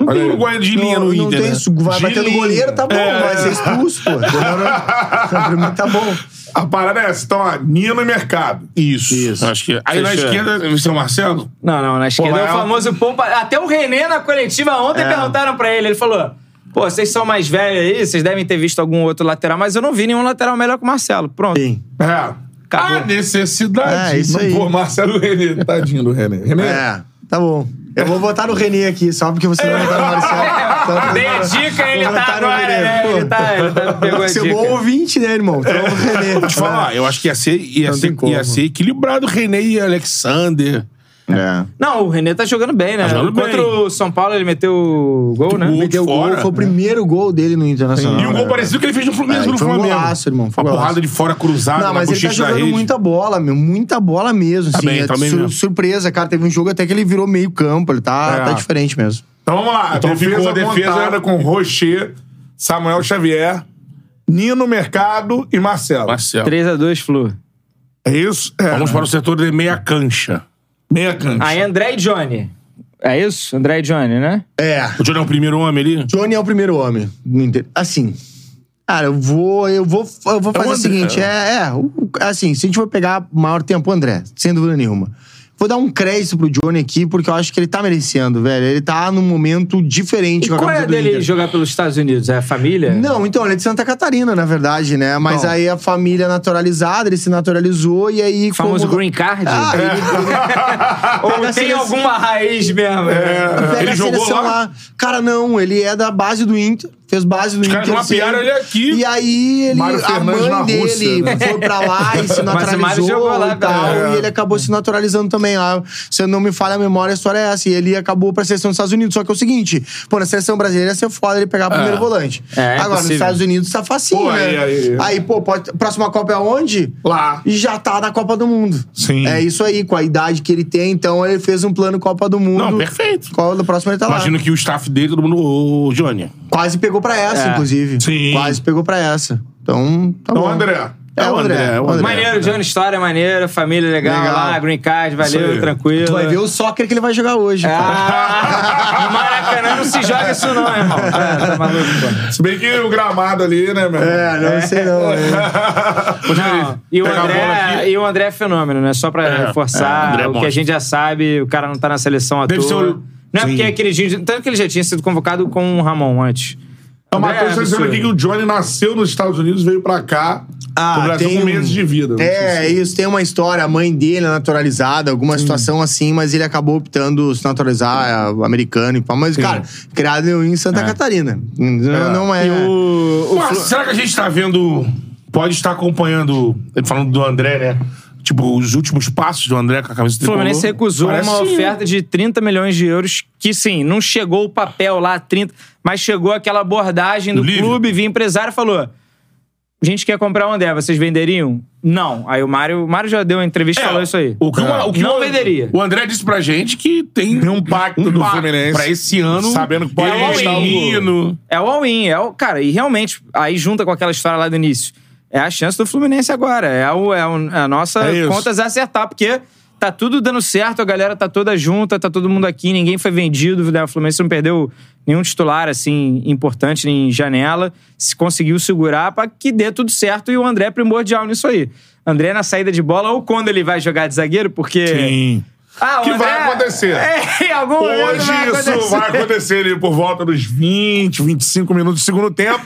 S3: Não tem uruguaio de linha
S4: não,
S3: no
S4: não
S3: Inter,
S4: tem
S3: né?
S4: isso. Vai
S3: De É.
S4: bater no
S3: linha.
S4: goleiro, tá bom. Vai ser expulso, pô. pra mim tá bom.
S2: A parada é essa. Então, ó, Nino e Mercado.
S3: Isso. Acho que... Aí na
S5: Fechou.
S3: esquerda, o São Marcelo.
S5: Não, não, na esquerda
S2: Pô,
S5: é
S2: mas
S5: o
S2: é um-
S5: famoso pompa. Até o René na coletiva ontem perguntaram pra ele. Ele falou: pô, vocês são mais velhos aí, vocês devem ter visto algum outro lateral, mas eu não vi nenhum lateral melhor que o Marcelo. Pronto.
S4: Sim.
S2: É.
S5: Acabou.
S2: A necessidade.
S4: É, isso
S2: não
S4: aí.
S2: Pô, Marcelo René. Tadinho do René. René.
S4: É, tá bom. Eu vou votar no René aqui, só porque você não vai votar no Marcelo. Então, Só porque-
S5: Dei a dica, ele
S4: Vou
S5: tá
S4: votar no
S5: agora,
S4: René,
S5: né?
S4: pô.
S5: Ele tá, ele tá, pegou a
S4: Você é
S5: dica.
S4: um bom ouvinte, né, irmão? Então, o René.
S3: Vou te falar, eu acho que ia ser, ia
S4: Não
S3: ser,
S4: tem como.
S3: ia ser equilibrado René e Alexander.
S4: É.
S5: Não, o René tá jogando bem, né?
S3: Tá jogando
S5: Contra
S3: bem.
S5: o São Paulo, ele meteu o gol, né?
S3: Gol de
S4: Meteu o gol,
S3: fora.
S4: foi o primeiro gol dele no Internacional.
S3: E o gol
S4: né?
S3: parecido que ele fez no Fluminense
S4: É,
S3: no
S4: foi um
S3: Flamengo.
S4: golaço, irmão, foi
S3: Uma
S4: um golaço.
S3: porrada de fora cruzada
S4: Não,
S3: na
S4: mas ele tá
S3: bochecha da
S4: jogando
S3: rede.
S4: muita bola, meu. Muita bola mesmo. Assim,
S3: bem,
S4: é
S3: tá bem
S4: sur-
S3: mesmo.
S4: Surpresa, cara. Teve um jogo até que ele virou meio campo. Ele tá,
S2: É.
S4: tá diferente mesmo.
S2: Então vamos lá.
S3: Então
S2: defesa
S3: ficou a defesa-
S2: montada com Rocher, Samuel Xavier, Nino Mercado e Marcelo.
S3: Marcelo.
S5: 3x2, Flu.
S2: É isso? É.
S3: Vamos para o setor de meia cancha.
S2: meia cancha.
S5: Aí André e Johnny. É isso? André e Johnny, né?
S4: É.
S3: O Johnny é o primeiro homem ali?
S4: Johnny é o primeiro homem no Inter. Assim. Cara, eu vou. Eu vou, eu vou fazer
S3: o
S4: o
S3: André,
S4: seguinte: é, é, o- o- assim, se a gente for pegar maior tempo, o André, sem dúvida nenhuma. Vou dar um crédito pro Johnny aqui, porque eu acho que ele tá merecendo, velho. Ele tá num momento diferente
S5: E
S4: com a
S5: qual
S4: camisa
S5: é
S4: do
S5: dele
S4: Inter.
S5: jogar pelos Estados Unidos? É a família?
S4: Não, então, ele é de Santa Catarina, na verdade, né? Mas
S5: Não.
S4: aí a família naturalizada, ele se naturalizou e aí.
S5: O famoso
S4: como-
S5: green card?
S4: Ah, é. assim,
S5: Ou tem
S4: seleção-
S5: alguma raiz mesmo? né?
S4: Pega
S3: Ele
S4: a
S3: jogou
S4: seleção
S3: lá?
S4: Cara, não, ele é da base do Inter, fez base do Inter.
S3: caras mapearam
S4: sempre.
S3: ele aqui.
S4: E aí ele,
S2: Mário
S4: a
S2: Fernandes na
S4: mãe
S2: Rússia,
S4: dele
S2: né?
S4: foi pra lá e se
S5: o Mário
S4: naturalizou
S5: jogou lá,
S4: e tal,
S5: cara.
S4: e ele acabou se naturalizando também lá. Se não me falha a memória, a história é essa. E ele acabou pra seleção dos Estados Unidos. Só que é o seguinte, pô, na seleção brasileira ia ser foda ele pegar o primeiro volante.
S5: É, é
S4: Agora, nos
S5: possível.
S4: Estados Unidos tá facinho,
S2: Pô,
S4: né?
S2: aí, aí.
S4: pô, pode- próxima Copa é onde?
S2: Lá.
S4: E já tá na Copa do Mundo.
S2: Sim.
S4: É isso aí, com a idade que ele tem, então ele fez um plano Copa do Mundo.
S3: Não, perfeito.
S4: Qual da próxima ele tá
S3: Imagino
S4: lá?
S3: que o staff dele, todo mundo, ô Johnny.
S4: Quase pegou pra essa,
S5: É.
S4: inclusive.
S2: Sim.
S4: Quase pegou pra essa. Então, tá
S2: Então,
S4: bom.
S2: André.
S4: É o André.
S3: é o
S4: o André.
S5: Maneiro, Johnny, história maneira, família legal,
S4: Legal.
S5: lá, green card, valeu,
S3: aí.
S5: tranquilo.
S4: Tu vai ver o soccer que ele vai jogar hoje.
S2: É.
S4: cara.
S5: Ah, no Maracanã não se joga isso não, irmão. É, tá maluco, pô.
S2: Se bem que o gramado ali, né, meu? irmão?
S4: É, não sei não. né?
S5: Não, e, o
S3: é, Pega a bola aqui.
S5: André, e o André é fenômeno, né? Só pra
S3: É, é,
S5: reforçar
S3: André é
S5: o que
S3: monstro.
S5: a gente já sabe, o cara não tá na seleção à
S3: Deve ser
S5: toa.
S3: o-
S5: Não é
S3: Sim.
S5: porque é aquele dia, tanto que ele já tinha sido convocado com o Ramon antes.
S2: O Matheus
S5: André é
S2: está dizendo
S5: absurdo.
S2: aqui que o Johnny nasceu nos Estados Unidos, veio pra cá.
S4: Ah,
S2: no Brasil
S4: tem
S2: com
S4: um-
S2: meses de vida. não sei
S4: É,
S2: se-
S4: isso. Tem uma história, a mãe dele é naturalizada, alguma situação assim, mas ele acabou optando se naturalizar é, americano e pá. Mas, cara, criado em Santa Catarina. Não não é.
S3: Mas será que a gente tá vendo. Pode estar acompanhando. Falando do André, né? Tipo, os últimos passos do André com a camisa
S5: O Fluminense
S3: tricolor.
S5: recusou
S3: Parece
S5: uma
S3: que-
S5: oferta de 30 milhões de euros, que sim, não chegou o papel lá, 30, mas chegou aquela abordagem do
S3: Do Lívio.
S5: clube, vinha empresário e falou: a gente quer comprar o André, vocês venderiam? Não. Aí o Mário, o Mário já deu uma entrevista e
S3: É,
S5: falou isso aí.
S3: O que, o- o que
S5: não
S3: o-
S5: venderia.
S3: O André disse pra gente que tem
S2: um pacto do Fluminense.
S3: Pra esse ano.
S2: Sabendo que pode
S3: é
S5: custar
S3: o
S5: um
S3: Hino.
S5: É o all-in, é o. Cara, e realmente, aí junta com aquela história lá do início. É a chance do Fluminense agora. É, o, é, o- é a nossa
S2: É isso.
S5: contas a acertar, porque tá tudo dando certo, a galera tá toda junta, tá todo mundo aqui, ninguém foi vendido, né? O Fluminense não perdeu nenhum titular, assim, importante em janela. Se conseguiu segurar pra que dê tudo certo e o André é primordial nisso aí. André na saída de bola ou quando ele vai jogar de zagueiro, porque.
S2: Sim.
S5: Ah, o
S2: Que vai acontecer.
S5: É, em algum momento
S2: Hoje
S5: vai
S2: isso
S5: acontecer.
S2: vai acontecer ali por volta dos 20, 25 minutos do segundo tempo.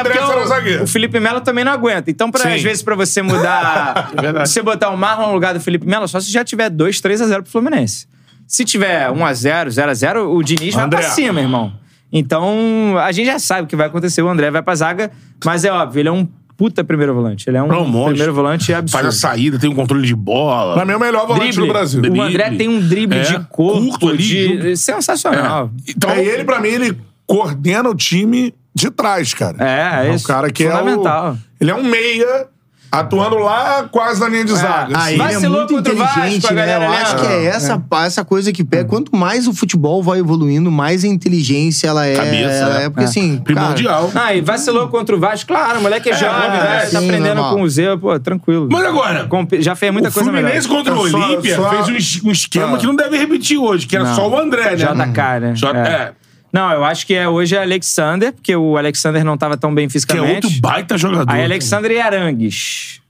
S2: André
S5: É porque um
S2: será
S3: é
S5: o-
S3: um
S2: o zagueiro.
S5: O Felipe Melo também não aguenta. Então, pra,
S2: Sim.
S5: às vezes, pra você mudar.
S3: É
S5: você botar o Marlon no lugar do Felipe Melo, só se já tiver 2, 3 a 0 pro Fluminense. Se tiver 1 a 0 0 a 0 o Diniz
S2: André.
S5: vai pra cima, irmão. Então, a gente já sabe o que vai acontecer. O André vai pra zaga, mas é óbvio, ele é um puta primeiro volante. Ele é um
S3: É um monstro.
S5: primeiro volante absurdo.
S3: Faz a saída, tem um controle de bola.
S2: Pra mim é o melhor volante
S5: Drible.
S2: do Brasil.
S5: O André
S3: Drible.
S5: tem um drible
S3: É.
S5: de corpo,
S3: Curto ali,
S5: de...
S3: junto.
S5: sensacional.
S3: Então,
S2: É ele, pra mim, ele coordena o time de trás, cara.
S5: É, é isso.
S2: o cara que é
S5: Fundamental.
S2: o... Ele é um meia, atuando lá quase na linha de zaga.
S4: Ah,
S2: assim.
S4: ele é
S5: Vacilou
S4: muito
S5: contra o Vasco,
S4: inteligente,
S5: a
S4: né?
S5: galera
S4: Eu
S5: lembra?
S4: acho que é
S3: Ah,
S4: essa, essa coisa que pega. Quanto mais o futebol vai evoluindo, mais a inteligência ela é.
S3: Cabeça,
S4: ela
S3: né?
S4: é porque assim. cara,
S3: primordial.
S5: Ah, e vacilou contra o Vasco. Claro, o moleque é jovem,
S4: claro,
S5: né?
S4: sim,
S5: tá aprendendo
S4: normal.
S5: com o Z, pô, tranquilo.
S3: Mas agora,
S5: Com- já fez muita
S3: o
S5: coisa melhor.
S3: Fluminense contra o
S2: Eu só-
S3: Olímpia
S2: só-
S3: fez um es- um esquema
S2: Ah.
S3: que não deve repetir hoje, que era
S5: Não.
S3: só o André, né?
S5: JK, né?
S3: J-
S5: É.
S3: é.
S5: Não, eu acho que é, hoje é Alexander, porque o Alexander não tava tão bem
S3: Que é
S5: fisicamente.
S3: outro baita jogador.
S5: Aí Alexander e Arangues.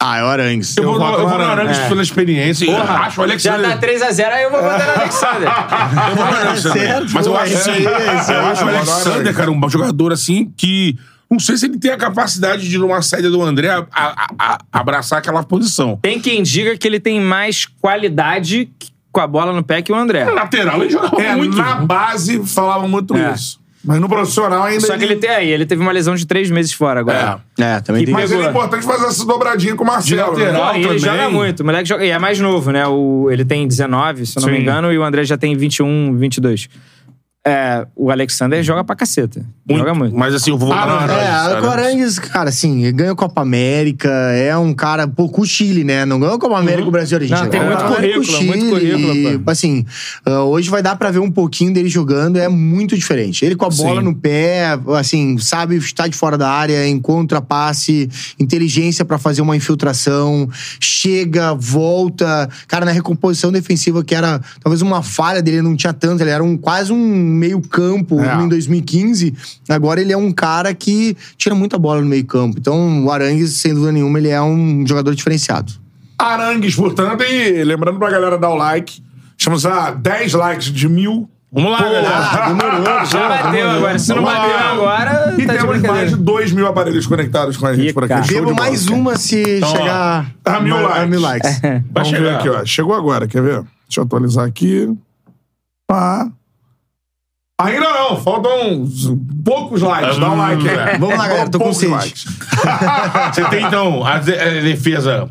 S4: Ah, é o Arangues.
S3: Eu vou, no-
S2: voto
S3: eu
S2: no
S3: vou no
S2: Arangues.
S3: Arangues pela experiência. Eu acho o
S5: Já
S3: Alexander.
S5: tá 3x0, aí eu vou botar no Alexander.
S3: Eu vou no Alexander.
S4: certo,
S3: Mas eu
S4: pô,
S3: acho
S4: é
S3: assim.
S4: isso,
S3: Eu
S4: é
S3: acho o
S4: isso.
S3: Alexander, cara, um jogador assim que. Não sei se ele tem a capacidade de, numa saída do André, a- a- a- abraçar aquela posição.
S5: Tem quem diga que ele tem mais qualidade que- com a bola no pé que o André.
S3: Lateral, ele jogava
S2: É,
S3: muito.
S2: na base falavam muito
S5: É.
S2: isso. Mas no profissional ainda...
S5: Só que ele tem aí, ele teve uma lesão de três meses fora agora.
S4: É, também
S5: Que
S4: tem.
S2: Mas ele é
S5: pegou.
S2: importante fazer essa dobradinha com o Marcelo. né?
S3: De lateral.
S5: Não, e ele
S3: também.
S5: joga muito. O moleque joga, e é mais novo, né? O, ele tem 19, se eu não me
S3: Sim.
S5: engano, e um, o André já tem 21, 22. É, o Alexander joga pra caceta. Joga muito.
S3: Mas assim, eu vou votar no
S4: Ah,
S3: Arangues.
S4: é, o
S3: Arangues.
S4: Arangues, cara, assim, ele ganha Copa América, é um cara, pô, com o Chile, né? Não ganhou Copa América o Brasil É. original.
S5: Uhum. Não, tem muito currículo, muito currículo, pô.
S4: Assim, ah, hoje vai dar pra ver um pouquinho dele jogando, é muito diferente. Ele com a bola
S3: Sim.
S4: no pé, assim, sabe estar de fora da área, encontra passe, inteligência pra fazer uma infiltração, chega, volta. Cara, na recomposição defensiva, que era talvez uma falha dele, não tinha tanto, ele era um, quase um meio-campo
S2: É.
S4: Tipo, em 2015. Agora ele é um cara que tira muita bola no meio-campo. Então, o Arangues, sem dúvida nenhuma, ele é um jogador diferenciado.
S2: Arangues, portanto, e lembrando pra galera dar o like. Estamos a 10 likes de mil.
S3: Vamos lá, galera.
S2: demorou.
S5: Já bateu agora. Se não
S2: Vamos
S5: bateu
S2: lá.
S5: agora,
S2: E
S5: tá de
S2: temos mais de
S5: brincadeira.
S2: 2 mil aparelhos conectados com a gente
S5: Ih,
S2: por aqui. um.
S5: cara.
S2: Show de
S4: Bebo
S2: bola,
S4: mais
S2: cara. Então, tá
S4: uma se
S3: ó,
S4: chegar
S2: a mil
S4: a
S2: likes.
S4: mil likes.
S2: Vamos
S3: Vai
S2: ver
S3: chegar.
S2: aqui, ó. Chegou agora, quer ver? Deixa eu atualizar aqui. Ah. Ainda não, faltam uns poucos likes.
S3: Hum,
S2: Dá um like aí.
S3: é.
S4: Vamos lá, galera, tô com
S2: Poucos
S4: sede.
S2: likes.
S3: Você tem, então, a de- a defesa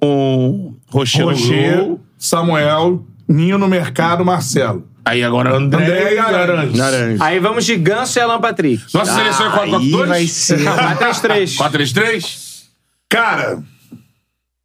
S3: com Rocheiro.
S2: Rocher, Samuel, Nino Mercado, Marcelo.
S3: Aí agora é André,
S2: André e
S3: e Arangues.
S5: Aí vamos de Ganso e Alan Patrick.
S3: Nossa seleção é
S4: Ah, Aí vai
S3: 4-4-2?
S4: ser.
S5: 4x3.
S3: 4-3-3?
S2: Cara,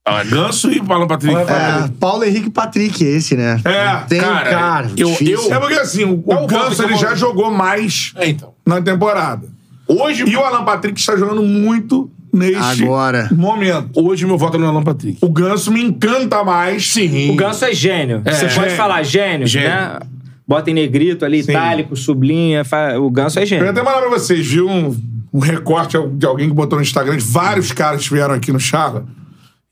S3: Ah, Ganso e Paulo Patrick.
S4: É, Paulo Henrique Patrick, esse, né?
S2: É,
S4: tem
S3: cara,
S4: cara.
S3: eu-
S4: difícil.
S2: é porque assim, o,
S3: Qual
S2: o
S3: o
S2: Ganso
S3: voto
S2: ele
S3: que eu
S2: já
S3: vou-
S2: jogou mais
S3: um É, então.
S2: na temporada.
S3: Hoje,
S2: E o Alan Patrick está jogando muito neste
S4: Agora.
S2: momento.
S3: hoje meu voto é no Alan Patrick.
S2: O Ganso me encanta mais.
S3: Sim.
S5: O Ganso é gênio. Você pode
S2: gênio.
S5: falar gênio,
S3: Gênio.
S5: né? Bota em negrito ali, itálico, sublinha. fa- O Ganso é
S2: Eu ia
S5: gênio.
S2: até mandar pra vocês, viu? Um, um recorte de alguém que botou no Instagram. de Vários caras que vieram aqui no Charla.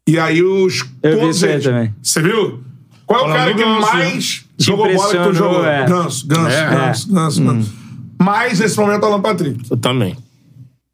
S2: E aí os.
S5: Eu vi
S2: todos
S5: isso aí
S2: eles-
S5: também.
S2: Você viu? Qual é o
S3: Falando
S2: cara
S3: do
S2: que
S3: Ganso,
S2: mais
S5: Te
S2: jogou bola que tu
S5: impressionou,
S2: jogou?
S5: é.
S2: Ganso, Ganso,
S3: É.
S2: Ganso, Ganso, Ganso. Mas nesse momento, Alan é Patrick.
S3: Eu também.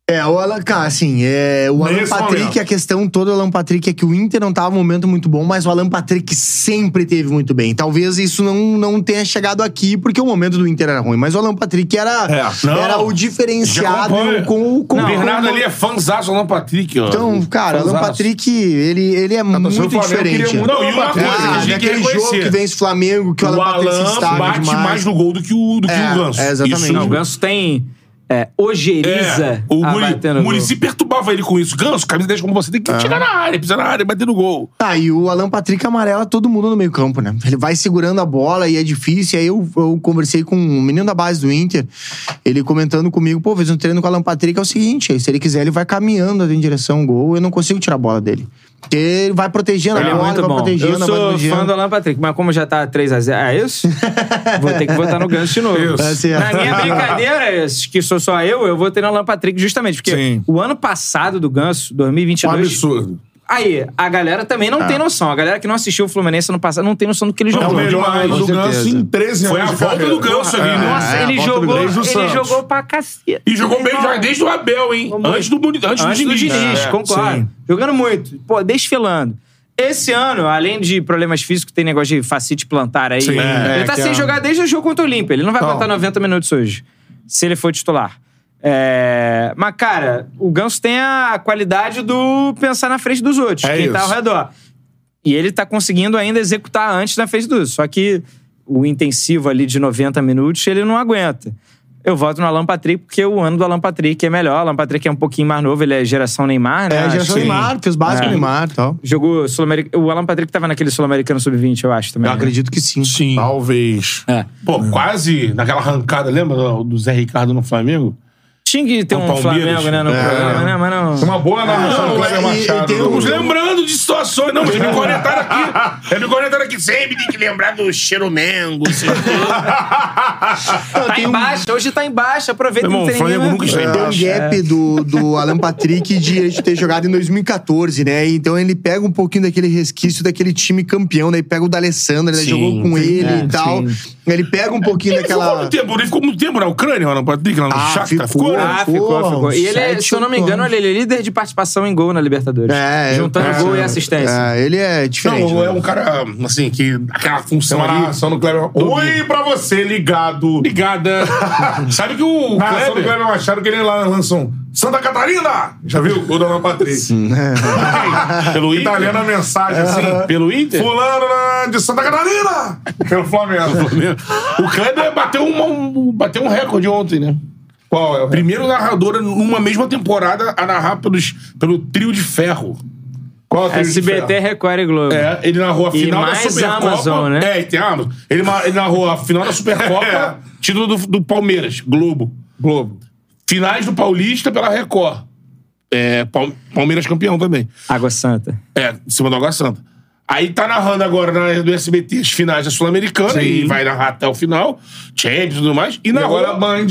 S4: É, o Alan, cara, assim, é, o Alan
S2: Nesse
S4: Patrick,
S2: momento.
S4: a questão toda do Alan Patrick é que o Inter não tava num momento muito bom, mas o Alan Patrick sempre teve muito bem. Talvez isso não, não tenha chegado aqui porque o momento do Inter era ruim, mas o Alan Patrick era,
S2: É, não.
S4: era o diferenciado com o. Com,
S3: o Bernardo
S4: com-
S3: ali é fãzaço do Alan Patrick, ó.
S4: Então, cara, o Alan
S3: Fãzaço.
S4: Patrick, ele, ele é
S3: Tá
S2: torcida do
S4: muito
S2: Flamengo queria
S4: diferente.
S2: muito é. o
S3: Não, e
S2: Alan
S3: uma
S2: Patrick.
S3: coisa que a
S4: Ah,
S3: gente tem que
S4: naquele jogo que
S3: reconhecer.
S4: vence o Flamengo, que o Alan
S3: o
S4: Patrick se
S3: Alan
S4: destaca
S3: bate
S4: demais.
S3: mais no gol do que o, do que
S4: É,
S3: o Ganso.
S4: é, exatamente.
S3: Isso,
S5: Não, o Ganso tem é,
S3: É,
S5: ojeriza.
S3: o
S5: a
S3: Muri,
S5: bater no gol.
S3: Muricy perturbava ele com isso. Ganso, camisa 10 como você, tem que
S4: Ah.
S3: tirar na área, pisar na área, bater no gol.
S4: Tá, e o Alan Patrick amarela todo mundo no meio campo, né? Ele vai segurando a bola e é difícil. Aí eu, eu conversei com um menino da base do Inter, ele comentando comigo, pô, fez um treino com o Alan Patrick, é o seguinte, se ele quiser ele vai caminhando em direção ao gol, eu não consigo tirar a bola dele. Porque ele vai protegendo a
S5: Ele é
S4: bola, ele
S5: muito
S4: vai
S5: bom.
S4: protegendo,
S5: Eu
S4: vai
S5: sou
S4: protegendo.
S5: fã do Alan Patrick, mas como já tá 3x0, é isso? vou ter que votar no Ganso de novo.
S4: Tá certo.
S5: Na minha brincadeira, que sou só eu, eu votei no Alan Patrick justamente, porque
S2: Sim.
S5: o ano passado do Ganso,
S2: Um
S5: 2022...
S2: absurdo.
S5: Aí, a galera também não tem noção. A galera que não assistiu o Fluminense ano passado não tem noção É do que ele
S2: Não,
S5: jogou.
S2: melhor
S4: com
S2: do Ganso
S4: certeza.
S2: em 13
S3: Foi
S2: anos.
S3: a
S2: de
S3: volta
S2: carreira.
S3: do Ganso ali, né?
S5: Nossa,
S4: É, volta
S5: ele
S4: do
S5: jogou,
S2: Desde o
S5: ele
S2: Santos.
S5: jogou pra cacete.
S3: E jogou bem já
S5: Não.
S3: desde o Abel, hein?
S5: Vamos.
S3: Antes do, Muri- antes
S5: Antes do Diniz,
S3: É.
S5: concordo.
S2: sim.
S5: Jogando muito, pô, desfilando. Esse ano, além de problemas físicos, tem negócio de facite plantar aí.
S2: Sim,
S5: ele
S4: é,
S5: tá
S4: que
S5: sem
S4: é-
S5: jogar desde o jogo contra o Olímpia. Ele não vai
S4: Então.
S5: aguentar 90 minutos hoje, se ele for titular. É, Mas, cara, o Ganso tem a qualidade do pensar na frente dos outros,
S2: É
S5: quem tá ao
S2: isso.
S5: redor. E ele tá conseguindo ainda executar antes na frente dos. Só que o intensivo ali de 90 minutos ele não aguenta. Eu voto no Alan Patrick porque o ano do Alan Patrick é melhor. O Alan Patrick é um pouquinho mais novo, ele é geração Neymar, né?
S4: É,
S5: Acho
S4: geração
S5: que-
S4: Neymar, fez
S5: É.
S4: básico Neymar e tal.
S5: Jogou Sul-Americ- O Alan Patrick tava naquele Sul-Americano Sub-20, eu acho também.
S4: Eu
S5: né?
S4: acredito que sim.
S2: Sim. Talvez.
S5: É.
S3: Pô, quase naquela arrancada, lembra do do Zé Ricardo no Flamengo?
S5: Tinha que ter
S3: O
S5: um
S3: É Palmeiras.
S5: Flamengo, né, no
S4: É.
S5: programa, né? Mas não.
S2: Uma boa narração do
S4: Não,
S2: Kleber
S4: e-
S2: Machado.
S4: e tem
S3: Estamos
S4: um-
S3: lembrando de situações. Não, eles me conectaram aqui. Eles me conectaram aqui. Sempre tem que lembrar do Cheiromengo. sei lá.
S4: um
S5: Tá embaixo, hoje tá embaixo, aproveita
S3: Meu irmão,
S5: não tem
S3: o Flamengo
S5: ninguém,
S3: nunca
S5: né?
S3: está em
S4: Tem um
S5: é.
S4: gap do, do Alan Patrick de ele ter jogado em 2014, né? Então ele pega um pouquinho daquele resquício daquele time campeão, daí pega o D'Alessandro, né?
S3: Sim,
S4: Jogou com ele
S5: é,
S4: e tal.
S5: sim.
S4: Ele pega um pouquinho
S3: Ele ficou
S4: daquela.
S3: muito tempo, ele ficou muito tempo na Ucrânia, Alan Patrick, lá no
S4: Ah,
S3: Shakhtar.
S4: ficou.
S3: Ficou, né?
S5: Ah, ficou,
S4: Pô,
S5: ficou. E ele, é,
S4: sete,
S5: se eu não me
S4: oito
S5: engano,
S4: anos.
S5: ele é líder de participação em gol na Libertadores.
S4: É,
S5: juntando
S4: é,
S5: gol e
S4: é,
S5: assistência.
S4: É, ele é diferente.
S3: Não, é
S4: né?
S3: um cara, assim, que aquela
S2: Tem
S3: função
S2: uma
S3: ali...
S2: narração do Kleber Oi pra você, ligado.
S3: Ligada. Sabe que o
S2: Narração do
S3: Kleber...
S2: Kleber Machado que ele lá lança um Santa Catarina! Já viu? O da Ana Patrick.
S3: Pelo
S2: E tá lendo a
S3: Inter...
S2: mensagem assim.
S3: Pelo Inter?
S2: Fulano né, de Santa Catarina! Pelo Flamengo.
S3: O Kleber bateu, uma- um, bateu um recorde ontem, né?
S2: Qual é o
S3: Primeiro narrador numa mesma temporada a narrar pelos, pelo trio de ferro.
S2: Qual é o trio de
S5: SBT,
S2: ferro?
S5: Record e Globo.
S3: É, ele narrou a
S5: E
S3: final da
S5: mais
S3: Supercopa.
S5: Amazon, né?
S3: É, e tem a Amazon. Ele, ma- ele narrou a final da Supercopa,
S2: É.
S3: título do, do Palmeiras, Globo.
S2: Globo.
S3: Finais do Paulista pela Record. É, Pal- Palmeiras campeão também.
S5: Água Santa.
S3: É, em cima do Água Santa. Aí tá narrando agora na, do SBT as finais da Sul-Americana e vai narrar até o final, Champions e tudo mais. E,
S2: E
S3: narrou.
S2: agora a Band.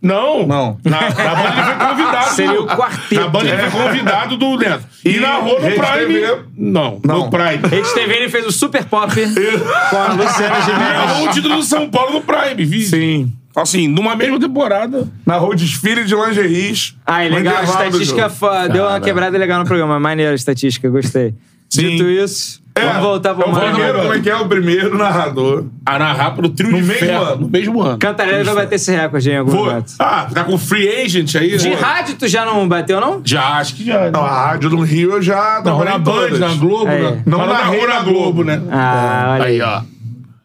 S3: Não.
S2: Não.
S3: Na, na Band ele foi convidado.
S5: Seria o quarteto.
S3: Na Band ele foi convidado do Neto. E,
S2: É. E
S3: narrou no
S2: Rede
S3: Prime.
S2: TV?
S3: Não,
S2: Não.
S3: no Prime.
S5: Rede TV ele fez o Super Pop com a Luciana Gimenez.
S3: narrou Ah, o título do São Paulo no Prime. Vi.
S2: Sim.
S3: Assim, numa mesma temporada.
S2: Narrou desfile de lingeries.
S5: Ai,
S2: no
S5: Ah, é legal, a
S2: intervalo do
S5: estatística é
S2: jogo.
S5: fo- deu uma quebrada legal no programa. Maneiro a estatística, gostei.
S3: Sim.
S5: Dito isso, vamos voltar
S2: É
S5: pro
S2: o
S5: Mano.
S2: primeiro, como é que é o primeiro narrador?
S3: A narrar pro trio
S2: No
S3: de
S2: mesmo
S3: ferro,
S2: ano.
S3: No mesmo ano.
S5: Cantarelli vai bater esse recorde em algum
S3: Pô,
S5: momento.
S3: Ah, tá com free agent aí?
S5: De
S3: né?
S5: rádio tu já não bateu, não?
S3: Já, acho que já.
S2: Não, a rádio do Rio eu já
S3: Não,
S2: trabalhei
S3: na
S2: em
S3: Band,
S2: todas.
S3: na Globo,
S5: É.
S3: né?
S2: Não
S3: Mas
S2: narrei na Globo,
S3: né?
S5: Ah, olha aí.
S3: Aí, ó.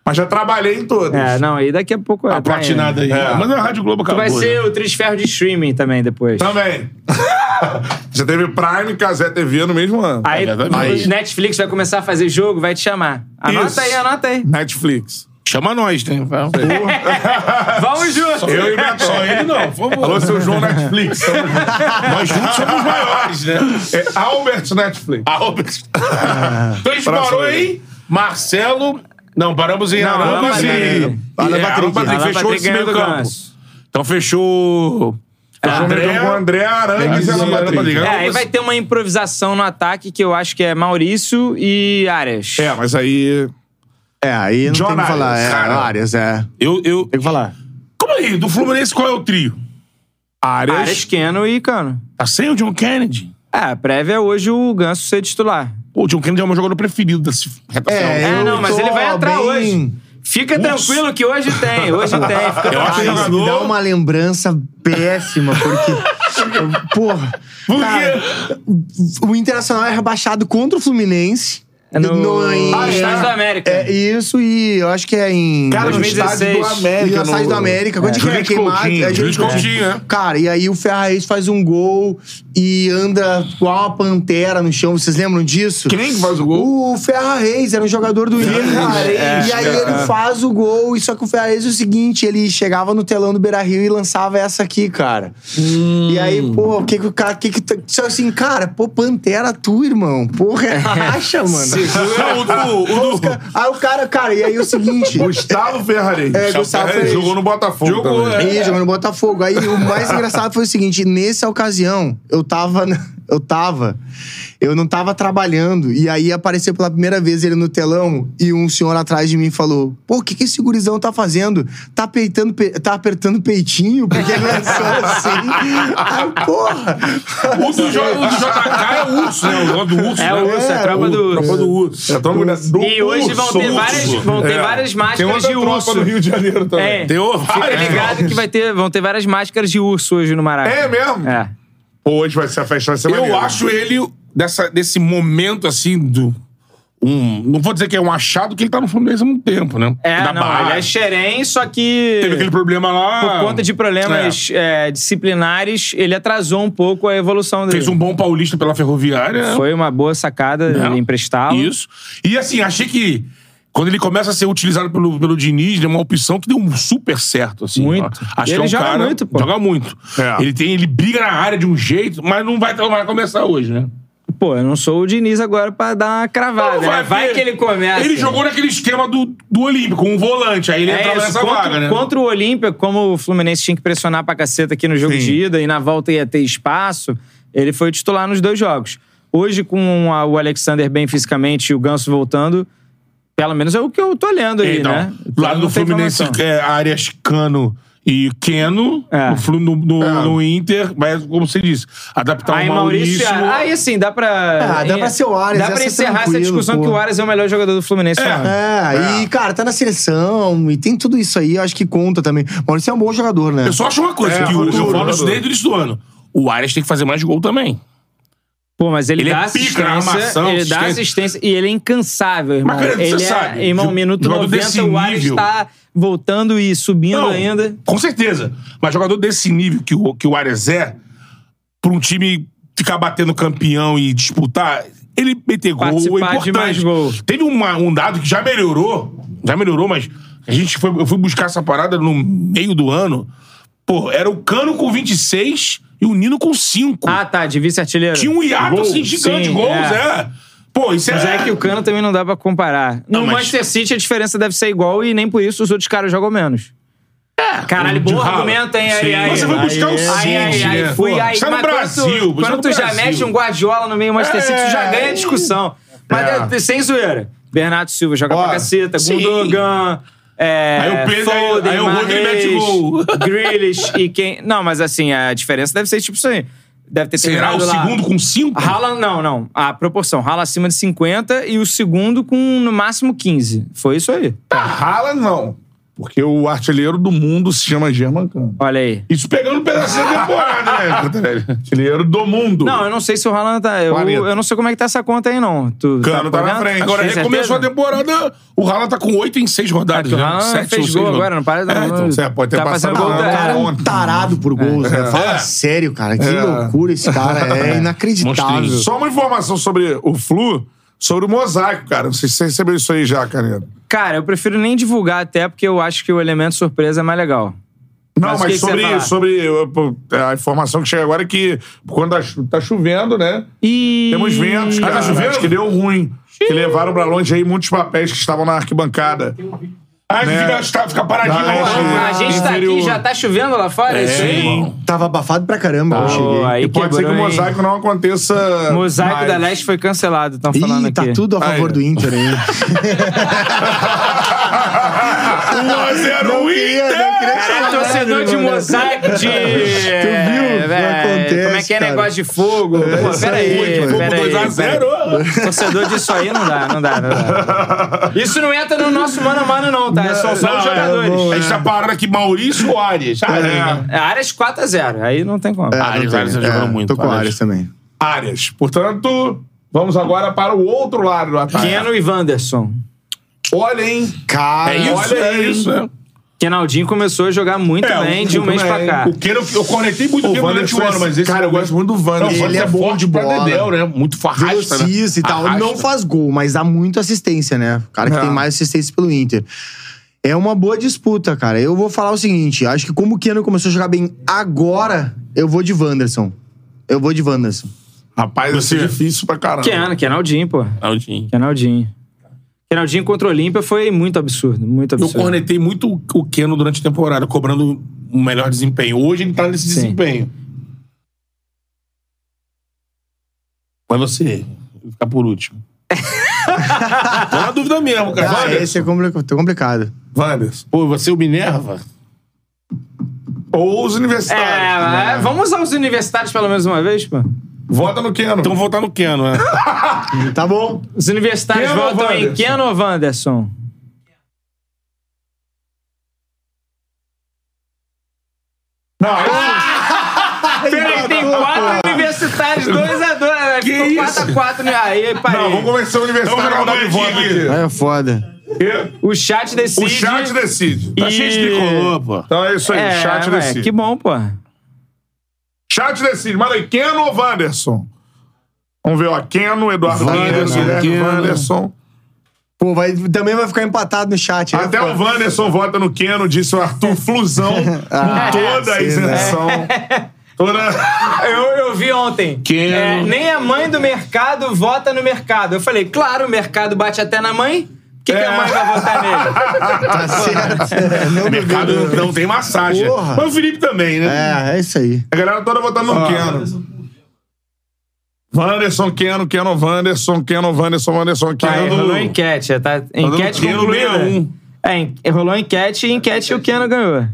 S2: Mas já trabalhei em todas.
S5: É, não, aí daqui a pouco...
S3: A platinada aí.
S2: É.
S3: Mas a Rádio Globo
S5: Tu
S3: acabou.
S5: vai ser
S3: né?
S5: o Trisferro de streaming também depois.
S2: Também. Você teve Prime e Casé TV no mesmo ano.
S5: Aí,
S3: Exatamente.
S5: o Netflix vai começar a fazer jogo, vai te chamar. Anota
S2: Isso.
S5: aí, anota aí.
S2: Netflix.
S3: Chama nós, né?
S5: Vamos juntos.
S2: Eu e Beto.
S3: Só ele não, por favor.
S2: Alô, seu João Netflix. Tamo junto.
S3: Nós juntos somos os maiores, né?
S2: É Albert Netflix.
S3: Albert. então a gente parou
S2: Próximo.
S3: em Marcelo. Não, paramos em
S5: Alan
S3: Arambas e.
S5: Patrick.
S3: Alan
S2: Alan
S3: Patrick.
S2: Patrick.
S5: Alan
S3: Fechou
S5: Patrick
S3: esse
S5: ganhou
S3: meio
S5: do
S3: campo.
S5: Ganso.
S3: Então fechou.
S2: João
S3: André-
S2: Medeiros com André Arangues e
S3: Alan
S2: Alan Patrick.
S3: Patrick.
S5: É,
S3: Não,
S5: aí
S3: mas-
S5: vai ter uma improvisação no ataque que eu acho que é Maurício e Arias.
S2: É, mas aí...
S4: É, aí não tem o
S2: John
S4: que falar.
S2: Arias,
S4: É,
S2: cara.
S4: Arias, é.
S3: Eu, eu...
S4: Tem que falar.
S3: Como aí? Do Fluminense, qual é o trio?
S2: Arias.
S5: Ares, Keno e Cano.
S3: Tá sem o John Kennedy.
S5: É, a prévia é hoje o Ganso ser titular.
S3: Pô, o John Kennedy é o meu jogador preferido dessa retação.
S4: É,
S5: É,
S4: Eu
S5: não, mas
S4: tô
S5: ele vai entrar
S4: bem-
S5: hoje. Fica tranquilo que hoje tem, hoje tem. Fica
S3: Eu acho
S4: Ah,
S3: que
S4: isso
S5: tranquilo.
S4: me dá
S3: jogador-
S4: uma lembrança péssima, porque. eu- Porra.
S3: Por
S4: cara,
S3: quê?
S4: o Internacional é rebaixado contra o Fluminense.
S5: É no-
S4: em-
S5: Ah, Estádio da América.
S4: É isso, e eu acho que é em.
S2: Cara, no
S5: 2016.
S2: estádio do América.
S4: E a Saída
S2: no-
S4: da América, quando
S2: Juiz
S4: é queimado,
S2: Coutinho,
S4: é
S2: Juiz
S4: Juiz
S2: Coutinho, né?
S4: Cara, e aí o Ferrarese faz um gol e anda igual uma pantera no chão. Vocês lembram disso?
S2: Quem que faz o gol?
S4: O Ferrarese era um jogador do Inter.
S2: Ferrarese,
S4: e aí
S2: cara.
S4: ele faz o gol, e só que o Ferrarese é o seguinte, ele chegava no telão do Beira-Rio e lançava essa aqui, cara. E aí, pô, o que que o cara... Que que, tu- só assim, cara, pô, Pantera tu, irmão. Pô, relaxa, mano.
S3: Não, o do- o do-
S4: Aí o cara, cara, e aí é o seguinte...
S2: Gustavo Ferrari.
S4: É, Gustavo Ferrarese.
S2: Jogou no Botafogo.
S3: Jogou,
S2: também.
S3: é.
S4: Aí, jogando no Botafogo. Aí o mais engraçado foi o seguinte: nessa ocasião, eu tava. na- Eu tava. Eu não tava trabalhando. E aí apareceu pela primeira vez ele no telão e um senhor atrás de mim falou: Pô, o que, que esse gurizão tá fazendo? Tá, peitando, pe- tá apertando peitinho? Porque ele lançou assim. Ai, porra!
S3: O do, J- o do JK é o urso, né? O negócio do urso.
S5: É o
S3: né?
S5: urso, é a tropa do
S3: Tropa
S5: urso.
S3: do urso.
S2: É, todo mundo- do
S5: E hoje vão
S2: urso,
S5: ter várias,
S2: urso.
S5: vão ter
S2: É.
S5: várias
S2: Tem
S5: máscaras
S2: outra
S5: de
S2: tropa
S5: urso.
S2: do Rio de Janeiro também.
S5: É.
S3: Tem o-
S5: Fica ligado que vai ter, vão ter várias máscaras de urso hoje no Maracanã.
S2: É mesmo?
S5: É.
S2: Pô, hoje vai ser a festa, vai ser
S3: Eu
S2: é maneiro. né?
S3: acho ele, dessa, desse momento assim, do. Um, não vou dizer que é um achado, que ele tá no Fluminense há muito tempo, né?
S5: É,
S3: Da
S5: não,
S3: base.
S5: ele é xerém, só que...
S3: Teve aquele problema lá.
S5: Por conta de problemas é, disciplinares, ele atrasou um pouco a evolução
S3: É.
S5: dele.
S3: Fez um bom paulista pela ferroviária.
S5: Foi uma boa sacada
S3: Não.
S5: ele emprestá-lo.
S3: Isso. E assim, achei que quando ele começa a ser utilizado pelo, pelo Diniz, é uma opção que deu um super certo, assim.
S5: Muito.
S3: ó. Acho
S5: Ele
S3: que é um
S5: joga
S3: cara...
S5: muito, pô.
S3: Joga muito.
S2: É.
S3: Ele, tem, ele briga na área de um jeito, mas não vai, não vai começar hoje, né?
S5: Pô, eu não sou o Diniz agora pra dar uma cravada.
S3: Não,
S5: né? vai,
S3: ver.
S5: que ele começa.
S3: Ele jogou naquele esquema do, do Olímpico, um volante. Aí ele
S5: É
S3: entrava
S5: isso,
S3: nessa
S5: contra,
S3: vaga, né?
S5: contra o Olímpia, como o Fluminense tinha que pressionar pra caceta aqui no jogo
S3: Sim.
S5: de ida e na volta ia ter espaço, ele foi titular nos dois jogos. Hoje, com a- o Alexander bem fisicamente e o Ganso voltando, pelo menos é o que eu tô olhando aí,
S3: Então,
S5: né?
S3: lá
S5: não
S3: no
S5: tem
S3: Fluminense,
S5: informação.
S3: é, Arias Cano e Keno,
S5: É.
S3: no, Flu- no, no- no Inter, mas como você disse, adaptar um
S5: Aí,
S3: o Maurício. é,
S5: Maurício, aí assim, dá pra.
S4: Ah, dá pra ser o Arias,
S5: Dá
S4: essa
S5: pra
S4: é
S5: encerrar essa
S4: tranquilo,
S5: discussão
S4: pô.
S5: que o Arias é o melhor jogador do Fluminense. né?
S3: É.
S5: falando.
S4: É, e, cara, tá na seleção e tem tudo isso aí, eu acho que conta também. Maurício é um bom jogador, né?
S3: Eu só acho uma coisa,
S2: É,
S3: que o- eu,
S2: jogador,
S3: falo isso
S2: jogador.
S3: desde o início do ano. O Arias tem que fazer mais gol também.
S5: Pô, mas ele,
S3: Ele
S5: dá
S3: é pica
S5: assistência.
S3: na armação,
S5: ele dá
S3: assistência.
S5: assistência e ele é incansável, irmão.
S3: Mas, cara,
S5: ele
S3: você
S5: é,
S3: sabe,
S5: irmão,
S3: jo-
S5: minuto
S3: jogador
S5: 90,
S3: desse
S5: o Arias
S3: nível-
S5: tá voltando e subindo ainda.
S3: Com certeza. Mas jogador desse nível que o, que o Arias é, pra um time ficar batendo campeão e disputar, ele meter gol é
S5: Participar de
S3: importante.
S5: mais gol.
S3: Teve uma- um dado que já melhorou, já melhorou, mas a gente foi, eu fui buscar essa parada no meio do ano. Pô, era o Cano com 26 e o Nino com 5.
S5: Ah, tá, de vice-artilheiro.
S3: Tinha um hiato
S5: Gol,
S3: assim, gigante,
S5: sim,
S3: gols,
S5: é.
S3: é. Pô, isso
S5: Mas é que o Cano também não dá pra comparar. No
S3: Não, mas-
S5: Manchester City a diferença deve ser igual e nem por isso os outros caras jogam menos. Caralho,
S3: de
S5: bom
S3: rala.
S5: argumento, hein? Aí,
S3: Sim.
S5: aí,
S3: Você foi buscar
S5: aí,
S3: o
S5: aí, aí,
S3: City,
S5: aí,
S3: né?
S5: fui,
S3: Pô,
S5: aí,
S3: está no
S5: mas quando tu-
S3: Brasil, você
S5: Quando,
S3: está no
S5: tu já
S3: Brasil.
S5: mete um Guardiola no meio Manchester City, tu já
S3: É.
S5: ganha discussão. Mas é, sem zoeira. Bernardo Silva joga
S4: Ó,
S5: pra caceta,
S3: sim.
S5: Gundogan... É,
S3: Aí o Pedro- aí-
S5: Foden,
S3: aí o Rodri
S5: Mahrez,
S3: mete gol.
S5: Grealish e quem... Não, mas assim, a diferença deve ser tipo isso aí. Deve ter
S3: Será o
S5: terminado lá-
S3: segundo com 5?
S5: Rala, não, não. A proporção. Rala acima de 50 e o segundo com no máximo 15. Foi isso aí.
S2: Tá, rala não. Porque o artilheiro do mundo se chama German Cano.
S5: Olha aí.
S3: Isso pegando um pedacinho da temporada, né? Cantarelli?
S2: Artilheiro do mundo.
S5: Não, eu não sei se o Haaland tá. Eu,
S2: Planeta.
S5: eu não sei como é que tá essa conta aí, não. Tu,
S2: Cano tá na
S5: olhando?
S2: frente.
S3: Agora,
S5: Tem
S3: ele começou a
S5: certeza? É
S3: temporada. O Haaland tá com 8 em 6 rodadas.
S5: O
S3: né?
S5: Haaland
S3: Sete ou
S5: fez
S3: seis
S5: gol
S3: rodadas.
S5: agora, não para.
S2: É, então, você pode ter
S5: tá
S2: passado
S5: passando
S4: Não,
S5: gol.
S2: mal,
S4: o
S5: da-
S4: cara é um tarado por gols, né? Fala
S3: É.
S4: sério, cara. Que
S2: É.
S4: loucura esse cara. É inacreditável.
S3: Monstrinho.
S2: Só uma informação sobre o Flu, sobre o mosaico, cara. Não sei se você recebeu isso aí já, Caneta.
S5: Cara, eu prefiro nem divulgar até porque eu acho que o elemento surpresa é mais legal.
S2: Não,
S5: Mas
S2: mas,
S5: o que que você ia
S2: sobre,
S5: falar?
S2: sobre eh, pô, a informação que chega agora é que quando a chu- tá chovendo, né?
S5: E.
S2: Temos ventos,
S3: Ah, tá
S2: cara.
S3: chovendo?
S2: Acho que deu ruim. Que levaram pra longe aí muitos papéis que estavam na arquibancada.
S3: Ah,
S2: Né?
S3: fica, fica- fica paradinho.
S2: Não,
S3: lá né? embaixo.
S2: é.
S5: A gente tá aqui,
S2: Inferior.
S5: já tá chovendo lá fora? É, isso aí?
S3: irmão.
S4: Tava abafado pra caramba
S3: Tá.
S4: quando eu
S5: Pô,
S4: cheguei.
S5: aí
S2: E pode ser que o
S5: quebrou, hein?
S2: mosaico não aconteça.
S5: Mosaico
S2: mais.
S5: da Leste foi cancelado, estão falando
S4: Ih,
S5: aqui.
S4: tá tudo a favor
S2: Aí.
S4: do Inter, hein?
S3: 1 a 0
S4: Não
S3: Inter!
S2: né?
S3: é
S4: queria, não queria
S5: Caralho, torcedor de
S4: mano.
S5: mosaico de. Tu
S4: viu? Não acontece,
S5: Como é que é
S4: cara.
S5: negócio de fogo?
S2: É
S5: Pô,
S4: isso
S5: peraí.
S4: aí,
S2: tipo,
S3: Fogo
S5: peraí,
S3: 2 a
S5: peraí.
S3: 0.
S5: Torcedor disso aí não dá, não dá, não dá. Isso não entra no nosso mano a mano, não, tá? São só
S3: Não,
S5: os
S3: é,
S5: jogadores.
S3: A gente tá parando aqui Maurício ou Arias?
S2: né?
S3: Arias.
S5: É, Áreas 4x0, aí não tem como.
S3: Ah,
S4: não
S3: eles-
S4: tem.
S3: eles jogaram muito,
S4: Tô com
S3: parece.
S4: Arias também.
S2: Áreas. Portanto, vamos agora para o outro lado do ataque.
S5: Keno e Wanderson.
S2: Olha, hein?
S4: Cara,
S3: É isso,
S2: Olha
S3: é
S2: isso.
S3: isso. é.
S5: Kenaldinho começou a jogar muito
S3: É,
S5: bem
S3: o-
S5: de um mês pra cá.
S3: O Keno, eu cornetei muito o
S2: O
S3: Keno durante o
S2: Wanderson é-
S3: ano, mas esse...
S2: cara, eu gosto muito do
S3: Não, o
S2: Wanderson.
S3: Wanderson
S4: Ele é
S3: é
S4: bom
S3: forte
S4: de
S3: pra
S4: bola.
S3: Dedéu, né? Muito farrasta, né?
S4: velocista e tal.
S3: Arrasta.
S4: Não faz gol, mas dá muita assistência, né? O cara que
S2: É.
S4: tem mais assistência pelo Inter. É uma boa disputa, cara. Eu vou falar o seguinte: acho que como o Keno começou a jogar bem agora, eu vou de Wanderson. Eu vou de Wanderson.
S2: Rapaz, isso é
S3: Você. é?
S2: difícil pra caramba.
S5: Keno, Kenaldinho, pô.
S3: Aldinho.
S5: Kenaldinho. Kenaldinho contra o Olímpia foi muito absurdo,
S3: Eu
S5: muito absurdo.
S3: cornetei muito o- o Keno durante a temporada, cobrando um melhor desempenho. Hoje ele tá nesse
S5: Sim.
S3: desempenho. Mas você, vou ficar por último. Não é uma dúvida mesmo, cara.
S4: Ah,
S3: Olha,
S4: esse é compli- tá complicado.
S2: Wanderson.
S3: Pô, você é o Minerva?
S2: Ou os
S5: É,
S2: universitários. né?
S5: é, vamos usar os universitários pelo menos uma vez, pô.
S2: Vota no Keno.
S3: Então vou votar no Keno, né?
S4: Tá bom.
S5: Os universitários
S2: Keno ou
S5: votam em
S2: Wanderson?
S5: Keno ou Wanderson?
S2: Não, eu...
S5: Peraí, tem quatro universitários, 2x2.
S2: Que
S5: né? Ficou 4x4. Aí,
S2: não,
S5: parei.
S2: vamos convencer o universitário.
S3: Vamos jogar
S2: a dar
S3: um doidinho
S2: voto
S4: É foda.
S2: aqui.
S5: O chat decide.
S2: O chat decide.
S3: Tá cheio de tricolor, pô.
S2: Então é isso aí,
S5: É,
S2: o chat
S5: ué,
S2: decide.
S5: Que bom, pô.
S2: Chat decide. Manda aí, Keno ou Wanderson? Vamos ver, ó. Keno, Eduardo Wanderson,
S3: Wanderson,
S2: Guilherme
S3: Keno.
S2: Wanderson.
S4: Pô, vai, também vai ficar empatado no chat. aí é
S2: Até
S4: foda.
S2: o Wanderson vota no Keno, disse o Arthur Flusão,
S3: Ah,
S2: com toda a
S4: sim, né?
S2: isenção. Toda...
S5: Eu, eu vi ontem.
S3: Keno.
S5: É, nem a mãe do mercado vota no mercado. Eu falei, claro, o mercado bate até na mãe. Por que, que
S2: É.
S5: a mãe vai votar nele?
S4: Tá certo. É, não
S3: O mercado
S4: duvido.
S3: não tem massagem. né?
S4: Porra.
S3: Mas o Felipe também, né?
S4: É, é isso aí.
S2: A galera toda votando no Keno. Wanderson, Keno, Keno, Wanderson, Keno, Wanderson, Wanderson,
S5: Tá, aí, rolou
S2: Keno.
S5: enquete. Tá, enquete
S3: dando Keno
S5: concluída.
S3: 61.
S5: É, en- rolou enquete e enquete o Keno ganhou.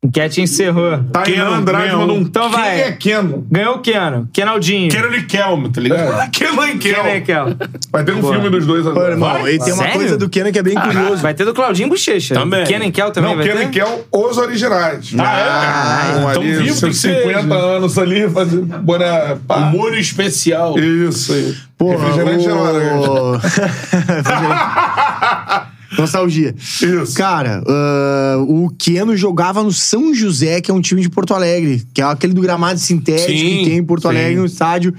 S5: Enquete encerrou.
S2: Tainan
S3: Keno,
S2: Tá Andrade
S3: Keno.
S2: mandou um
S5: Então
S2: Quem
S5: vai.
S2: é Keno?
S5: Ganhou o Keno. Kenaldinho.
S3: Keno e Kelm, tá ligado?
S2: Keno e
S5: Quem é
S2: Keno.
S5: Kel?
S2: Vai ter um filme dos dois
S4: Pô,
S2: agora.
S4: irmão,
S2: Vai.
S4: e tem uma
S5: Sério?
S4: coisa do Keno que é bem
S5: Ah,
S4: curioso.
S5: Vai ter do Claudinho Bochecha.
S3: Também.
S5: Keno e Kel também
S2: Não,
S5: vai
S2: Keno e
S5: ter?
S2: Kel, os originais.
S3: Ah,
S2: Um
S3: Então
S2: ali,
S3: vivo tem que
S2: seus
S3: ser.
S2: 50 anos ali, fazendo. Bora. pá.
S3: Humor especial.
S2: Isso aí.
S4: Porra,
S2: Refrigerante gelado, né?
S4: o... Nostalgia.
S2: Isso.
S4: Cara, ah, o Keno jogava no São José, que é um time de Porto Alegre, que é aquele do gramado sintético
S3: Sim,
S4: que tem em Porto
S3: sim.
S4: Alegre, no estádio.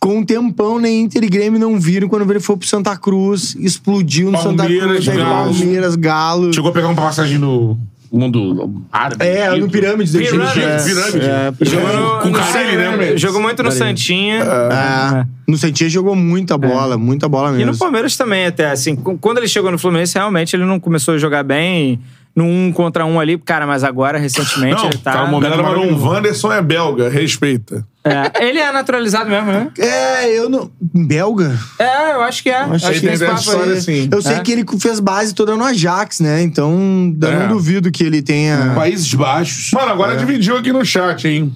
S4: Com um tempão, nem Inter e Grêmio não viram. Quando ele foi pro Santa Cruz, explodiu no Santa
S3: Palmeiras,
S4: Cruz. aí
S3: Galo.
S4: Palmeiras, Galo.
S3: Chegou a pegar uma passagem no mundo árabe.
S4: É,
S3: Egito.
S4: no Pirâmides. do Egito,
S5: Pirâmides,
S4: é.
S3: Pirâmides.
S4: É, Pirâmides.
S3: Jogou com
S5: no
S3: Carelli,
S5: Santinha,
S3: né?
S5: Jogou muito no Santinha.
S4: É. No Santinha jogou muita bola, muita bola
S5: É. E
S4: mesmo.
S5: no Palmeiras também, até assim. qu- Quando ele chegou no Fluminense, realmente ele não começou a jogar bem. No um contra um ali, cara, mas agora, recentemente,
S3: Não,
S5: ele tá.
S3: tá um
S2: A galera mandou um Wanderson é belga, respeita.
S5: É, ele é naturalizado mesmo, né?
S4: É, eu não. Belga?
S5: É, eu acho que é. Acho,
S2: que
S5: que
S2: tem
S5: esse
S2: essa
S5: papo
S2: história,
S5: aí.
S2: assim.
S4: Eu sei que ele fez base toda no Ajax, né? Então, eu
S2: É.
S4: não duvido que ele tenha.
S3: Países Baixos.
S2: Mano, agora dividiu aqui no chat, hein?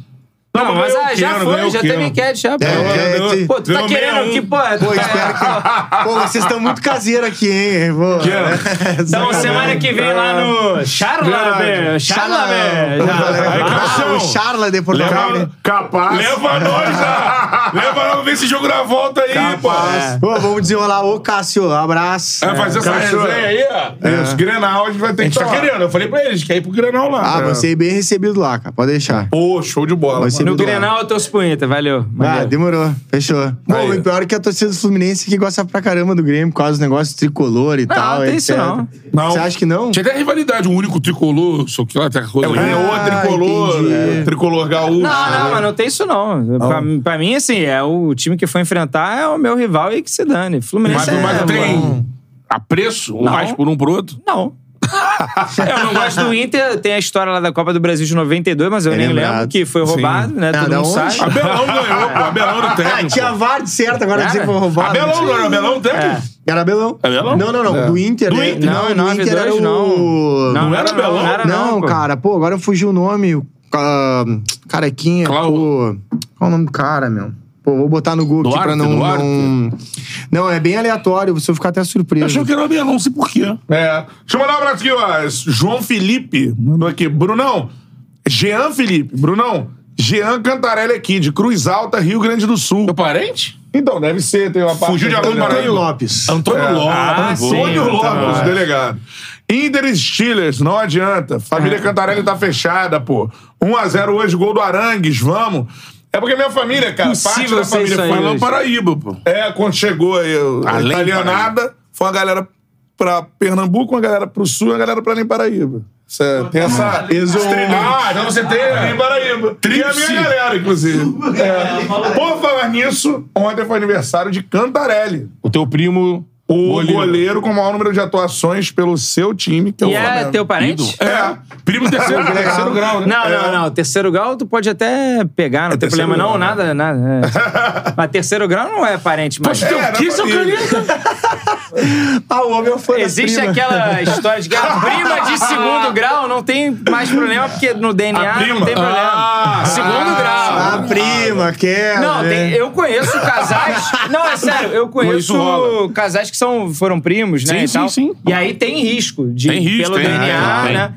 S5: Não,
S2: Não,
S5: mas
S2: eu
S5: ah, já
S2: quero,
S3: né?
S5: foi,
S2: eu
S5: já
S2: quero.
S5: teve enquete, já, pô.
S4: É,
S3: Ganhou-
S4: esse-
S5: Pô, tu tá
S3: ganhou
S5: querendo
S3: 61.
S5: que, pô. tu
S4: Pô,
S5: tá-
S4: espero que. é Pô, vocês estão muito caseiros aqui, hein? Pô,
S5: Então, semana que vem lá no Charla, Charla,
S2: Aí,
S4: Ah,
S2: Cassião.
S4: o Charla de né? Porto Alegre.
S2: Ca- Capaz. né?
S3: Leva nós lá! Leva nós pra ver esse jogo na volta aí, pô!
S4: Capaz. Pô, vamos desenrolar. Ô, Cássio, abraço.
S5: É.
S2: É,
S3: Vai fazer essa
S2: Cachorro.
S3: resenha aí, ó.
S2: Isso, Grenal, É. a gente vai ter
S3: A
S2: que
S3: gente tá
S2: tomar.
S3: querendo, eu falei pra eles, quer ir pro Grenal lá.
S4: Ah, você é bem recebido lá, cara. Pode deixar.
S2: Pô, show de bola.
S4: Vai
S2: mano.
S4: ser
S5: No
S4: do lado.
S5: Grenal eu torço pro Inter, valeu.
S4: Ah,
S5: Maneiro.
S4: demorou. Fechou. Pô,
S2: Aí.
S4: o pior é que a torcida do Fluminense que gosta pra caramba do Grêmio, por causa dos negócios tricolor
S3: Ah,
S4: e tal.
S5: tem
S4: etc.
S5: isso não.
S2: Não.
S4: Você acha que não?
S3: Tinha até rivalidade, o único tricolor, só que lá tem coisa.
S2: É o Renan,
S4: Ah,
S2: tricolor,
S4: entendi.
S2: é, tricolor gaúcho.
S5: Não, não, mas não tem isso não. Pra, pra mim, assim, é o time que foi enfrentar é o meu rival e que se dane. Fluminense
S3: Mas,
S5: é...
S3: mas
S5: bom.
S3: tem apreço, um mais por um pro outro.
S5: Não. Eu não gosto do Inter, tem a história lá da Copa do Brasil de 92, mas eu
S4: É
S5: nem lembro
S4: lembrado.
S5: que foi roubado,
S4: Sim.
S5: né?
S4: Ah,
S5: Todo
S4: da
S5: mundo
S4: onde?
S5: sabe.
S3: Abelão ganhou, pô. Abelão era o
S4: Ah,
S3: técnico.
S4: tinha VAR de certo, agora
S5: Era?
S4: dizer que foi roubado.
S3: Abelão, não era Abelão o técnico?
S4: né? Era Abelão.
S3: Abelão?
S4: Não, não, não. Do Inter,
S3: Do
S4: né?
S3: Inter.
S4: Não,
S5: Não,
S4: do
S5: não,
S4: Inter era
S5: não.
S4: o...
S3: Não era Abelão?
S5: era
S4: Não,
S5: pô.
S4: cara. Pô, agora fugiu o nome. o ca- Carequinha.
S3: Clau-
S4: pô. Qual é o nome do cara, meu? Pô, vou botar no Google aqui pra
S3: Duarte,
S4: não,
S3: Duarte?
S4: não... Não, é bem aleatório. Você vai ficar até
S3: Eu achei
S4: surpreso.
S3: que era o Abelão, não sei porquê.
S2: É. Deixa eu mandar um abraço aqui, ó. João Felipe mandou aqui. Brunão. Jean Felipe. Brunão. Jean Cantarelli aqui, de Cruz Alta, Rio Grande do Sul.
S3: Meu parente?
S2: Então, deve ser, tem uma parte. né?
S3: Fugiu de algum
S4: Antônio
S3: Paraíba.
S4: Lopes.
S3: Antônio Lopes.
S5: Ah,
S3: pô.
S5: sim.
S2: Antônio
S5: Antônio
S2: Lopes,
S5: Lopes.
S2: delegado. Inter e Steelers, não adianta. Família Cantarelli tá fechada, pô. 1x0 hoje, gol do Arangues, vamos. É porque minha família, cara, parte
S5: Impossível
S2: da
S5: ser
S2: família
S5: isso
S2: foi
S5: aí
S2: lá
S3: Abelão
S2: no
S5: hoje.
S2: Paraná.
S3: Paraíba, pô.
S2: É, quando chegou aí o- a
S3: Além do
S2: italianada, foi uma galera pra Pernambuco, uma galera pro Sul e uma galera pra Além Paraíba. Isso é- tem essa... Ah, então você tem Além Paraíba. E a
S3: Tríplice.
S2: minha galera, inclusive. É. Por falar nisso, ontem foi aniversário de Cantarelli.
S3: O teu primo.
S2: O
S3: Goleiro.
S2: goleiro. com o maior número de atuações pelo seu time, que é o
S5: E é
S2: Flamengo.
S5: teu parente?
S3: Ídolo. É. Primo terceiro, terceiro grau, né?
S5: Não,
S2: É.
S5: não, não. Terceiro grau tu pode até
S3: É
S5: pegar, não tem
S2: terceiro
S5: problema não,
S2: grau, né?
S5: nada, nada. é. Mas terceiro grau não é parente mais.
S2: É, na
S3: Que seu
S2: família.
S3: caneta?
S4: Ah, o homem é fã da
S5: Existe
S4: prima.
S5: aquela história de que a prima de segundo grau não tem mais problema, porque no DNA não
S2: prima?
S5: tem problema.
S3: Ah, é.
S5: segundo grau.
S4: A prima, quer.
S5: Não,
S4: né?
S5: tem- eu conheço casais. não, é sério, eu
S3: Isso
S5: conheço
S3: rola.
S5: casais que são, foram primos, né?
S3: Sim,
S5: e
S3: sim,
S5: tal.
S3: sim.
S5: E aí tem risco de
S3: Tem risco,
S5: pelo
S3: tem,
S5: DNA,
S3: tem,
S5: né?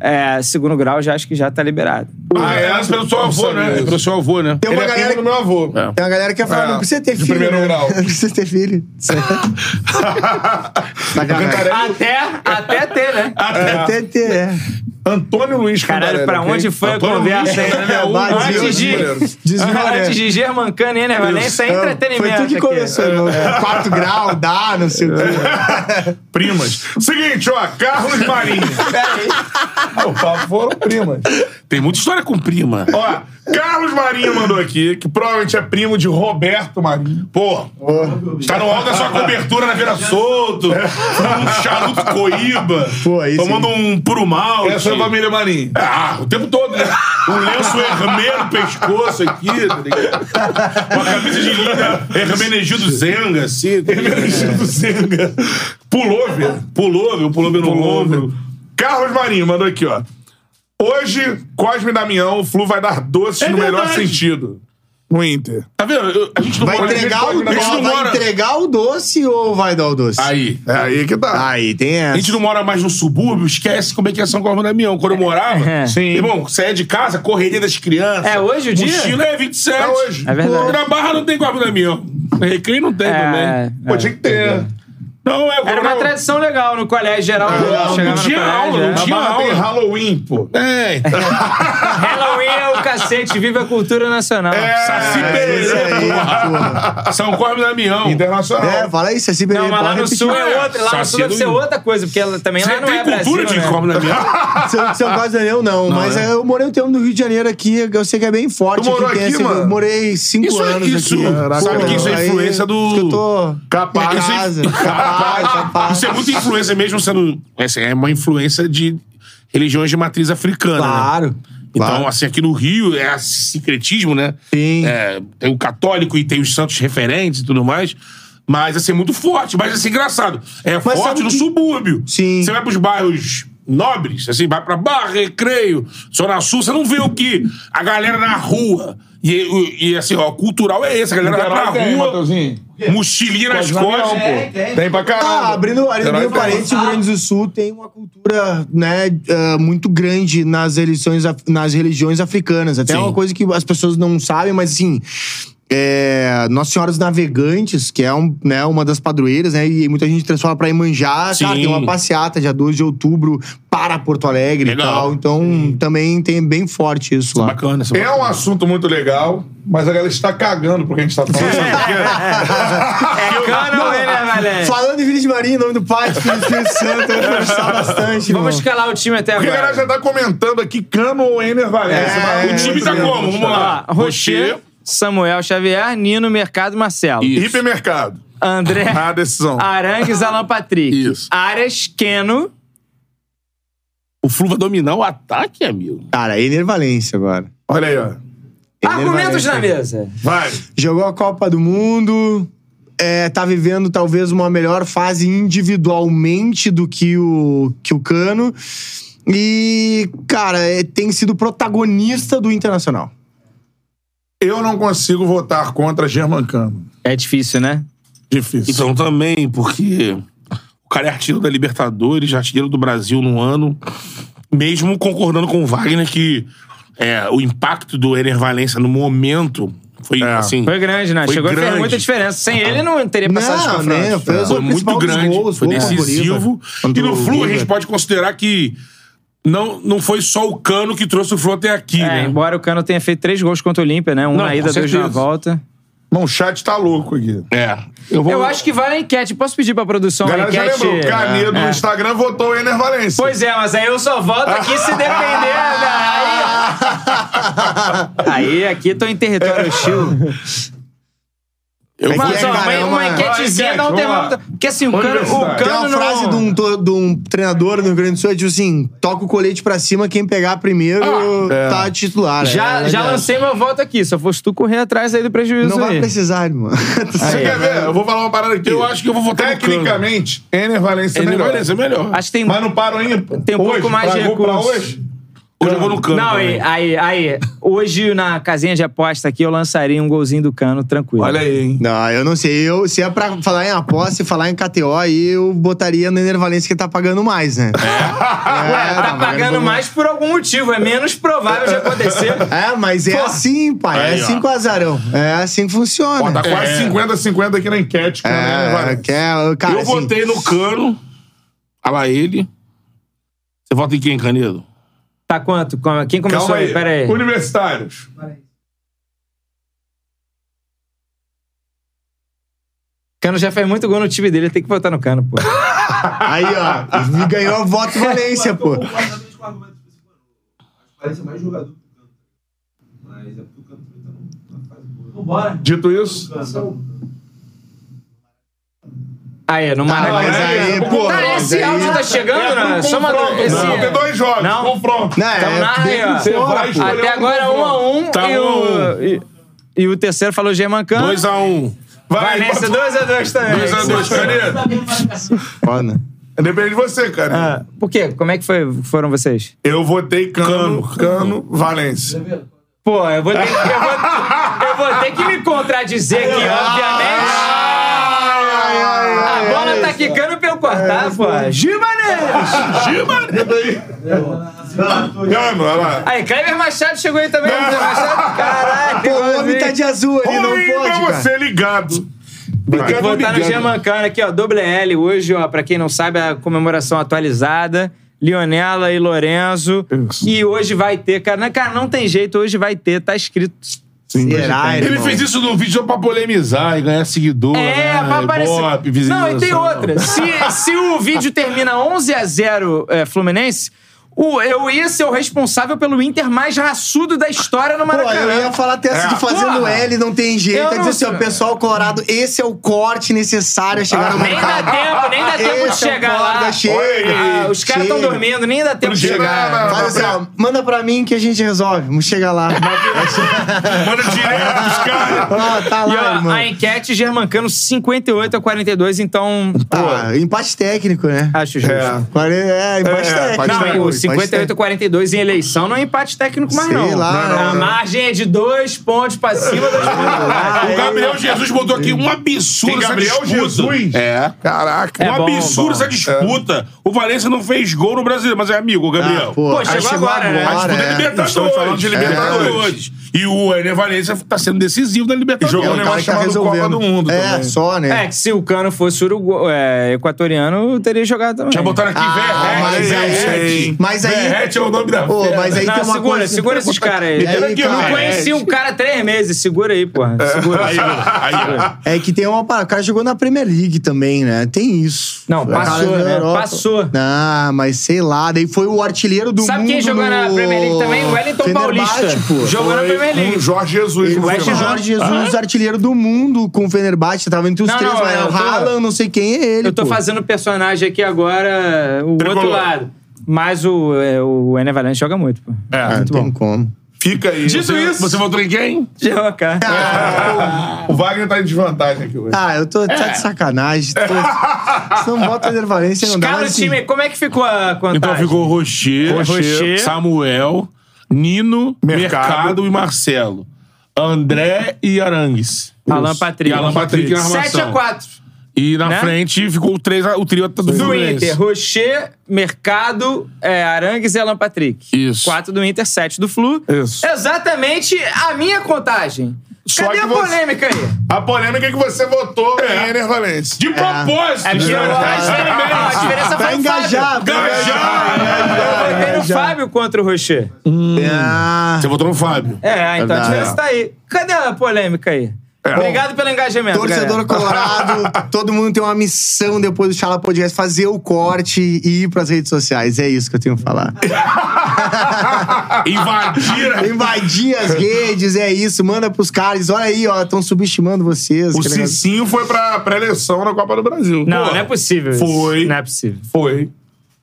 S5: É, segundo grau, já acho que já tá liberado.
S2: Ah, é, pelo seu avô, né?
S3: É pelo seu avô, né?
S4: Tem uma
S2: Ele é
S4: galera
S2: primo do meu avô.
S3: É.
S4: Tem uma galera que fala,
S2: É,
S4: não precisa ter
S2: de
S4: filho.
S2: primeiro
S4: né?
S2: grau.
S4: Não precisa ter filho. Sacanagem.
S2: O Cantarelli-
S5: Até, até ter, né?
S4: Até ter, é.
S2: Antônio Luiz
S5: Caralho,
S2: Cantarelli.
S5: pra
S2: ok?
S5: onde foi a
S2: Antônio
S5: conversa
S2: Luiz
S5: aí, né, meu?
S2: Cantarelli,
S4: Antes
S2: Brasil,
S4: de-
S2: brasileiro.
S4: Desviou, né?
S5: Antes de Germancani, hein, né, Valência? É entretenimento.
S4: Foi tu que
S5: aqui.
S4: começou, irmão. Quarto grau, dá, não sei o quê.
S2: Primas. Seguinte, ó, Carlos Marinho. Ah, o papo foram primas.
S3: Tem muita história com prima.
S2: Ó, Carlos Marinho mandou aqui, que provavelmente é primo de Roberto Marinho. Pô,
S3: Tá no alto da sua cobertura na Vila Solto, fumando um charuto coíba,
S4: Pô, aí sim.
S3: tomando um puro mal.
S2: essa é a família Marinho.
S3: Ah, o tempo todo, né? Um lenço hermeiro no pescoço aqui, tá ligado? Uma camisa de linha Hermenegildo Zenga, assim. tá ligado?
S2: Hermenegildo Zenga.
S3: Pullover. Pullover, um pullover no ombro.
S2: Carlos Marinho mandou aqui, ó. Hoje, Cosme e Damião, o Flu vai dar doce
S3: É
S2: no melhor
S3: verdade.
S2: sentido. No Inter.
S3: Tá vendo? Eu- a gente não
S4: Vai
S3: mora...
S4: entregar,
S3: a
S4: o,
S3: gente não
S4: vai
S3: mora...
S4: entregar o doce ou vai dar o doce?
S3: Aí.
S2: É aí que tá.
S4: Aí tem
S3: A
S4: essa.
S3: gente não mora mais no subúrbio, esquece como é que é São Cosme e Damião. Quando eu morava,
S5: É.
S3: sim. irmão, saia de casa, correria das crianças.
S5: É hoje o dia?
S3: Mochila é 27.
S2: É hoje.
S5: É verdade.
S3: Pô, Na Barra não tem Cosme e Damião. Na Recreio não tem
S5: É,
S3: também.
S2: Pô,
S5: é.
S2: tinha que ter.
S3: Não, é...
S5: Era
S3: agora-
S5: uma tradição legal no colégio geral.
S3: não
S5: chegava no
S3: tinha
S5: colégio,
S3: aula, não
S5: é.
S3: tinha
S2: Mas tem
S3: aula.
S2: Halloween, pô.
S3: É, então.
S5: Halloween é o cacete, vive a cultura nacional.
S3: Saci
S4: É isso
S3: Pererê,
S4: aí,
S3: porra.
S4: porra.
S3: tá. São Cosme e Damião.
S2: Internacional.
S4: É, fala isso, assim,
S5: Não, mas lá no sul é
S3: É,
S5: outra, lá no
S3: Saci
S5: sul deve
S3: do-
S5: ser outra coisa, porque ela também lá
S3: Você
S5: não
S3: tem
S5: é
S3: cultura
S5: Brasil,
S3: de
S5: né?
S3: Cosme e Damião?
S4: Seu, seu caso é eu, não, mas
S3: né?
S4: eu morei um tempo no Rio de Janeiro aqui, eu sei que é bem forte.
S2: Tu morou
S4: tem
S2: aqui,
S4: esse-
S2: mano?
S4: Eu morei cinco
S3: Isso é-
S4: anos
S3: isso-
S4: aqui.
S3: Caraca,
S2: sabe que isso é
S3: influência do-
S4: Que eu tô...
S2: Capaz.
S4: Minha casa, capaz, capaz.
S3: Isso é muita influência, mesmo sendo. Assim, é uma influência de religiões de matriz africana. né?
S4: Claro.
S3: Então,
S4: claro.
S3: assim, aqui no Rio é sincretismo, né?
S4: Sim.
S3: É, tem o católico e tem os santos referentes e tudo mais. Mas, assim, é muito forte. Mas, assim, engraçado. É forte
S4: sabe
S3: no
S4: que-
S3: subúrbio.
S4: Sim.
S3: Você vai pros bairros nobres, assim, vai pra Barra, Recreio, Zona Sul, você não vê o que a galera na rua... E, e, assim, ó, o cultural é esse. A galera vai pra
S2: tem, um
S3: rua,
S2: Mateuzinho.
S3: mochilinha nas
S2: Cosme e Damião,
S3: costas.
S2: pô. É, Tem pra caramba.
S4: Ah, abrindo, abrindo
S3: é
S2: Herói
S4: meu parênteses, o Rio Grande do Sul tem uma cultura né, ah, muito grande nas, religiões af- nas religiões africanas. Até é
S3: Sim.
S4: uma coisa que as pessoas não sabem, mas assim. é, Nossa Senhora dos Navegantes, que é um, né, uma das padroeiras, né? E muita gente transforma pra Imanjá.
S3: Sim.
S4: Cara, tem uma passeata dia 2 de outubro para Porto Alegre
S3: Legal.
S4: e tal. Então também tem bem forte isso lá.
S3: Bacana essa
S2: É um assunto muito legal, mas a galera está cagando pro que a gente tá falando.
S5: É cana ou é, né, Valério?
S4: Falando em Vinícius de Maria, em nome do Pai, do Filho e do Espírito Santo, eu vou conversar bastante.
S5: Vamos
S4: irmão.
S5: escalar o time até
S2: Porque a galera
S5: agora.
S2: já tá comentando aqui Cano ou Ener Valencia.
S4: É,
S2: mas
S3: O time
S2: muito
S3: tá
S2: bem.
S3: como? Vamos lá.
S5: Ó, Rocher, Samuel Xavier, Nino, Mercado, Marcelo.
S3: Isso.
S2: Hipermercado.
S5: André, Ah.
S2: Na decisão.
S5: Arangues, Alan Patrick.
S3: Isso.
S5: Arias, Keno,
S3: O Flu vai dominar o ataque, amigo.
S4: Cara, é Enervalência agora.
S2: Olha aí, ó.
S4: Enervalência.
S5: Argumentos Ah, na mesa.
S2: Vai.
S4: Jogou a Copa do Mundo. É, tá vivendo talvez uma melhor fase individualmente do que o, que o Cano. E, cara, é, tem sido protagonista do Internacional.
S2: Eu não consigo votar contra Germancano.
S5: É difícil, né?
S2: Difícil.
S3: Então também, porque o cara é artilheiro da Libertadores, é artilheiro do Brasil no ano, mesmo concordando com o Wagner que é, o impacto do Ener Valência no momento foi
S2: É.
S3: assim.
S5: Foi grande, né?
S3: Foi
S5: Chegou a
S3: grande.
S5: fazer muita diferença. Sem ele, não teria passado
S4: Não,
S5: pra
S4: né?
S5: frente.
S3: Foi
S4: Foi-
S3: muito
S4: principal dos
S3: grande,
S4: gols,
S3: foi
S4: gol contra o
S3: decisivo.
S4: Bolívar, contra
S3: E no
S4: o
S3: Flu a
S4: River.
S3: gente pode considerar que não, não foi só o Cano que trouxe o Flu até aqui,
S5: É,
S3: né?
S5: embora o Cano tenha feito três gols contra o Olímpia, né? Um
S3: Não,
S5: na
S3: com
S5: ida, dois na
S3: certeza.
S5: volta.
S2: Não, o chat tá louco aqui.
S3: É.
S5: Eu acho que vale a enquete. Posso pedir pra produção
S2: A
S5: uma
S2: galera já
S5: enquete?
S2: lembrou. O Canedo no
S5: É.
S2: Instagram votou o Ener Valência.
S5: Pois é, mas aí eu só volto aqui se depender né? da... Aí, aí aqui tô em território hostil.
S3: eu
S4: Mas
S5: Mas,
S4: é,
S5: ó,
S4: cara, é
S5: uma,
S4: uma-
S5: uma enquetezinha
S2: enquete,
S5: não tem
S2: vamos lá.
S5: uma... Porque assim, o Cano... O
S2: Universidade.
S4: Tem uma
S5: cano
S4: frase
S5: não...
S4: de um, to- de um treinador no Rio Grande do Sul, tipo assim, toca o colete pra cima, quem pegar primeiro tá titular.
S5: Já,
S4: É,
S5: já
S4: né?
S5: lancei meu voto aqui. Só fosse tu correr atrás aí do prejuízo
S4: Não vai
S5: aí.
S4: precisar, irmão. Tá
S2: Você
S5: Aí,
S2: quer ver? Eu vou falar uma parada aqui.
S3: Eu acho que eu vou votar no Cano.
S2: Tecnicamente, Ener Valência é
S3: Ener
S2: melhor.
S3: Valência é melhor.
S5: Acho que tem...
S2: Mas não paro ainda.
S5: Tem um
S2: Hoje,
S5: pouco mais
S2: pra
S5: de
S2: gol pra
S5: recurso.
S2: hoje?
S3: Hoje eu vou no Cano.
S5: Não,
S3: também.
S5: aí, aí, aí. Hoje, na casinha de aposta aqui, eu lançaria um golzinho do Cano, tranquilo.
S2: Olha aí, hein?
S4: Não, eu não sei. Eu, se é pra falar em aposta e falar em KTO, aí eu botaria no Enervalência que tá pagando mais, né? É,
S5: Ué,
S2: Ah,
S5: tá pagando mais por algum motivo. É menos provável de acontecer.
S4: É, mas é
S5: Pô.
S4: assim, pai.
S3: Aí,
S4: é
S3: ó.
S4: assim com o azarão. É assim que funciona.
S2: Ó, tá quase 50-50 aqui na enquete. com o Ener
S4: É,
S2: Valência.
S4: que é, cara,
S3: eu
S4: assim,
S3: votei no Cano. Olha lá ele. Você vota em quem, Canedo?
S5: Tá quanto? Como- Quem começou
S2: Calma
S5: aí?
S2: aí.
S5: Pera aí.
S2: Universitários.
S5: Cano já fez muito gol no time dele, tem que votar no Cano, pô.
S4: Aí, ó, me ganhou voto Valência, pô.
S6: completamente com o argumento que você falou. Acho que parece mais jogador que o Cano. Mas é porque o Cano também tá numa fase boa. Vambora.
S2: Dito isso,
S5: Aí, no
S4: Ah, mas
S5: Maracanã.
S4: aí,
S2: Tá,
S4: pô.
S5: Tá,
S4: mas
S5: esse
S4: aí-
S5: áudio tá
S2: é
S5: chegando, né?
S2: pro
S5: Só mandou.
S2: confronto.
S5: Esse...
S2: Não, tem dois jogos.
S5: Não.
S2: Confronto.
S4: Não,
S5: Então,
S4: é,
S5: narra aí, ó.
S2: Você vai escolher
S5: Até
S2: um
S5: agora, um a um.
S3: Tá
S5: e,
S3: um a
S5: o...
S3: um.
S5: E... e o terceiro falou German Cano.
S3: 2x1. Um.
S5: Vai nessa, 2x2 também.
S2: 2x2, Canedo.
S4: Foda.
S2: Depende de você, cara.
S5: Ah, Por quê? Como é que foi, foram vocês?
S2: Eu votei Cano, Cano, Valência.
S5: Pô, eu vou ter que, eu vou, eu vou ter que me contradizer aqui,
S4: Ah,
S5: obviamente.
S2: Ah, Ai, ai,
S5: A bola tá quicando pra eu
S4: É,
S5: cortar, pô. Gibanez!
S2: Cano, olha lá.
S5: Aí, Kleber Machado chegou aí também. Kleber Machado, caralho.
S4: Pô, o homem tá de azul ali, não
S2: Oi,
S4: pode,
S2: pra
S4: cara.
S2: você ligado.
S5: Tem que
S2: Obrigado,
S5: votar no
S2: obrigado.
S5: Germancano aqui, ó. Double L hoje, ó. Pra quem não sabe, é a comemoração atualizada. Leonela e Lorenzo. E hoje vai ter, cara. Não, é, cara, não tem jeito. Hoje vai ter. Tá escrito.
S4: Será,
S3: Ele
S4: irmão?
S3: fez isso no vídeo só pra polemizar e ganhar seguidor.
S5: É,
S3: né?
S5: pra aparecer.
S3: Ibope,
S5: Não, e tem
S3: visualização.
S5: outra. Se, se o vídeo termina 11 a 0 é, Fluminense, o, eu ia ser o responsável pelo Inter mais raçudo da história no
S4: Pô, eu
S5: Maracanã.
S4: ia falar até essa de fazendo
S5: É. Porra.
S4: L, não tem jeito. É
S5: Eu
S4: dizer
S5: não
S4: assim, ó,
S5: sei.
S4: pessoal colorado, esse é o corte necessário a chegar no
S5: nem dá
S4: mercado.
S5: tempo, nem dá tempo de
S4: Esse é o
S5: chegar
S4: corte,
S5: lá.
S4: Chega,
S5: Ah, os caras estão
S4: chega.
S5: dormindo, nem dá tempo de
S2: Chega,
S5: chegar.
S2: não, não,
S4: Fala assim, ó, manda pra mim que a gente resolve. Vamos chegar lá.
S2: Manda direto pros caras.
S4: Ó, tá lá,
S5: E ó,
S4: irmão.
S5: a enquete Germancano 58 a 42, então.
S4: Tá, empate técnico, né?
S5: Acho justo.
S4: Quare- É, empate
S2: É,
S4: técnico.
S2: empate
S4: Não,
S5: Não,
S2: técnico.
S5: o
S4: empate
S5: 58 a
S4: técnico.
S5: 42 em eleição não é empate técnico mais,
S4: Sei
S5: não.
S4: lá,
S5: a
S4: não, não.
S5: margem é de dois pontos pra cima dos Ah,
S3: O
S5: é.
S3: Gabriel Jesus botou aqui um absurdo
S2: Tem
S3: essa
S2: Gabriel
S3: disputa.
S2: Jesus?
S3: É.
S2: Caraca.
S5: É
S3: um
S5: bom,
S3: absurdo
S5: bom.
S3: essa disputa. O Valência não fez gol no Brasileiro, mas é amigo, o Gabriel.
S4: Ah, pô,
S5: Pô,
S4: aí
S5: chegou agora, né?
S3: a disputa é,
S4: é.
S2: Estamos falando
S3: Libertadores.
S2: de Libertadores.
S3: É. E o Ener Valência tá sendo decisivo na Libertadores.
S2: E
S4: É,
S2: jogou
S4: o
S5: né?
S2: um
S4: cara
S2: negócio
S4: que tá
S2: chamado
S4: resolvendo.
S2: Copa do Mundo
S4: é,
S2: também.
S4: só, né?
S5: É, que se o Cano fosse urugu... é, equatoriano, eu teria jogado também.
S3: Já botaram aqui
S5: é,
S4: Ah, mas
S2: é
S3: Verrete.
S4: aí,
S3: Verrete.
S4: mas aí,
S2: Verrete é o nome da
S4: Pô,
S2: fera.
S4: mas aí
S5: Não,
S4: tem uma
S5: É. segura,
S4: coisa...
S5: segura esses caras aí.
S4: É,
S5: Eu não
S4: cara,
S5: conheci um cara há três meses, segura aí, porra. Segura.
S3: É. Aí, ó, aí, ó.
S4: É que tem uma parada. O cara jogou na Premier League também, né? Tem isso.
S5: Não,
S4: O cara
S5: passou,
S4: jogou na
S5: né?
S4: Europa.
S5: Passou.
S4: Ah, mas sei lá. Daí foi o artilheiro do
S5: Sabe
S4: mundo.
S5: quem jogou na
S4: no-
S5: Premier League também? O Wellington
S4: Fenerbahçe,
S5: Paulista.
S4: Pô.
S5: Jogou na
S2: Foi
S5: Premier
S2: Com
S5: League.
S2: o Jorge Jesus.
S4: Ele
S2: no
S4: foi o
S2: final.
S4: Jorge Jesus, artilheiro do mundo com o Fenerbahçe. Tava entre os
S5: Não,
S4: três,
S5: não,
S4: mas é
S5: eu
S4: o
S5: tô-
S4: Haaland, não sei quem é ele.
S5: Eu tô
S4: pô.
S5: fazendo personagem aqui agora, o outro
S2: Tricolor.
S5: lado. Mas o, é, o Ené Valente joga muito, pô.
S4: Ah,
S2: É,
S4: não tem como.
S2: fica aí.
S3: Dito
S2: Você-
S3: isso.
S2: Você votou em quem?
S5: Joga.
S2: O Wagner tá em desvantagem aqui hoje.
S4: Ah, eu tô
S5: É.
S4: tá de sacanagem. Tô... Se não bota a Nervalência, não dá.
S5: Cara, o
S4: mas, assim,
S5: time, como é que ficou a quantagem?
S3: Então ficou Rocher,
S5: Rocher.
S3: Samuel, Nino,
S2: Mercado.
S3: Mercado. e Marcelo. André e Arangues.
S5: Alan
S3: Isso.
S5: Patrick.
S3: E Alan Patrick na armação.
S5: 7x4.
S3: E na
S5: né?
S3: frente ficou o, três, o trio tá do
S5: Do
S3: Fluminense.
S5: Inter, Rocher, Mercado, é, Arangues e Alan Patrick.
S3: Isso.
S5: 4 do Inter, 7 do Flu.
S2: Isso.
S5: Exatamente a minha contagem.
S2: Só
S5: Cadê
S2: que
S5: a
S2: você-
S5: polêmica aí?
S2: A polêmica é que você votou em Ener Valência.
S3: De propósito.
S5: É porque eu acho que- a
S4: assim.
S5: diferença foi
S4: Pra
S5: o
S4: engajar,
S5: Fábio.
S4: pra
S5: Eu
S4: engajar.
S5: votei no Fábio contra o Rocher.
S4: Ah,
S3: Você votou no Fábio.
S5: É, então
S4: Verdade.
S5: a diferença tá aí. Cadê a polêmica aí? Obrigado pelo engajamento.
S4: Torcedor
S5: galera.
S4: colorado, todo mundo tem uma missão depois do Chala Podcast, fazer o corte e ir pras redes sociais. É isso que eu tenho a falar.
S3: Invadiram.
S4: Invadir as redes, é isso. Manda pros caras. Olha aí, ó, estão subestimando vocês.
S2: O
S4: que legal.
S2: Cicinho foi pra pré-eleição na Copa do Brasil.
S5: Não,
S2: Pô,
S5: não é possível. isso.
S2: Foi.
S5: Não é possível.
S2: Foi.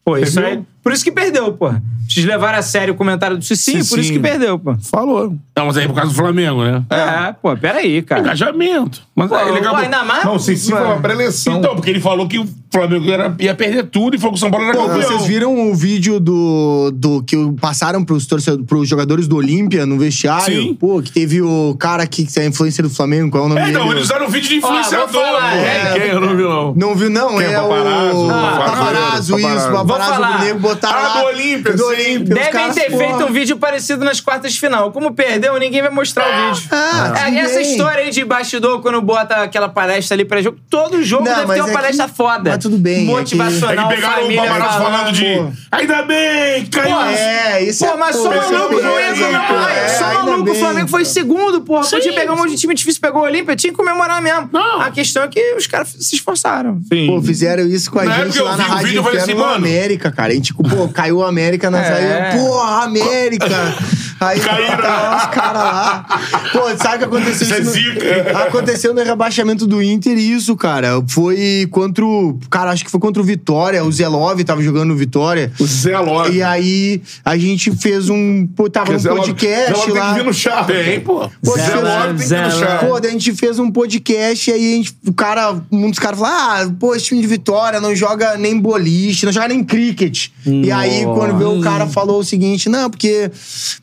S5: Pô, isso
S2: Entendeu?
S5: aí. Por isso que perdeu, pô. Vocês levaram a sério o comentário do Cicinho, por isso que
S2: Cicinho.
S5: perdeu, pô.
S2: Falou.
S3: Não, mas aí é por causa do Flamengo, né?
S5: É, pô, peraí, cara.
S3: Engajamento. Mas
S5: Pô,
S3: aí ele acabou...
S5: ainda mais.
S2: Ah, Não, o Cicinho foi pra pré-eleição.
S3: Então, porque ele falou que o Flamengo era- ia perder tudo e falou que o São Paulo era
S4: Pô,
S3: campeão.
S4: Ah, vocês viram o vídeo do, do que passaram pros, torcedor, pros jogadores do Olímpia no vestiário?
S3: Sim.
S4: Pô, que teve o cara aqui que é influencer do Flamengo, qual é o nome
S3: É,
S4: dele?
S3: então, eles usaram o vídeo de
S5: Ó, vou
S3: influenciador.
S5: falar,
S3: pô.
S5: é.
S3: Quem? Eu não vi, não.
S4: Não viu, não?
S2: Quem é
S4: é o
S2: Paparazzo? Ah,
S4: Paparazzo. Paparazzo,
S2: Paparazzo.
S4: isso.
S2: Vou
S4: Paparazzo
S5: falar.
S4: do Nego botaram
S2: Ah,
S4: lá.
S2: do Olímpia,
S4: Do
S2: sim.
S4: Olímpia. os
S5: Devem
S4: caras,
S5: ter
S4: pô.
S5: feito um vídeo parecido nas quartas de final. Como perdeu, ninguém vai mostrar o vídeo.
S4: Ah,
S5: É,
S4: tudo
S5: Essa
S4: bem.
S5: história aí de bastidor, quando bota aquela palestra ali pra jogo, todo jogo
S4: Não,
S5: deve
S4: mas
S5: ter uma
S4: é
S5: palestra
S4: que-
S5: foda.
S4: mas tudo bem, é que-
S2: É
S5: Motivacional,
S2: que pegaram o
S5: família
S2: Paparazzo falando de.
S4: pô.
S2: Ainda bem, caiu.
S5: Pô,
S4: É, isso
S5: Pô,
S4: é
S5: mas só
S4: porra, isso é
S5: maluco não
S4: peso,
S5: entra na
S4: pô.
S5: porra.
S4: É,
S5: Só
S4: ainda
S5: maluco. O
S4: bem,
S5: Flamengo foi segundo, porra. Podia pegar um monte de time difícil, pegou o Olímpia. Tinha que comemorar mesmo.
S3: Não.
S5: A questão é que os caras se esforçaram.
S4: Pô, fizeram isso com a
S3: Na época
S4: gente
S3: eu
S4: lá na
S3: vi o vídeo,
S4: Rádio
S3: eu falei
S4: Inferno
S3: assim,
S4: no
S3: mano-
S4: América, cara. A gente, tipo, pô, caiu a América, nós
S5: É.
S4: aí, pô, a América. Aí
S2: Caíram.
S4: tá os caras lá. Pô, sabe o que aconteceu?
S2: Isso é zica.
S4: aconteceu no rebaixamento do Inter isso, cara. Foi contra o... Cara, acho que foi contra o Vitória. O Zelov tava jogando no Vitória.
S2: O Zé Lopes.
S4: E aí a gente fez um... Pô, tava um
S2: Zé Lopes- Zé
S4: podcast
S2: Lopes tem
S4: lá.
S2: que vir no chá.
S3: Tem, pô.
S4: Pô,
S2: Zé
S4: Zé
S2: Lopes tem que vir no
S5: Zé
S2: chá.
S4: Pô, daí a gente fez um podcast e aí a gente, o cara, um dos caras falou: ah, pô, esse time de vitória não joga nem boliche, não joga nem cricket. E aí, quando veio, o cara falou o seguinte: não, porque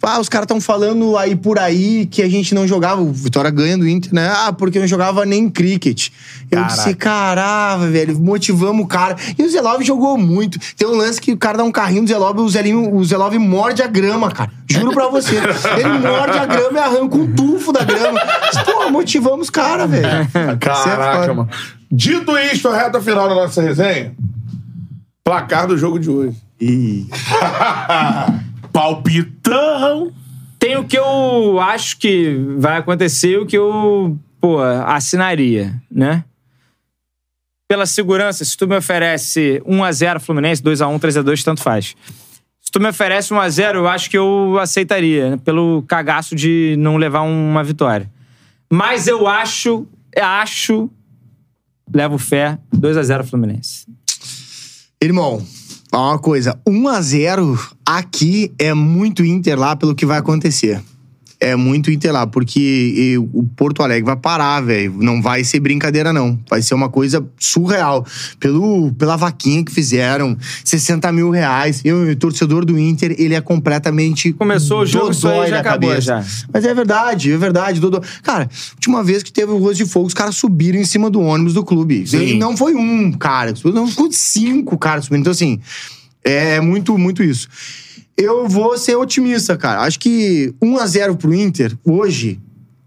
S4: ah, os caras estão falando aí por aí que a gente não jogava, o Vitória ganha do Inter, né? Ah, porque não jogava nem cricket. Eu disse: carava, velho, motivamos o cara. E o Zelov jogou muito. Tem um lance que o cara dá um carrinho do Zelov, o, Zelinho, o Zelov morde a grama, cara. Juro pra você. Ele morde a grama e arranca um tufo da grama. Pô, motivamos o cara, velho. Isso é
S2: Caraca,
S4: foda.
S2: mano. Dito isto, reta final da nossa resenha. Placar do jogo de hoje.
S3: Palpitão.
S5: Tem o que eu acho que vai acontecer, o que eu, pô, assinaria, né? Pela segurança, se tu me oferece 1x0 Fluminense, 2x1, 3x2, tanto faz. Se tu me oferece 1x0, eu acho que eu aceitaria, né? pelo cagaço de não levar uma vitória. Mas eu acho, acho, levo fé, 2x0 Fluminense.
S4: Irmão, ó uma coisa: 1x0 aqui é muito Inter lá pelo que vai acontecer. É muito Inter lá, porque e, o Porto Alegre vai parar, velho. Não vai ser brincadeira, não. Vai ser uma coisa surreal. Pelo, pela vaquinha que fizeram, 60 mil reais. Eu, o torcedor do Inter, ele é completamente.
S5: Começou o jogo, isso aí
S4: dodói
S5: já
S4: da
S5: acabou, já.
S4: Mas é verdade, é verdade. Dodô. Cara, última vez que teve o Rosto de Fogo, os caras subiram em cima do ônibus do clube. E não foi um, cara. Não ficou cinco caras subindo. Então, assim, é muito, muito isso. Eu vou ser otimista, cara. Acho que 1 a 0 pro Inter, hoje,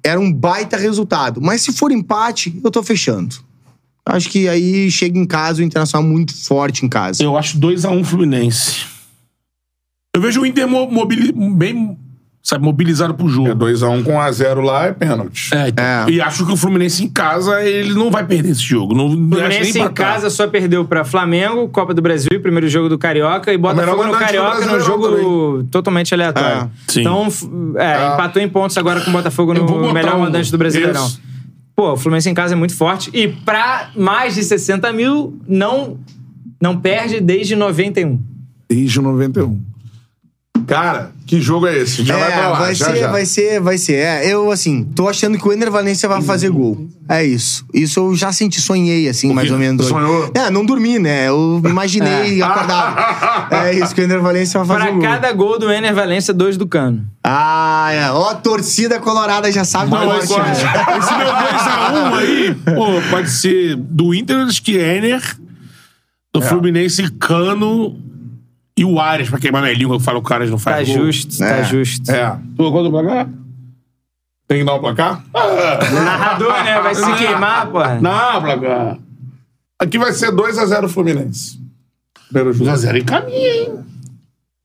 S4: era um baita resultado. Mas se for empate, eu tô fechando. Acho que aí chega em casa o Internacional é muito forte em casa.
S3: Eu acho 2x1 Fluminense. Eu vejo o Inter mo- mobili- bem sabe, mobilizado pro
S2: É
S3: jogo.
S2: 2x1 com 1x0 lá é pênalti.
S3: É, então.
S4: É.
S3: E acho que o Fluminense em casa, ele não vai perder esse jogo. Não, não
S5: O
S3: acho nem
S5: Fluminense em
S3: empatar.
S5: casa só perdeu pra Flamengo, Copa do Brasil, primeiro jogo do Carioca e Botafogo
S2: melhor
S5: no
S2: mandante do
S5: Carioca num
S2: Brasileirão
S5: jogo totalmente aleatório.
S3: É, sim.
S5: Então, f- é, empatou em pontos agora com o Botafogo
S3: Eu vou
S5: no
S3: botar
S5: melhor
S3: um-
S5: mandante do Brasileirão.
S3: Isso.
S5: Pô, o Fluminense em casa é muito forte e um. pra mais de 60 mil não, não perde desde 91.
S2: desde 91. Cara, que jogo é esse? Já vai pra lá.
S4: vai
S2: já,
S4: ser,
S2: já.
S4: vai ser, vai ser. É, eu, assim, tô achando que o Ender Valência vai fazer gol. É isso. Isso eu já senti, sonhei, assim, mais ou menos.
S2: Tu
S4: hoje.
S2: sonhou?
S4: É, não dormi, né? Eu imaginei
S3: É.
S4: acordar. É isso que o Ender Valência vai fazer
S5: Para
S4: gol.
S5: cada gol do Ener Valência, dois do Cano.
S4: Ah, é. Ó, a torcida colorada já sabe do
S3: Mas
S4: norte,
S3: agora,
S4: né?
S3: esse meu é 2x1 Ah, aí, pô, pode ser do Inter, acho que Ener, do Fluminense, Cano e o Ares, pra queimar minha língua, que fala o Caras não
S5: Tá
S3: faz gol.
S5: justo, tá
S4: É.
S5: justo.
S2: É. Tu quanto o placar? Tem que dar o placar?
S5: Narrador, né? Vai se queimar, porra.
S3: Não, placar.
S2: Aqui vai ser 2x0 Fluminense. Primeiro jogo.
S3: 2x0 encaminha, hein?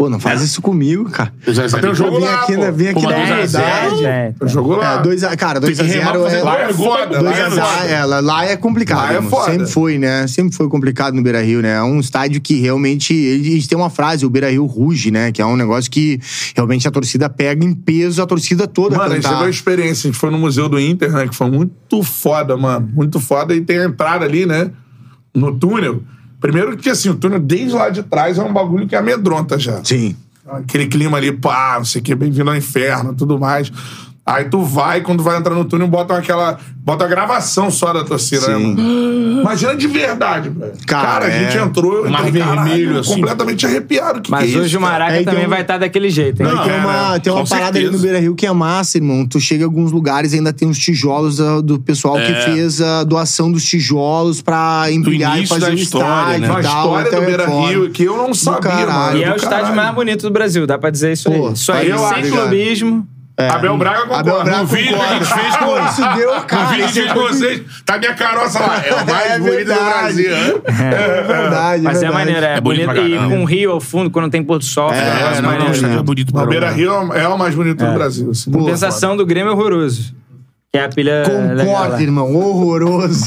S4: Pô, não faz isso comigo, cara.
S3: 2x0
S2: Tem um jogo
S4: Vem
S2: lá,
S4: aqui,
S2: pô.
S4: na- vem
S3: É.
S4: aqui
S3: Pô,
S4: na
S3: mas dois a
S4: realidade.
S3: zero?
S5: É, tá.
S2: Jogou lá.
S4: É, dois a, cara,
S3: Tem que
S4: 2x0
S3: remar pra fazer
S4: é.
S3: gol.
S2: Lá é foda. Lá
S4: Dois
S2: é
S4: a zero,
S2: foda.
S4: é, lá, lá é complicado.
S2: Lá é
S4: irmão.
S2: foda.
S4: Sempre foi, né? Sempre foi complicado no Beira Rio, né? É um estádio que realmente. Eles têm uma frase, o Beira Rio ruge, né? Que é um negócio que realmente a torcida pega em peso a torcida toda.
S2: Mano, a gente
S4: cantar.
S2: teve uma experiência, a gente foi no Museu do Inter, né? Que foi muito foda, mano. Muito foda. E tem a entrada ali, né? No túnel. Primeiro que, assim, o túnel desde lá de trás é um bagulho que amedronta já.
S4: Sim.
S2: Aquele clima ali, pá, não sei o que, bem-vindo ao inferno, tudo mais. Aí tu vai, quando vai entrar no túnel, botam aquela. Botam a gravação só da torcida, né,
S4: Sim.
S2: mano? Imagina de verdade, velho.
S4: Cara,
S2: Cara, a
S4: é.
S2: gente entrou, eu
S3: Mar
S2: entrei, caralho,
S3: vermelho, assim.
S2: completamente arrepiado. Que
S5: Mas
S2: que é
S5: hoje
S2: isso,
S5: o
S2: cara?
S5: Maraca
S4: Aí tem
S5: também
S4: um-
S5: vai estar daquele jeito, hein?
S4: Aí
S3: é,
S4: tem uma,
S3: né?
S4: tem uma
S3: Com
S4: parada ali no
S3: certeza.
S4: Beira Rio que é massa, irmão. Tu chega em alguns lugares ainda tem uns tijolos ah, do pessoal
S2: É.
S4: que fez a doação dos tijolos pra empilhar e
S3: início
S4: fazer
S3: da
S4: um
S3: história,
S4: estádio.
S3: né?
S4: e
S2: Uma
S4: tal,
S2: história
S4: então
S2: do
S4: é
S2: Beira
S4: foda.
S2: Rio que eu não sabia,
S4: caralho.
S2: mano.
S5: E é o
S2: do
S5: estádio
S2: caralho.
S5: mais bonito do Brasil, dá pra dizer isso
S4: Pô,
S5: aí. Isso aí,
S4: valeu,
S5: sem
S4: obrigado.
S5: clubismo.
S2: Abel Braga
S4: É. Abel
S2: concorda.
S4: Braga
S2: No vídeo que a gente
S4: concorda.
S2: fez
S4: Pô,
S2: com
S4: isso deu,
S2: no
S4: cara.
S2: vídeo
S4: isso é
S2: de
S4: foi
S2: vocês, tá minha caroça lá. É o mais
S4: É
S2: bonito do
S4: verdade.
S2: Brasil. né?
S4: Verdade,
S5: Mas é
S4: verdade.
S5: maneiro, é,
S3: É bonito
S5: bonito.
S3: pra
S5: E
S3: caramba.
S5: com o rio ao fundo, quando tem pôr do sol, fica um
S3: É,
S5: negócio
S3: não, não,
S5: maneiro.
S3: o estádio é bonito pra
S2: O Beira
S3: caramba.
S2: Rio é o mais bonito do Brasil. assim. Pô,
S5: Compensação do Grêmio é horroroso. Que é a pilha. legal né? lá.
S4: Concorda, irmão. Horroroso.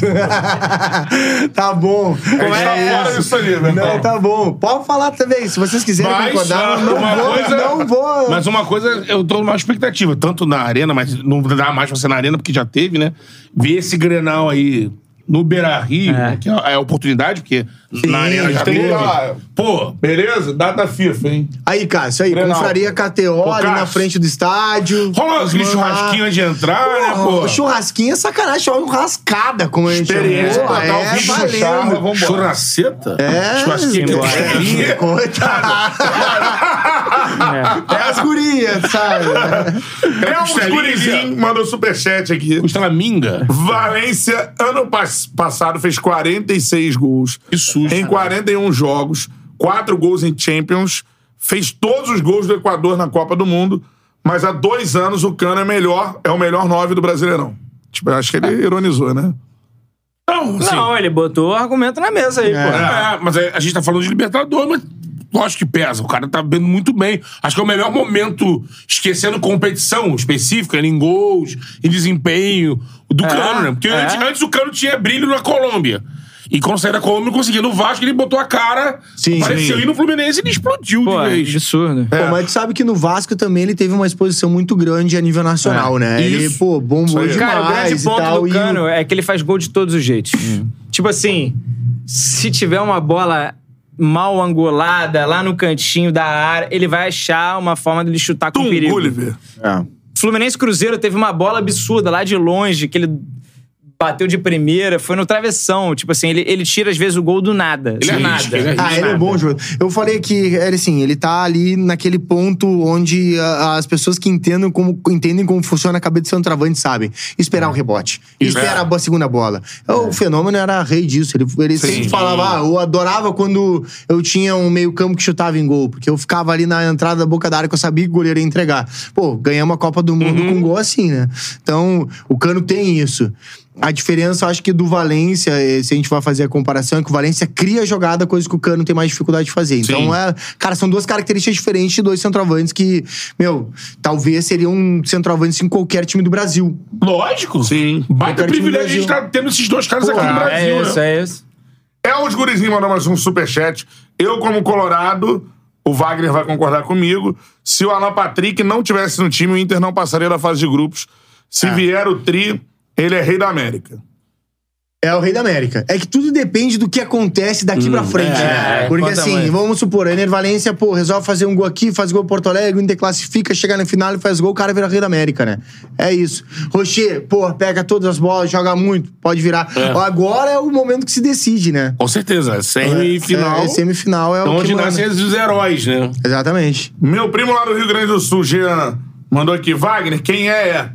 S4: tá bom.
S2: A gente tá
S4: É
S2: fora
S4: isso.
S2: disso ali, velho.
S4: Não, tá bom. Pode falar também. Se vocês quiserem
S3: Mas, ah,
S4: concordar, não
S3: uma
S4: vou.
S3: coisa-
S4: Não vou.
S3: Mas uma coisa, eu tô numa expectativa, tanto na arena, mas não dá mais pra ser na arena, porque já teve, né? Ver esse Grenal aí no Beira Rio, né, que é a oportunidade, porque na arena já
S2: tem
S3: teve.
S2: lá.
S3: Pô,
S2: Beleza? Data FIFA, hein?
S4: Aí, cara, isso aí.
S2: Grenal.
S4: Confraria KTO
S2: Ô,
S4: ali
S2: Cássio.
S4: na frente do estádio.
S3: rola
S4: Os
S3: aquele
S4: mano
S3: churrasquinho
S4: lá.
S3: antes de entrar, né,
S4: Porra,
S3: pô?
S4: Churrasquinho é sacanagem. Churrascada, como a gente chama.
S2: Experiência,
S4: Pô,
S2: botar o
S4: é,
S2: bicho no
S4: valendo.
S2: chão. Ah, vambora.
S3: Churraceta?
S4: É,
S3: Churrasquinho.
S4: pô,
S3: churrasquinho.
S4: é, coitado. É as gurias, sabe?
S2: É um
S3: Costelinha.
S2: gurizinho mandou superchat aqui.
S3: Costela É. minga.
S2: Valência, ano pas- passado, fez 46 gols.
S3: Que susto.
S2: Em 41 jogos, 4 gols em Champions, fez todos os gols do Equador na Copa do Mundo, mas há dois anos o Cano é melhor, é o melhor 9 do Brasileirão. Tipo, eu acho que ele ironizou, né?
S3: Não, assim,
S5: Não, ele botou o argumento na mesa aí, pô.
S3: É, mas a a gente tá falando de Libertador, mas lógico que pesa. O cara tá vendo muito bem. Acho que é o melhor momento, esquecendo competição específica, né, em gols, em desempenho, do Cano, né? Porque
S5: é.
S3: antes, antes o Cano tinha brilho na Colômbia. E quando saiu da Colômbia, não conseguia. No Vasco, ele botou a cara,
S4: Sim,
S3: apareceu.
S4: sim.
S3: E no Fluminense, ele explodiu
S5: Pô, é
S3: de vez.
S5: absurdo.
S4: Pô, mas tu sabe que no Vasco também ele teve uma exposição muito grande a nível nacional, né? Ele,
S3: Isso.
S4: pô, bombou
S2: Isso aí.
S4: demais
S5: Cara, o grande
S4: e
S5: ponto
S4: tal.
S5: do
S4: e o-
S5: Cano é que ele faz gol de todos os jeitos. Tipo assim, se tiver uma bola mal angolada lá no cantinho da área, ele vai achar uma forma de chutar com
S2: Tum,
S5: perigo.
S2: Gulliver.
S4: É.
S5: Fluminense Cruzeiro teve uma bola absurda lá de longe, que ele bateu de primeira, foi no travessão. Tipo assim, ele, ele tira às vezes o gol do nada.
S3: Ele é
S5: do
S3: arrisca,
S5: nada.
S3: ele arrisca.
S4: Ah, ele é um bom jogador. Eu falei que, era assim, ele tá ali naquele ponto onde ah, as pessoas que entendem como, entendem como funciona a cabeça do centroavante sabem. Esperar o rebote. Esperar a bo- segunda bola. O fenômeno era rei disso. Ele, ele sempre falava, ah, eu adorava quando eu tinha um meio campo que chutava em gol, porque eu ficava ali na entrada da boca da área que eu sabia que o goleiro ia entregar. Pô, ganhamos a Copa do Mundo com gol assim, né? Então, o Cano tem isso. A diferença, acho que do Valência, eh, se a gente vai fazer a comparação, é que o Valência cria jogada, coisa que o Cano tem mais dificuldade de fazer. Então, é, cara, são duas características diferentes de dois centroavantes que, meu, talvez seriam centroavantes em qualquer time do Brasil.
S3: Lógico.
S2: Sim.
S3: Baita
S4: Eu quero
S3: privilégio
S4: time
S3: a gente tá tendo esses dois caras
S5: Pô,
S3: aqui no Brasil,
S5: é
S3: né?
S5: isso, é isso.
S2: É os gurizinhos mandou mais um superchat. Eu, como colorado, o Wagner vai concordar comigo. Se o Alan Patrick não tivesse no time, o Inter não passaria da fase de grupos. Se vier o Tri, ele é rei da América.
S4: É o rei da América. É que tudo depende do que acontece daqui pra frente.
S7: é,
S4: né? Porque
S7: conta
S4: assim,
S7: muito.
S4: vamos supor, a Ener Valência, pô, resolve fazer um gol aqui, faz gol em Porto Alegre, o Inter classifica, chega na final e faz gol, o cara vira rei da América, né? É isso. Rocher, pô, pega todas as bolas, joga muito, pode virar. Agora é o momento que se decide, né?
S3: Com certeza. Semifinal.
S4: É, é semifinal é
S3: então
S4: o que
S3: onde
S4: manda.
S3: nascem os heróis, né?
S4: Exatamente.
S2: Meu primo lá do Rio Grande do Sul, Jean, mandou aqui. Wagner, quem é, é.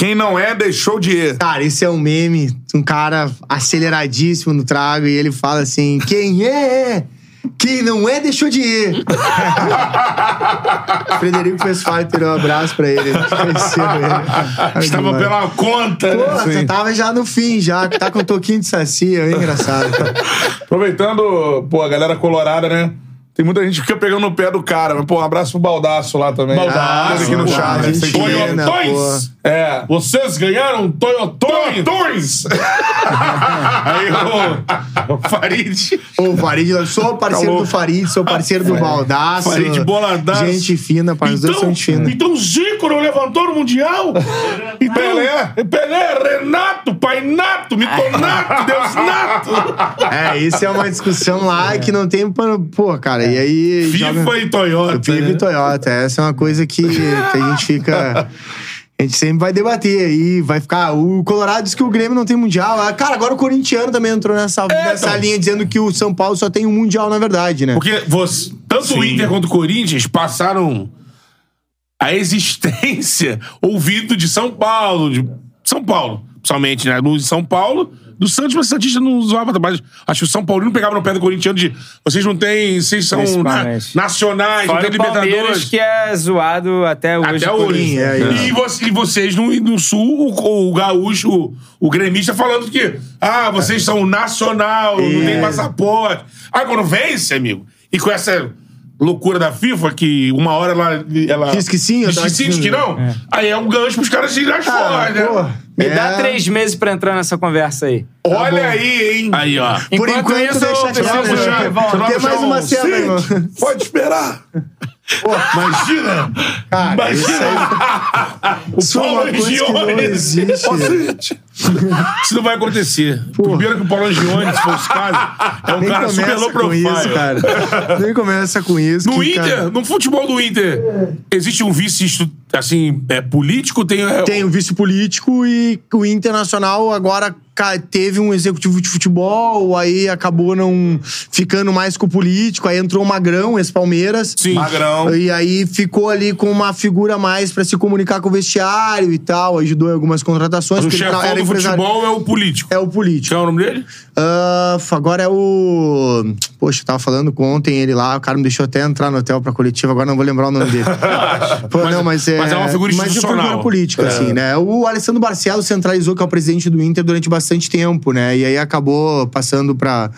S2: Quem não é, deixou de ir.
S4: Cara, esse é um meme, um cara aceleradíssimo no trago, e ele fala assim: quem é, é. Quem não é, deixou de ir. Frederico fez Fighter, um abraço pra ele. Conheceu ele.
S3: Estava
S4: Ai,
S3: pela conta,
S4: Pô,
S3: né?
S4: você tava já no fim, já. Tá com um toquinho de saci, é engraçado.
S2: Aproveitando, pô, a galera colorada, né? Tem muita gente que fica pegando no pé do cara. Mas, pô, um abraço pro Baldaço lá também.
S3: Baldasso,
S2: Teve aqui no
S3: pô,
S2: chat. né?
S4: gente
S2: Sem querer.
S4: fina,
S3: Toyotões!
S2: É.
S3: Vocês ganharam Toyotões!
S2: Toyotões!
S3: Aí, ô, Farid.
S4: Ô, Farid, eu sou parceiro
S3: Calou.
S4: do Farid, sou parceiro do Baldaço.
S3: Tá É. Farid Boladaço.
S4: Gente fina, parceiro, então,
S3: Então,
S4: gente fina.
S3: então Zico não levantou no Mundial? Então,
S2: Pelé.
S3: Pelé, Renato, Painato, Mitonato, Deusnato.
S4: É, isso é uma discussão lá que não tem pano. Pô, cara, e aí. joga-
S3: FIFA e Toyota.
S4: Vive
S3: né?
S4: Toyota. Essa é uma coisa que, que a gente fica. A gente sempre vai debater aí, vai ficar. O Colorado diz que o Grêmio não tem mundial. Ah, Cara, agora o corintiano também entrou nessa, nessa
S3: então.
S4: linha dizendo que o São Paulo só tem um mundial, na verdade, né?
S3: Porque você, tanto o Inter quanto o Corinthians passaram a existência ouvindo de São Paulo, de São Paulo, principalmente, né? Luz de São Paulo. Do Santos, mas o Santista não zoava, mas acho que o São Paulino pegava no pé do corintiano de vocês não têm, vocês são na-
S5: Principalmente.
S3: nacionais, não
S5: Fora
S3: tem
S5: o Palmeiras
S3: libertadores.
S5: que é zoado até hoje.
S3: Até hoje. né?
S4: Sim, é isso.
S3: E, você- e vocês no, no sul, o, o gaúcho, o, o gremista falando que, ah, vocês são nacional, não
S4: É.
S3: tem passaporte. Ah, quando vence, amigo, e com essa loucura da FIFA, que uma hora ela... ela
S4: Diz que sim, eu
S3: diz que
S4: tava
S3: sim,
S4: dizendo. Ah,
S3: diz que não. Aí é um gancho pros caras se as fora, né?
S5: Me
S4: É.
S5: dá três meses pra entrar nessa conversa aí.
S3: Olha
S4: Tá
S3: aí, hein? Aí, ó.
S4: Por
S5: Enquanto
S4: enquanto,
S5: isso,
S4: deixa
S5: eu preciso
S4: quieto, né?
S5: puxar-
S4: Tem
S5: você
S3: vai
S5: não
S4: mais
S3: puxar um
S4: uma cena,
S3: Cid?
S4: irmão.
S2: Pode esperar.
S3: Imagina!
S4: Cara, isso aí-
S3: o
S4: Isso é
S3: Paulo
S4: uma coisa que não
S3: Angione.
S4: existe.
S3: Ó, Cid. Isso não vai acontecer. Primeiro que o Paulo Angione, se fosse caso, é um
S4: Nem
S3: cara super
S4: começa
S3: low
S4: com
S3: profile.
S4: isso, cara. Nem começa com isso.
S3: No
S4: que,
S3: Inter,
S4: cara,
S3: no futebol do Inter, existe um vice estu- assim, é político, tem, é,
S4: Tem um o vice político e o Internacional agora ca- teve um executivo de futebol, aí acabou não ficando mais com o político, aí entrou o Magrão, esse Palmeiras.
S3: Sim. então.
S2: Magrão.
S4: E aí ficou ali com uma figura mais pra se comunicar com o vestiário e tal, ajudou em algumas contratações.
S3: o
S4: porque ele tá-
S3: chefão do
S4: empresário.
S3: futebol é o político.
S4: É o político.
S3: Quem é o nome dele?
S4: Ah, agora é o. Poxa, eu tava falando com ontem ele lá, o cara me deixou até entrar no hotel pra coletiva, agora não vou lembrar o nome dele. Pô,
S3: Mas-
S4: não, mas, é,
S3: mas é uma figura
S4: Mas é uma
S3: institucional.
S4: figura política, assim, né? O Alessandro Barcelos centralizou, que é o presidente do Inter, durante bastante tempo, né? E aí acabou passando pra.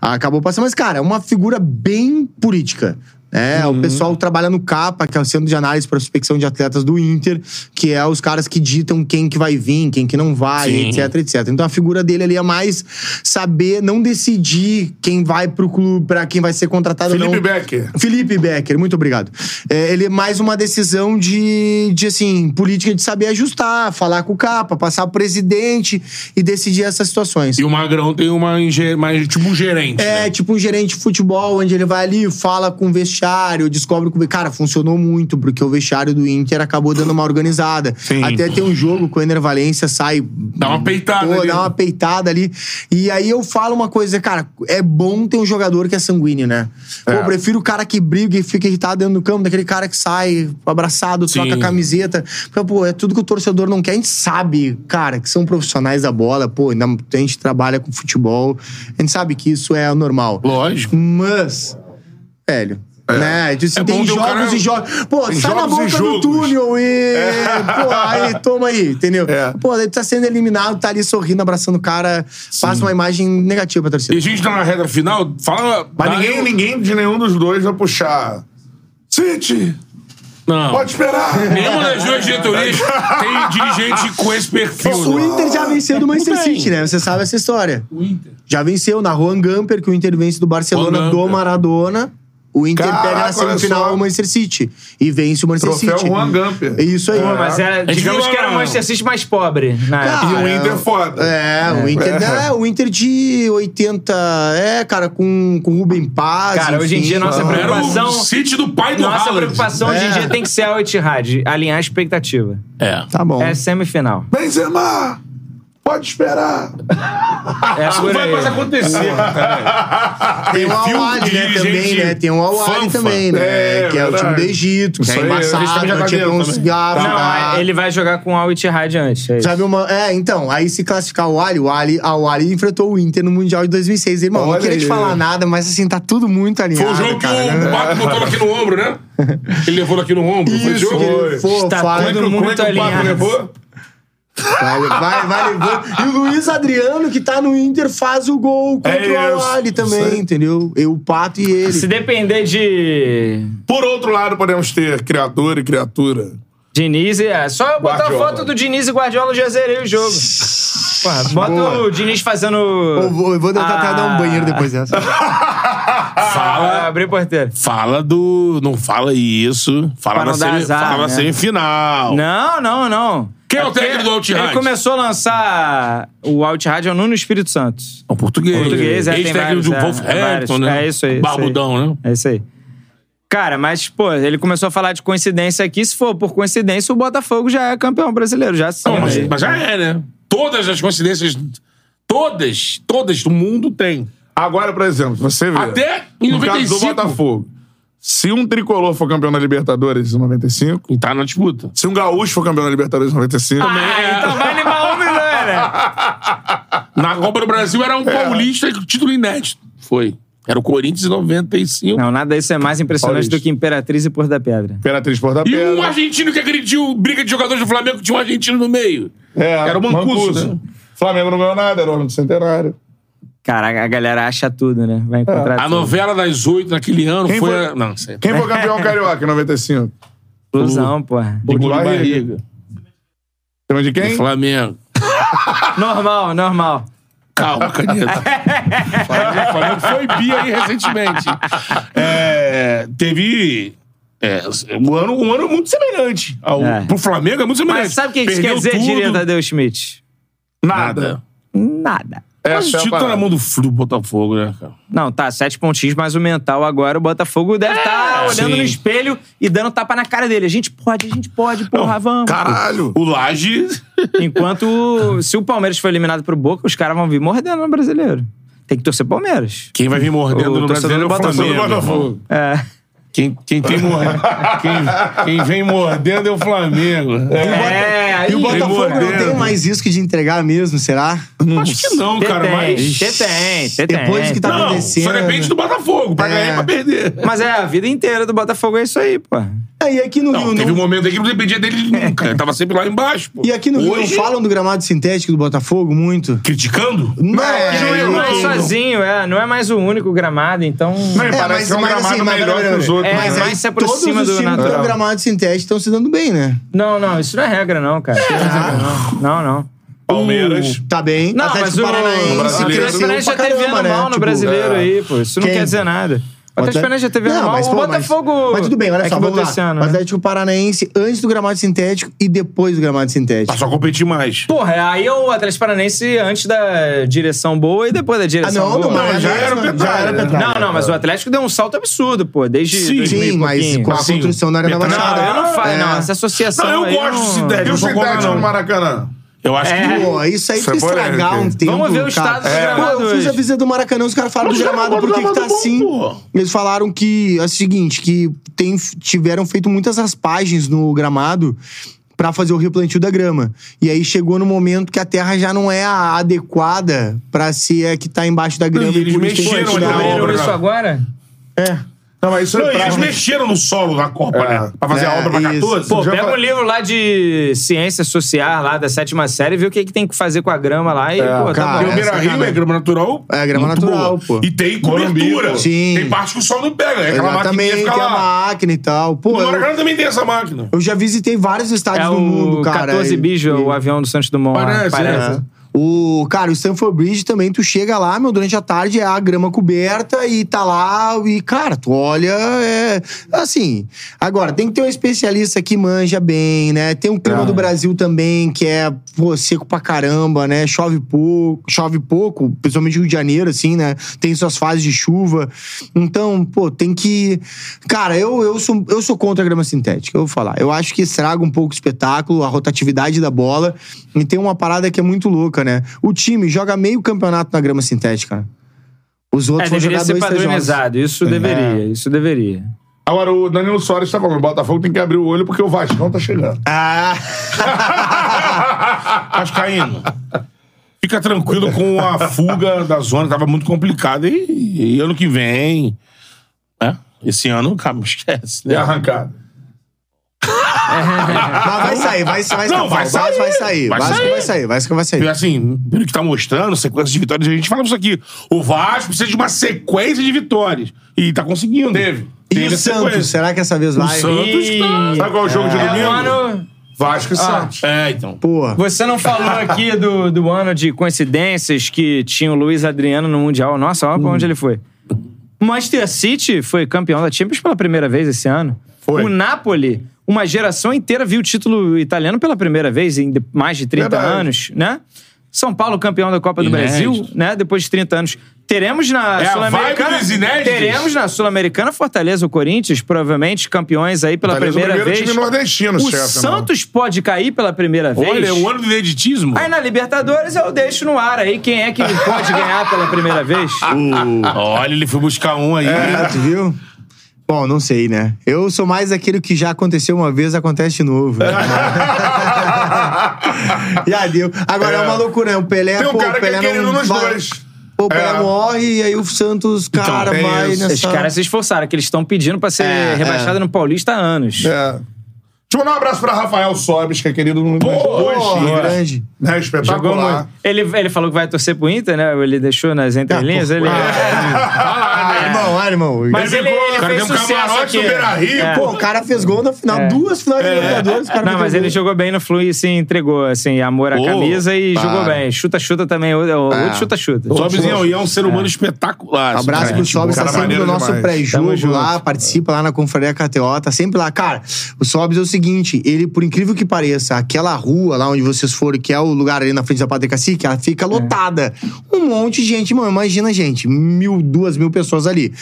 S4: Acabou passando. Mas, cara, é uma figura bem política. né? o pessoal trabalha no CAPA, que é o Centro de Análise e Prospecção de Atletas do Inter, que é os caras que ditam quem que vai vir, quem que não vai,
S3: Sim.
S4: etc etc, etc. Então a figura dele ali é mais saber não decidir quem vai pro clube, pra quem vai ser contratado ou
S2: Felipe
S4: não.
S2: Becker.
S4: Felipe Becker, muito obrigado. É, ele é mais uma decisão de, de, assim, política de saber ajustar, falar com o capa, passar presidente e decidir essas situações.
S3: E o Magrão tem uma, inge- mais, tipo um gerente.
S4: É,
S3: né?
S4: tipo um gerente de futebol, onde ele vai ali, fala com o vestiário, descobre como. Cara, funcionou muito, porque o vestiário do Inter acabou dando uma organizada.
S3: Sim.
S4: Até tem um jogo com o Ener Valência, sai.
S3: Dá uma peitada
S4: Pô,
S3: ali.
S4: dá uma peitada ali. E aí eu falo uma coisa, cara, é bom ter um jogador que é sanguíneo, né?
S3: É.
S4: Pô, eu prefiro o cara que briga e fica irritado dentro do campo, daquele cara que sai abraçado, troca
S3: Sim.
S4: a camiseta. Porque, pô, é tudo que o torcedor não quer. A gente sabe, cara, que são profissionais da bola, pô, ainda a gente trabalha com futebol. A gente sabe que isso é normal.
S3: Lógico.
S4: Mas, velho. Né? Tipo assim,
S3: É bom
S4: tem
S3: que o
S4: jogos
S3: cara-
S4: e jogos. Pô,
S2: Tem
S4: sai na
S2: jogos e
S4: boca
S2: jogos.
S4: do túnel e. Pô, aí toma aí, entendeu?
S2: É.
S4: Pô, ele tá sendo eliminado, tá ali sorrindo, abraçando o cara, passa uma imagem negativa
S3: E a
S4: pra torcida.
S3: gente tá na reta final, fala.
S2: Mas
S3: dá-
S2: ninguém, ninguém de nenhum dos dois vai puxar. City,
S3: Não.
S2: pode esperar.
S3: Nenhuma das duas diretorias tem dirigente com esse perfil.
S4: O
S3: né?
S4: Inter já venceu do Manchester
S3: bem.
S4: City, né? Você sabe essa história.
S3: O Inter.
S4: Já venceu na Juan Gamper, que o Inter vence do Barcelona
S3: Juan
S4: do
S3: Gamper.
S4: Maradona. O Inter pega
S2: Caraca,
S4: na semifinal
S2: olha só.
S4: o Manchester City. E vence o Manchester
S2: Troféu
S4: City.
S2: Juan Gamper.
S4: É isso aí.
S5: Pô, mas era,
S3: Tá. gente
S5: digamos
S3: viu né?
S5: que era o
S3: lá,
S5: Manchester City mais pobre. Na
S4: Cara,
S5: época.
S2: E o Inter é foda.
S4: É, o Inter,
S2: É.
S4: é, o Inter de 80. É, cara, com, com Rubem Paz.
S5: Cara, hoje em
S4: enfim.
S5: dia nossa
S4: Ah.
S3: Era
S5: preocupação-
S3: o City do pai do
S5: Nossa
S3: Haaland.
S5: preocupação hoje em dia tem que ser a Etihad, alinhar a expectativa.
S3: É.
S4: Tá bom.
S5: É semifinal.
S2: Benzema! Pode esperar.
S5: É por
S3: Ah, Vai
S5: aí.
S3: mais acontecer.
S4: Tem o
S3: Perfil
S4: Al-Ali, né,
S3: de
S4: também,
S3: gente
S4: né? Tem o Al-Ali
S3: fanfa.
S4: também, né?
S2: É,
S4: que é o time
S2: verdade.
S4: do Egito, que
S2: Isso
S4: é
S2: aí, eles
S4: embaçado,
S2: também já
S4: não tinha
S2: ganharam
S4: uns
S2: também.
S4: garfos.
S5: Não,
S4: tá.
S5: aí ele vai jogar com a Etihad antes. é isso.
S4: Sabe uma... É, então, aí se classificar o Ali, o Ali, a- o Ali enfrentou o Inter no Mundial de 2006. Irmão,
S2: Olha
S4: não queria
S2: aí.
S4: te falar nada, mas assim, tá tudo muito
S3: Foi
S4: alinhado,
S3: o jogo que
S4: cara,
S3: o
S4: né?
S3: Bato botou aqui no ombro, né? Ele levou aqui no ombro. foi esse
S4: Isso,
S3: jogo?
S4: que ele foi,
S5: Está
S2: Tá
S4: fala-
S5: tudo
S3: Como é
S5: muito
S3: que o Pato
S5: alinhado.
S3: levou?
S4: Vai, vai, vai levando. E o Luiz Adriano, que tá no Inter, faz o gol contra
S2: É
S4: o
S2: isso,
S4: Awali
S2: isso
S4: também,
S2: aí.
S4: entendeu? Eu, o Pato e
S5: Se
S4: ele.
S5: depender de
S2: Por outro lado, podemos ter criador e criatura.
S5: Diniz, é só botar
S2: Guardiola.
S5: foto do Diniz e Guardiola, eu já zerei o jogo. Porra, bota o Diniz fazendo.
S4: Eu vou, eu vou tentar
S5: Ah.
S4: dar um banheiro depois dessa. Ah.
S5: Fala. Ah, Abrir porteiro.
S3: Fala do. Não fala isso. Fala
S5: Pra
S3: na,
S5: não dar
S3: semi...
S5: azar,
S3: fala na
S5: né?
S3: semifinal.
S5: Não, não, não.
S3: Quem é o
S5: porque
S3: técnico do Al-Ittihad?
S5: Ele começou a lançar o Altirad ao Nuno Espírito Santo.
S3: É um português.
S5: Português, é, tem
S3: Ex-técnico
S5: vários,
S3: do
S5: é,
S3: Wolverhampton,
S5: vários.
S3: né?
S5: É isso aí, isso aí.
S3: Barbudão, né?
S5: É isso aí. Cara, mas, pô, ele começou a falar de coincidência aqui. Se for por coincidência, o Botafogo já é campeão brasileiro, já sim.
S3: Não, mas, mas já é, né? Todas as coincidências. Todas, todas do mundo tem.
S2: Agora, por exemplo, você vê.
S3: Até em
S2: no caso
S3: 95.
S2: do Botafogo. Se um tricolor for campeão da Libertadores em 95,
S3: E tá na disputa. É.
S2: se um gaúcho for campeão da Libertadores em 95,
S5: Ah, então vai animar o né?
S3: Na Copa do Brasil era um paulista com título inédito. Foi. Era o Corinthians em 95.
S5: Não, nada disso é mais impressionante
S2: Paulista.
S5: do que Imperatriz e Porto da Pedra.
S2: Imperatriz Porta
S3: E
S2: Pedra.
S3: um argentino que agrediu briga de jogadores do Flamengo, tinha um argentino no meio.
S2: É,
S3: Era o Mancuso, né?
S2: Flamengo não ganhou nada, era o ano do centenário.
S5: Cara, a galera acha tudo, né? Vai encontrar
S3: A
S5: tudo.
S3: novela das oito naquele ano
S2: Quem
S3: foi.
S2: foi-
S3: a- Não, sei.
S2: Quem foi campeão carioca em 95?
S5: Inclusão, porra.
S3: De gol de
S2: Barriga.
S3: barriga.
S2: Tema de quem?
S3: Flamengo.
S5: Normal, normal.
S3: Calma, caneta. O Flamengo- o Flamengo foi bi aí recentemente. É, teve. é, um, ano, um ano muito semelhante. Ao,
S5: É.
S3: Pro Flamengo é muito semelhante.
S5: Mas sabe o que isso quer
S3: Perdeu
S5: dizer,
S3: tudo,
S5: diria Tadeu Schmidt?
S3: Nada.
S5: Nada.
S3: Mas o
S2: Essa é a
S3: título tá na
S2: parada.
S3: mão do, do Botafogo, né, cara?
S5: Não, tá, sete pontinhos, mas o mental agora, o Botafogo deve estar olhando
S3: sim.
S5: no espelho e dando tapa na cara dele. A gente pode, a gente pode, porra, vamos.
S2: Caralho!
S3: O Laje.
S5: Enquanto, se o Palmeiras for eliminado pro Boca, os caras vão vir mordendo no brasileiro. Tem que torcer Palmeiras.
S3: Quem vai vir mordendo
S5: O
S3: no brasileiro é
S5: torcedor do
S3: o
S5: Botafogo.
S3: Flamengo.
S2: Botafogo.
S5: É.
S3: Quem, quem, tem mor- quem, quem vem mordendo é o Flamengo.
S5: É, aí-
S4: E o Botafogo não tem mais risco de entregar mesmo, será?
S3: Acho que não,
S5: Tem,
S3: cara, mas.
S5: tem, tem, tem,
S4: Depois
S5: tem.
S4: que tá
S3: Não,
S4: acontecendo.
S3: só depende do Botafogo, pra
S4: É.
S3: ganhar e pra perder.
S5: Mas é, a vida inteira do Botafogo é isso aí, pô.
S4: É, e aqui no
S3: Não,
S4: Rio
S3: teve um
S4: não...
S3: momento aí que não dependia dele nunca. Ele tava sempre lá embaixo, pô.
S4: E aqui no Rio não
S3: Hoje,
S4: falam do gramado sintético do Botafogo muito?
S3: Criticando?
S4: Não,
S2: é,
S4: aqui no Rio
S5: Não
S3: assim,
S5: é
S4: não.
S5: sozinho, é. Não é mais o único gramado, então.
S2: Não, e
S4: É,
S2: parece
S4: mas-
S2: que é um
S4: mas
S2: gramado
S4: assim, mas-
S2: melhor
S4: mas-
S2: que os outros.
S5: É,
S2: né?
S5: mas- se aproxima
S4: todos os
S5: do
S4: times
S5: natural.
S4: do gramado sintético estão se dando bem, né?
S5: Não, não, isso não é regra, não, cara. Isso não é regra, não. Não, não.
S2: Palmeiras.
S4: Tá bem.
S5: Não,
S4: Atlético
S5: mas o
S4: Paranaense
S5: o
S2: brasileiro
S5: Atlético Paranaense
S4: cresceu
S5: já
S4: pra
S5: teve
S4: caramba,
S5: ano
S4: né?
S5: mal no
S4: Tipo,
S5: brasileiro
S4: é.
S5: aí, pô. Isso
S4: Quem?
S5: não quer dizer nada. O Atlético Paranaense já teve ano
S4: Não,
S5: mal.
S4: mas,
S5: O
S4: pô, mas-
S5: Botafogo.
S4: Mas, tudo bem, olha
S5: é
S4: só,
S5: que
S4: vamos
S5: mudou
S4: lá.
S5: esse ano,
S4: O
S5: né?
S4: Atlético Paranaense antes do gramado sintético e depois do gramado sintético.
S3: Passou a competir mais.
S5: Porra, aí é o Atlético Paranaense antes da direção boa e depois da direção
S4: não, não,
S5: boa.
S4: mas
S3: já
S4: é
S3: era
S4: isso,
S3: petralha.
S4: já era petralha.
S5: Não, não, mas o Atlético deu um salto absurdo, pô, desde.
S3: Sim,
S5: 2000 e
S4: Sim, mas
S5: pouquinho.
S4: com a
S3: Assim,
S4: construção da Arena da
S3: petralha.
S4: Baixada.
S5: Não, eu não faço,
S4: É.
S5: não. Essa associação.
S3: Não, eu
S5: aí
S3: gosto desse
S5: não...
S3: ideia.
S2: E
S3: Eu
S2: o
S3: não sou contra,
S2: sintético
S3: não.
S2: no Maracanã?
S3: Eu
S5: É.
S3: acho que.
S4: Pô, isso aí
S2: Isso
S4: tu
S2: é polêmico,
S4: estragar um
S2: hein?
S4: tempo.
S5: Vamos ver o
S4: cara. É,
S5: estado do gramado
S4: Pô, eu fiz
S5: hoje.
S4: a visita do Maracanã, os caras falaram
S3: Mas
S4: do
S3: o
S4: gramado,
S3: gramado
S4: por que que
S3: do
S4: tá
S3: gramado é
S4: assim?
S3: bom, pô.
S4: Eles falaram que é o seguinte, que tem, tiveram feito muitas raspagens no gramado pra fazer o replantio da grama. E aí chegou no momento que a terra já não é a adequada pra ser a que tá embaixo da grama.
S3: e eles
S4: por isso tem que
S3: mexeram ali
S4: tirar.
S3: na
S5: Abriram
S3: obra,
S5: isso
S3: cara.
S5: agora?
S2: Não, mas isso
S3: Não,
S2: é
S3: eles
S2: prático.
S3: mexeram no solo da Copa,
S2: É.
S3: né? Pra fazer
S4: É,
S3: a obra pra
S4: isso.
S3: 14.
S5: Pô,
S2: Já
S5: pega
S2: fa-
S5: um livro lá de ciência social, lá da sétima série, vê o que, que tem que fazer com a grama lá e, pô, tá
S4: É, cara,
S5: bom.
S3: Porque o Beira Rio
S4: sacanagem.
S3: é grama natural.
S4: É, grama
S3: muito
S4: natural,
S3: boa.
S4: pô.
S3: E tem
S2: Morumbi,
S3: cobertura.
S2: pô.
S4: Sim.
S3: Tem parte que o sol não pega. É aquela máquina que
S4: Exatamente,
S3: fica
S4: tem a
S3: lá.
S4: máquina e tal. Pô,
S3: O
S4: eu,
S3: Maracanã também tem essa máquina.
S4: eu já visitei vários estádios
S5: É
S4: do mundo,
S5: o
S4: cara.
S5: 14
S4: E- é.
S5: bicho, o avião do Santos Dumont. lá,
S3: Parece,
S5: parece. É,
S3: né?
S4: O, cara, o Stanford Bridge também, tu chega lá, meu, durante a tarde é a grama coberta e tá lá e, cara, tu olha, é... Assim, agora, tem que ter um especialista que manja bem, né? Tem um clima
S5: É.
S4: do Brasil também que é, pô, seco pra caramba, né? Chove pouco, chove pouco, principalmente Rio de Janeiro, assim, né? Tem suas fases de chuva. Então, pô, tem que... Cara, eu, eu, sou, eu sou contra a grama sintética, eu vou falar. Eu acho que estraga um pouco o espetáculo, a rotatividade da bola. E tem uma parada que é muito louca, né? O time joga meio campeonato na grama sintética. Os
S5: É,
S4: outros vão
S5: deveria
S4: jogar
S5: ser
S4: dois, três jogos. É.
S5: padronizado. Isso deveria, isso deveria.
S2: Agora, o Danilo Soares tá falando, o Botafogo tem que abrir o olho porque o Vascão tá chegando.
S4: Ah,
S3: Vascaíno. Fica tranquilo com a fuga da zona, tava muito complicado. E, e ano que vem. Né? Esse ano, cara, esquece.
S2: É
S3: Né?
S2: arrancado.
S4: mas vai sair, vai, vai,
S3: Não, vai
S4: vai, vai, vai sair.
S3: Vai
S4: Vai sair,
S3: sair.
S4: vai sair, vai sair, vai
S3: E,
S4: sair.
S3: Assim, pelo que tá mostrando, sequência de vitórias, a gente fala isso aqui. O Vasco precisa de uma sequência de vitórias. E tá conseguindo.
S2: Teve.
S4: E
S3: Teve
S4: o
S3: a sequência.
S4: Santos, será que essa vez
S3: O
S4: vai?
S3: Santos tá. Sabe qual é o jogo de
S5: É
S3: domingo?
S5: um ano.
S2: Vasco e Santos.
S3: É, então.
S4: Pô,
S5: Você não falou aqui do, do ano de coincidências que tinha o Luiz Adriano no Mundial. Nossa, olha pra onde ele foi. O Manchester City foi campeão da Champions pela primeira vez esse ano.
S2: Foi.
S5: O Napoli, uma geração inteira viu o título italiano pela primeira vez em de- mais de 30
S2: Verdade.
S5: anos, né? São Paulo campeão da Copa do
S3: Inédito.
S5: Brasil, né? Depois de 30 anos. Teremos na
S3: É a
S5: Sul-Americana.
S3: vibe dos inéditos.
S5: Teremos na Sul-Americana Fortaleza ou Corinthians, provavelmente campeões aí pela
S2: Fortaleza, é o
S5: primeira
S2: primeiro
S5: vez.
S2: time nordestino,
S5: o
S2: chefe,
S5: Santos pode cair pela primeira vez.
S3: Olha,
S4: um
S3: o ano do ineditismo.
S5: Aí na Libertadores eu deixo no ar aí quem é que pode ganhar pela primeira vez.
S4: Ah,
S5: Ah.
S3: Olha, ele foi buscar um aí.
S4: É, tu viu? Bom, não sei, né? Eu sou mais aquele que já aconteceu uma vez, acontece de novo. né? já deu. Agora é, uma loucura, né? O Pelé,
S2: Tem um
S4: pô,
S2: cara
S4: o Pelé
S2: que é querido
S4: não
S2: nos
S4: vai-
S2: dois.
S4: Pô, o Pelé
S2: É.
S4: morre e aí o Santos,
S5: Então,
S4: cara,
S5: é
S2: tem
S4: vai
S2: isso.
S4: nessa...
S5: Esses caras se esforçaram, que eles estão pedindo pra ser
S4: É,
S5: rebaixado
S4: é.
S5: no Paulista há anos.
S2: É. Deixa eu mandar um abraço pra Rafael Sobes, que é querido no dois
S4: Pô,
S2: times.
S4: grande.
S2: Né?
S5: Jogou
S2: Espetacular.
S5: muito. Ele, ele falou que vai torcer pro Inter, né? Ele deixou nas entrelinhas. ele...
S4: Ah, irmão,
S2: é.
S4: ah, irmão.
S5: Mas ele, ele
S3: O cara
S5: fez
S3: deu um
S5: sucesso
S3: camarote
S5: aqui.
S3: no Beira-Rio,
S5: É.
S4: Pô, o cara fez gol na final, duas finais de Libertadores, o cara
S5: Não,
S4: meteu
S5: mas
S4: gol.
S5: ele jogou bem no Flu e se entregou, assim, amor à
S3: Pô,
S5: camisa e
S4: para.
S5: jogou bem. Chuta-chuta também, outro outro chuta-chuta.
S3: Sobes é um- e é um ser humano espetacular. assim,
S4: Abraço
S3: cara.
S4: pro Sobs, tá
S2: cara
S4: sempre
S2: maneiro
S4: no nosso
S2: demais.
S5: Tamo
S4: pré-jogo
S5: junto.
S4: lá, participa lá na Confraria KTO, tá sempre lá. Cara, o Sobs é o seguinte, ele, por incrível que pareça, aquela rua lá onde vocês foram, que é o lugar ali na frente da Padre Cacique, ela
S5: É.
S4: fica lotada. Um monte de gente, mano, imagina, gente, mil, duas mil pessoas ali.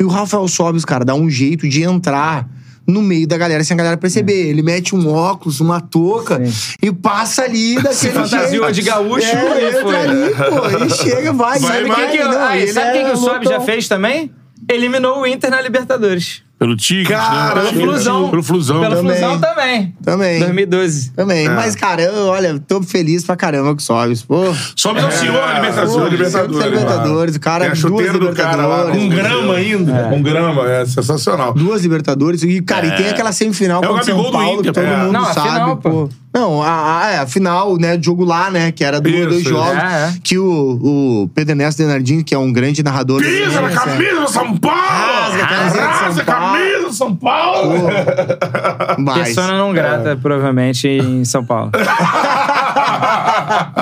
S4: E o Rafael Sobs, cara, dá um jeito de entrar no meio da galera, sem a galera perceber.
S5: É.
S4: Ele mete um óculos, uma touca e passa ali daquele
S5: fantasiou
S4: jeito.
S5: de gaúcho,
S4: é,
S5: e
S4: entra
S5: foi.
S4: ali, pô, ele chega, vai,
S2: Vai,
S4: sabe
S2: vai.
S4: quem é,
S5: Que que eu-
S4: não,
S5: ah, e
S4: ele
S5: sabe o
S4: é
S5: que, que o Sobs já
S4: loucão.
S5: fez também? Eliminou o Inter na Libertadores.
S3: Pelo né? Tigre.
S4: Cara,
S5: Pelo Flusão.
S3: Pelo Flusão.
S5: Pelo
S4: Também.
S5: Flusão também.
S4: Também.
S5: 2012.
S4: Também. Mas, cara, eu, olha, tô feliz pra caramba com o Sobis. Pô.
S3: Sobes é o senhor da
S4: Pô,
S3: Libertadores.
S4: sempre
S2: Libertadores, é
S4: Libertadores, o cara,
S2: Tem a
S4: duas
S2: chuteira do cara lá.
S4: Libertadores.
S2: Com grama ainda. Com grama, é sensacional.
S4: Duas Libertadores. E, cara, e tem aquela semifinal
S3: É o
S4: contra o São
S3: Gabigol do
S4: Paulo,
S3: Inter,
S4: que todo
S3: pô.
S4: mundo
S5: é. Não, a
S4: sabe,
S5: final,
S4: pô.
S5: pô.
S4: Não, a, a, é, a final, né, jogo lá, né, que era dois,
S2: Isso,
S4: dois
S2: isso.
S4: jogos,
S5: É, é.
S4: que o, o Pedro Ernesto Denardini, que é um grande narrador...
S3: Pisa na
S4: né,
S3: camisa do São Paulo!
S4: Rasga a camisa do
S3: Rasga a
S4: São Paulo.
S3: camisa do São Paulo!
S4: é, Mas,
S5: Persona não grata, provavelmente, em São Paulo.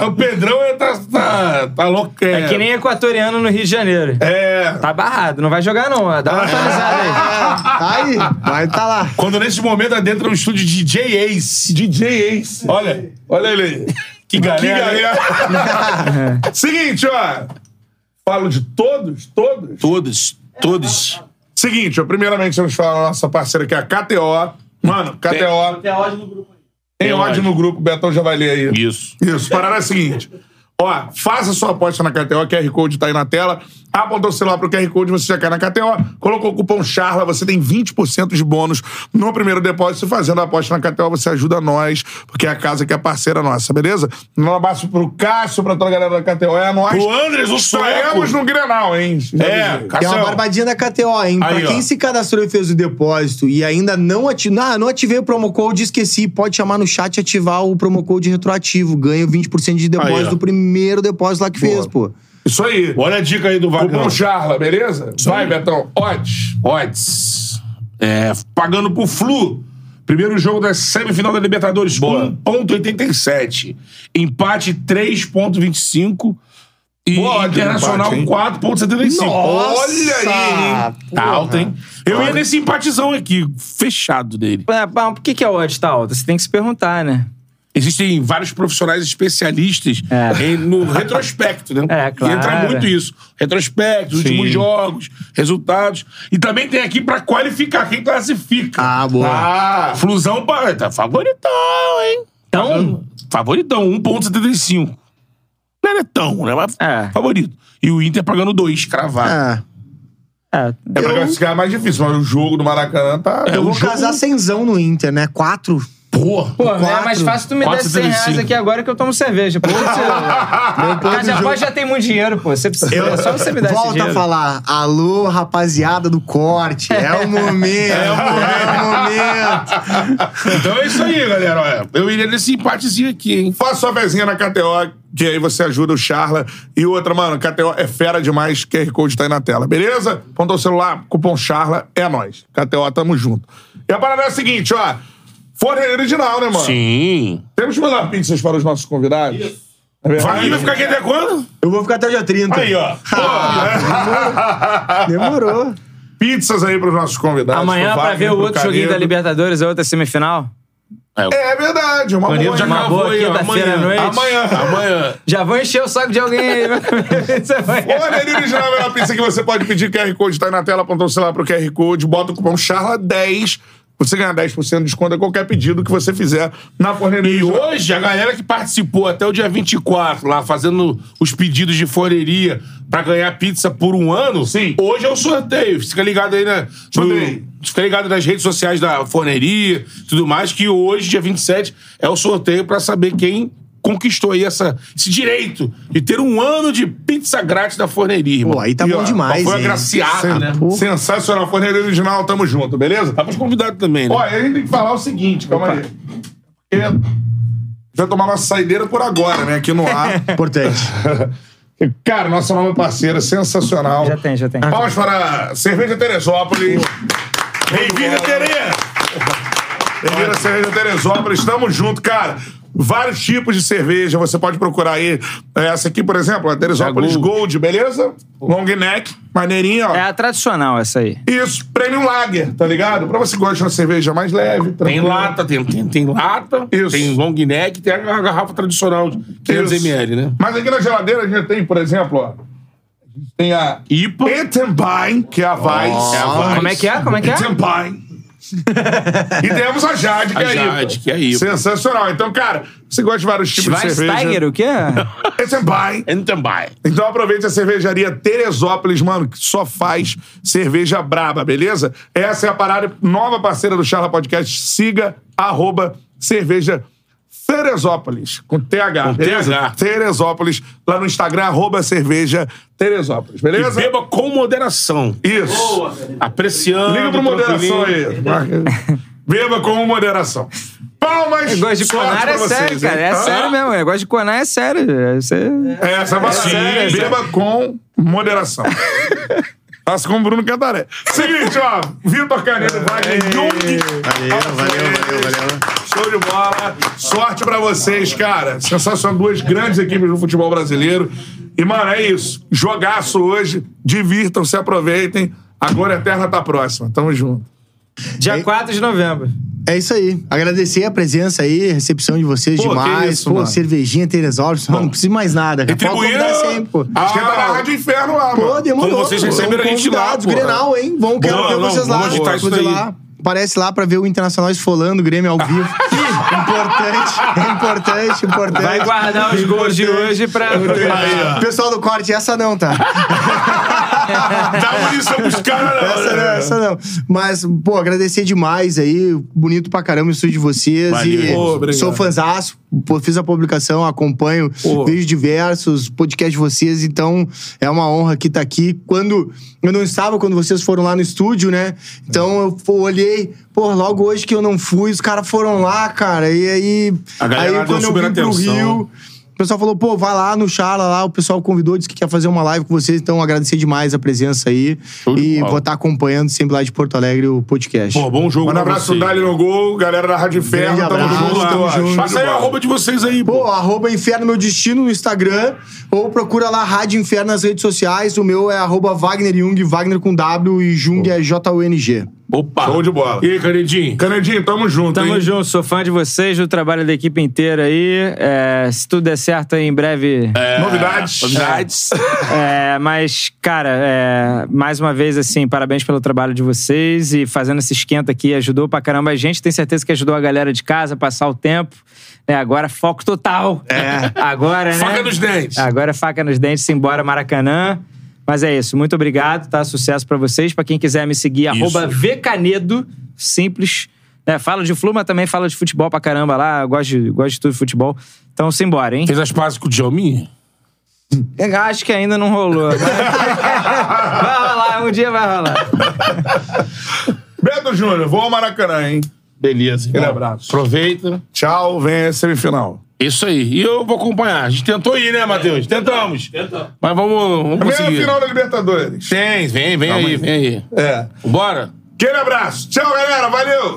S3: o Pedrão é- tá, tá, tá louco.
S5: É que nem equatoriano no Rio de Janeiro.
S3: É.
S5: Tá barrado, não vai jogar não. ó. Dá uma atualizada aí.
S4: tá aí, vai tá lá.
S3: Quando nesse momento adentra um estúdio de DJ Ace. DJ Ace. Olha, olha ele aí. Que galera.
S2: Seguinte, ó. Falo de todos, todos.
S3: Todos, todos.
S2: Seguinte, ó, primeiramente vamos falar da nossa parceira que é a KTO. Mano, KTO.
S6: Até hoje no grupo aí.
S2: Tem ódio no grupo, o Betão já vai ler aí.
S3: Isso.
S2: Isso, parada é a seguinte. Ó, faça sua aposta na KTO, QR Code tá aí na tela. Apontou o celular pro QR Code, você já cai na KTO. Colocou o cupom CHARLA, você tem 20% de bônus no primeiro depósito. Fazendo a aposta na KTO, você ajuda nós, porque é a casa que é parceira nossa, beleza? Um abraço pro Cássio, pra toda a galera da KTO. É nóis.
S3: Pro Andres, o
S2: Estaremos
S3: sueco.
S2: no Grenal, hein?
S3: É,
S4: Tem uma
S3: Cassião.
S4: barbadinha da KTO, hein?
S3: Aí,
S4: pra quem
S3: ó.
S4: se cadastrou e fez o depósito e ainda não ativou. Ah, não ativei o promo code, esqueci. Pode chamar no chat e ativar o promo code retroativo. Ganha 20% de depósito
S3: ó.
S4: do primeiro depósito lá que fez, pô.
S2: Isso aí.
S3: Olha a dica aí do Vagão.
S2: Cupom CHARLA, beleza? Vai, Betão. Odds.
S3: Odds. É, pagando pro Flu, Primeiro jogo da semifinal da Libertadores, 1,87. Empate, 3,25. E
S2: Boa ódio do
S3: Internacional,
S2: empate, hein?
S3: 4,75.
S4: Nossa!
S3: Olha aí, hein? Tá
S4: Porra.
S3: alto, hein? Eu ia nesse empatezão aqui, fechado dele.
S5: Ah, mas por que, que a odd tá alta? Você tem que se perguntar, né?
S3: Existem vários profissionais especialistas
S5: É.
S3: em- no retrospecto, né?
S5: É, claro.
S3: E entra muito isso. Retrospecto, os
S2: Sim.
S3: últimos jogos, resultados. E também tem aqui pra qualificar quem classifica.
S4: Ah, boa.
S2: Ah,
S3: Flusão pa- tá favoritão, hein? Então, favoritão, 1.75. Não é tão, né? Mas
S5: É.
S3: favorito. E o Inter pagando dois, cravado.
S4: Ah,
S5: É,
S2: é pra classificar mais difícil, mas o jogo do Maracanã tá.
S4: eu
S3: o
S4: vou
S3: É um jogo-
S4: casar cenzão no Inter, né? Quatro.
S3: Porra.
S5: Pô, mas é
S4: Quatro.
S5: mais fácil tu me dar 100 reais
S3: 4,75.
S5: aqui agora que eu tomo cerveja. Pô, você... Cajapós já tem muito dinheiro, pô. Você precisa, é só você me dar esse
S4: Volta a
S5: dinheiro.
S4: falar. Alô, rapaziada do corte. É o momento. é o momento.
S3: Então é isso aí, galera. Olha, eu iria nesse empatezinho aqui, hein?
S2: Faça sua vezinha na KTO, que aí você ajuda o Charla. E outra, mano, KTO é fera demais, QR Code tá aí na tela, beleza? Apontou o celular, cupom Charla, é nóis. KTO, tamo junto. E a parada é a seguinte, ó. Forneira original, né, mano?
S3: Sim.
S2: Temos que mandar pizzas para os nossos convidados. Isso. É verdade?
S3: Vai vai ficar aqui até quando?
S4: Eu vou ficar até o dia 30.
S2: Aí, ó.
S4: Demorou.
S2: Pizzas aí pros nossos convidados.
S5: Amanhã,
S2: pro
S5: pra
S2: Wagner,
S4: né,
S5: ver o
S2: pro
S5: outro joguinho
S2: Canedo.
S5: da Libertadores, a outra semifinal.
S2: É verdade, uma
S3: Canedo
S2: boa.
S3: já
S2: hein?
S5: Uma
S3: acabou
S5: boa
S3: aí, ó,
S5: quinta-feira tá à
S3: amanhã.
S5: noite.
S2: Amanhã.
S3: Amanhã.
S5: Já vou encher o saco de alguém aí. Isso vai-
S2: Forneira original é uma pizza que você pode pedir. QR Code tá aí na tela, apontou o celular pro QR Code, bota o cupom CHARLA10. Você ganha 10% de desconto a qualquer pedido que você fizer na forneira
S3: E
S2: original.
S3: hoje, a galera que participou até o dia 24, lá fazendo os pedidos de foreria pra ganhar pizza por um ano,
S2: Sim.
S3: hoje é o sorteio. Fica ligado aí, né?
S2: Sorteio.
S3: Fica Tá ligado nas redes sociais da forneria tudo mais, que hoje, dia 27, é o sorteio pra saber quem conquistou aí essa, esse direito de ter um ano de pizza grátis da forneria, irmão.
S4: Pô, aí tá
S3: E,
S4: bom
S3: ó,
S4: demais,
S3: Foi
S4: hein?
S3: agraciado, né?
S2: Sensacional, forneira original, tamo junto, beleza?
S3: Tá pros convidados também, né?
S2: Ó, e a gente tem que falar o seguinte, calma aí. Porque a gente vai tomar nossa saideira por agora, né? Aqui no ar.
S4: Importante.
S2: Cara, nossa nova parceira, é sensacional.
S5: Já tem, já tem.
S2: Palmas para Cerveja Teresópolis. Bem-vinda, Tereza! Bem-vinda, Cerveja Teresópolis. Tamo junto, cara. Vários tipos de cerveja, você pode procurar aí. É Essa aqui, por exemplo, a Teresópolis
S3: É a Gold.
S2: Gold, beleza? Long neck, maneirinha, ó.
S5: É a tradicional essa aí.
S2: Isso, Premium Lager, tá ligado? Pra você que gosta de uma cerveja mais leve,
S3: Tem
S2: tranquila.
S3: lata, tem, tem, tem lata,
S2: Isso.
S3: tem long neck, tem a garrafa tradicional de 500ml, né?
S2: Mas aqui na geladeira a gente tem, por exemplo, ó. A gente tem a
S3: IPA.
S2: Etenbein, que é a Weiss.
S3: É a Weiss.
S5: Como é que é? Como é que é?
S2: Etenbein. e temos a Jade, que é
S3: A
S2: a
S3: Jade,
S2: IPA.
S3: que é a IPA.
S2: Sensacional. Então, cara, você gosta de vários
S4: Tipo
S2: tipos de cerveja.
S5: Schweinsteiger, o quê?
S2: Etenbein.
S3: And também.
S2: Então aproveite a cervejaria Teresópolis, mano, que só faz cerveja braba, beleza? Essa é a parada nova parceira do Charla Podcast. Siga arroba cerveja Teresópolis, com TH,
S3: Com
S2: beleza?
S3: TH.
S2: Teresópolis, lá no Instagram, arroba cerveja Teresópolis,
S3: E
S2: beleza?
S3: beba com moderação.
S2: Isso.
S3: Apreciando.
S2: Liga pro moderação
S3: tranquilinho.
S2: aí. Marca. Beba com moderação. Palmas!
S5: Negócio de
S2: Sorte
S5: conar
S2: pra
S5: é
S2: vocês,
S5: sério,
S2: hein?
S5: cara. É
S2: Hã?
S5: sério mesmo. O negócio de conar é sério. Você...
S2: É, Essa é uma
S3: sério,
S2: Sim, Beba com moderação. Faça com o Bruno Cantaré. Seguinte, ó. Vitor Canedo, Wagner Jung.
S4: Valeu, valeu, valeu, valeu.
S2: um Show de bola. Sorte pra vocês, cara. Sensacional. Duas grandes equipes do futebol brasileiro. E, mano, é isso. Jogaço hoje. Divirtam-se, aproveitem. A glória eterna tá próxima. Tamo junto.
S5: Dia 4 de novembro.
S4: É isso aí. Agradecer a presença aí, a recepção de vocês
S2: Pô, que
S4: demais.
S2: isso,
S4: pô,
S2: mano.
S4: cervejinha, Teresópolis. Mano, não precisa mais nada. cara. Pode
S3: Retribuíram
S4: convidar sempre, pô.
S2: Ah, Esquenta a barra de inferno lá,
S4: Pô,
S2: mano.
S4: demorou.
S3: Como vocês
S4: pô.
S3: receberam a gente lá,
S4: Convidados,
S3: pô.
S4: Grenal, hein? Vão, quero
S3: Boa,
S4: ver
S3: não,
S4: vocês
S3: vou
S4: lá.
S3: agitar isso
S4: Vou
S3: daí.
S4: lá. Parece lá pra ver o Internacional esfolando o Grêmio ao vivo. importante, é importante, importante.
S5: Vai guardar os gols de hoje pra.
S4: Aí, ó. Pessoal do corte, essa não, tá?
S2: Dá
S3: é
S2: munição pros caras, não,
S4: Essa não,
S2: né?
S4: essa não. Mas, pô, agradecer demais aí. Bonito pra caramba o estúdio de vocês.
S3: Valeu.
S4: E
S3: Pô,
S2: obrigado.
S4: sou fãzaço. Pô, Fiz a publicação, acompanho, vejo diversos podcasts de vocês. Então, é uma honra que tá aqui. Quando eu não estava, quando vocês foram lá no estúdio, né? Então, eu pô, olhei. Pô, logo hoje que eu não fui, os caras foram lá, cara. E aí...
S3: A galera
S4: aí,
S3: deu
S4: quando eu
S3: super
S4: vim pro
S3: atenção.
S4: Rio... O pessoal falou, pô, vai lá no Charla lá, o pessoal convidou, disse que quer fazer uma live com vocês, então agradecer demais a presença aí.
S3: de
S4: e
S3: bola.
S4: vou estar acompanhando sempre lá de Porto Alegre o podcast.
S3: Pô, bom jogo
S2: Manda
S3: pra
S2: um abraço
S3: vocês.
S2: pro Dali no gol, galera da Rádio Ferro.
S4: Grande
S2: tamo
S4: abraço,
S2: junto.
S4: tamo junto.
S2: Passa aí a arroba de vocês aí, pô.
S4: Pô, arroba Inferno Meu Destino no Instagram, ou procura lá Rádio Inferno nas redes sociais, o meu é arroba Wagner Jung, Wagner com W e Jung é J-U-N-G.
S3: Opa.
S2: Show de bola.
S3: E aí, Canedinho?
S2: Canedinho, tamo junto,
S5: Tamo
S2: hein?
S5: junto, sou fã de vocês, do trabalho da equipe inteira aí. É, se tudo der certo, aí em breve.
S2: É. Novidades.
S3: É, Novidades.
S5: É, mas, cara, é, mais uma vez, assim, parabéns pelo trabalho de vocês e fazendo esse esquenta aqui ajudou pra caramba a gente. Tenho certeza que ajudou a galera de casa a passar o tempo. né? agora foco total. É. Agora, né?
S3: Faca nos dentes.
S5: Agora é faca nos dentes, embora Maracanã. Mas é isso. Muito obrigado, tá? Sucesso pra vocês. Pra quem quiser me seguir, arroba VCanedo, simples. né? Fala de Flu, mas também fala de futebol pra caramba lá. Eu Gosto de, gosto de tudo de futebol. Então, simbora, hein?
S3: Fez as pazes com o Djalminha?
S5: Eu acho que ainda não rolou. né? Vai rolar, um dia vai rolar.
S2: É. Beto Júnior, vou ao Maracanã, hein?
S3: Beleza. Aquele
S2: abraço.
S3: Aproveita.
S2: Tchau, vem a semifinal.
S3: Isso aí. E eu vou acompanhar. A gente tentou ir, né, Matheus? Tentamos.
S6: Tentamos.
S3: Mas vamos, vamos
S2: Vem a
S3: conseguir.
S2: final da Libertadores.
S3: Tem, vem, vem aí, vem aí.
S2: É.
S3: Bora.
S2: Aquele abraço. Tchau, galera. Valeu.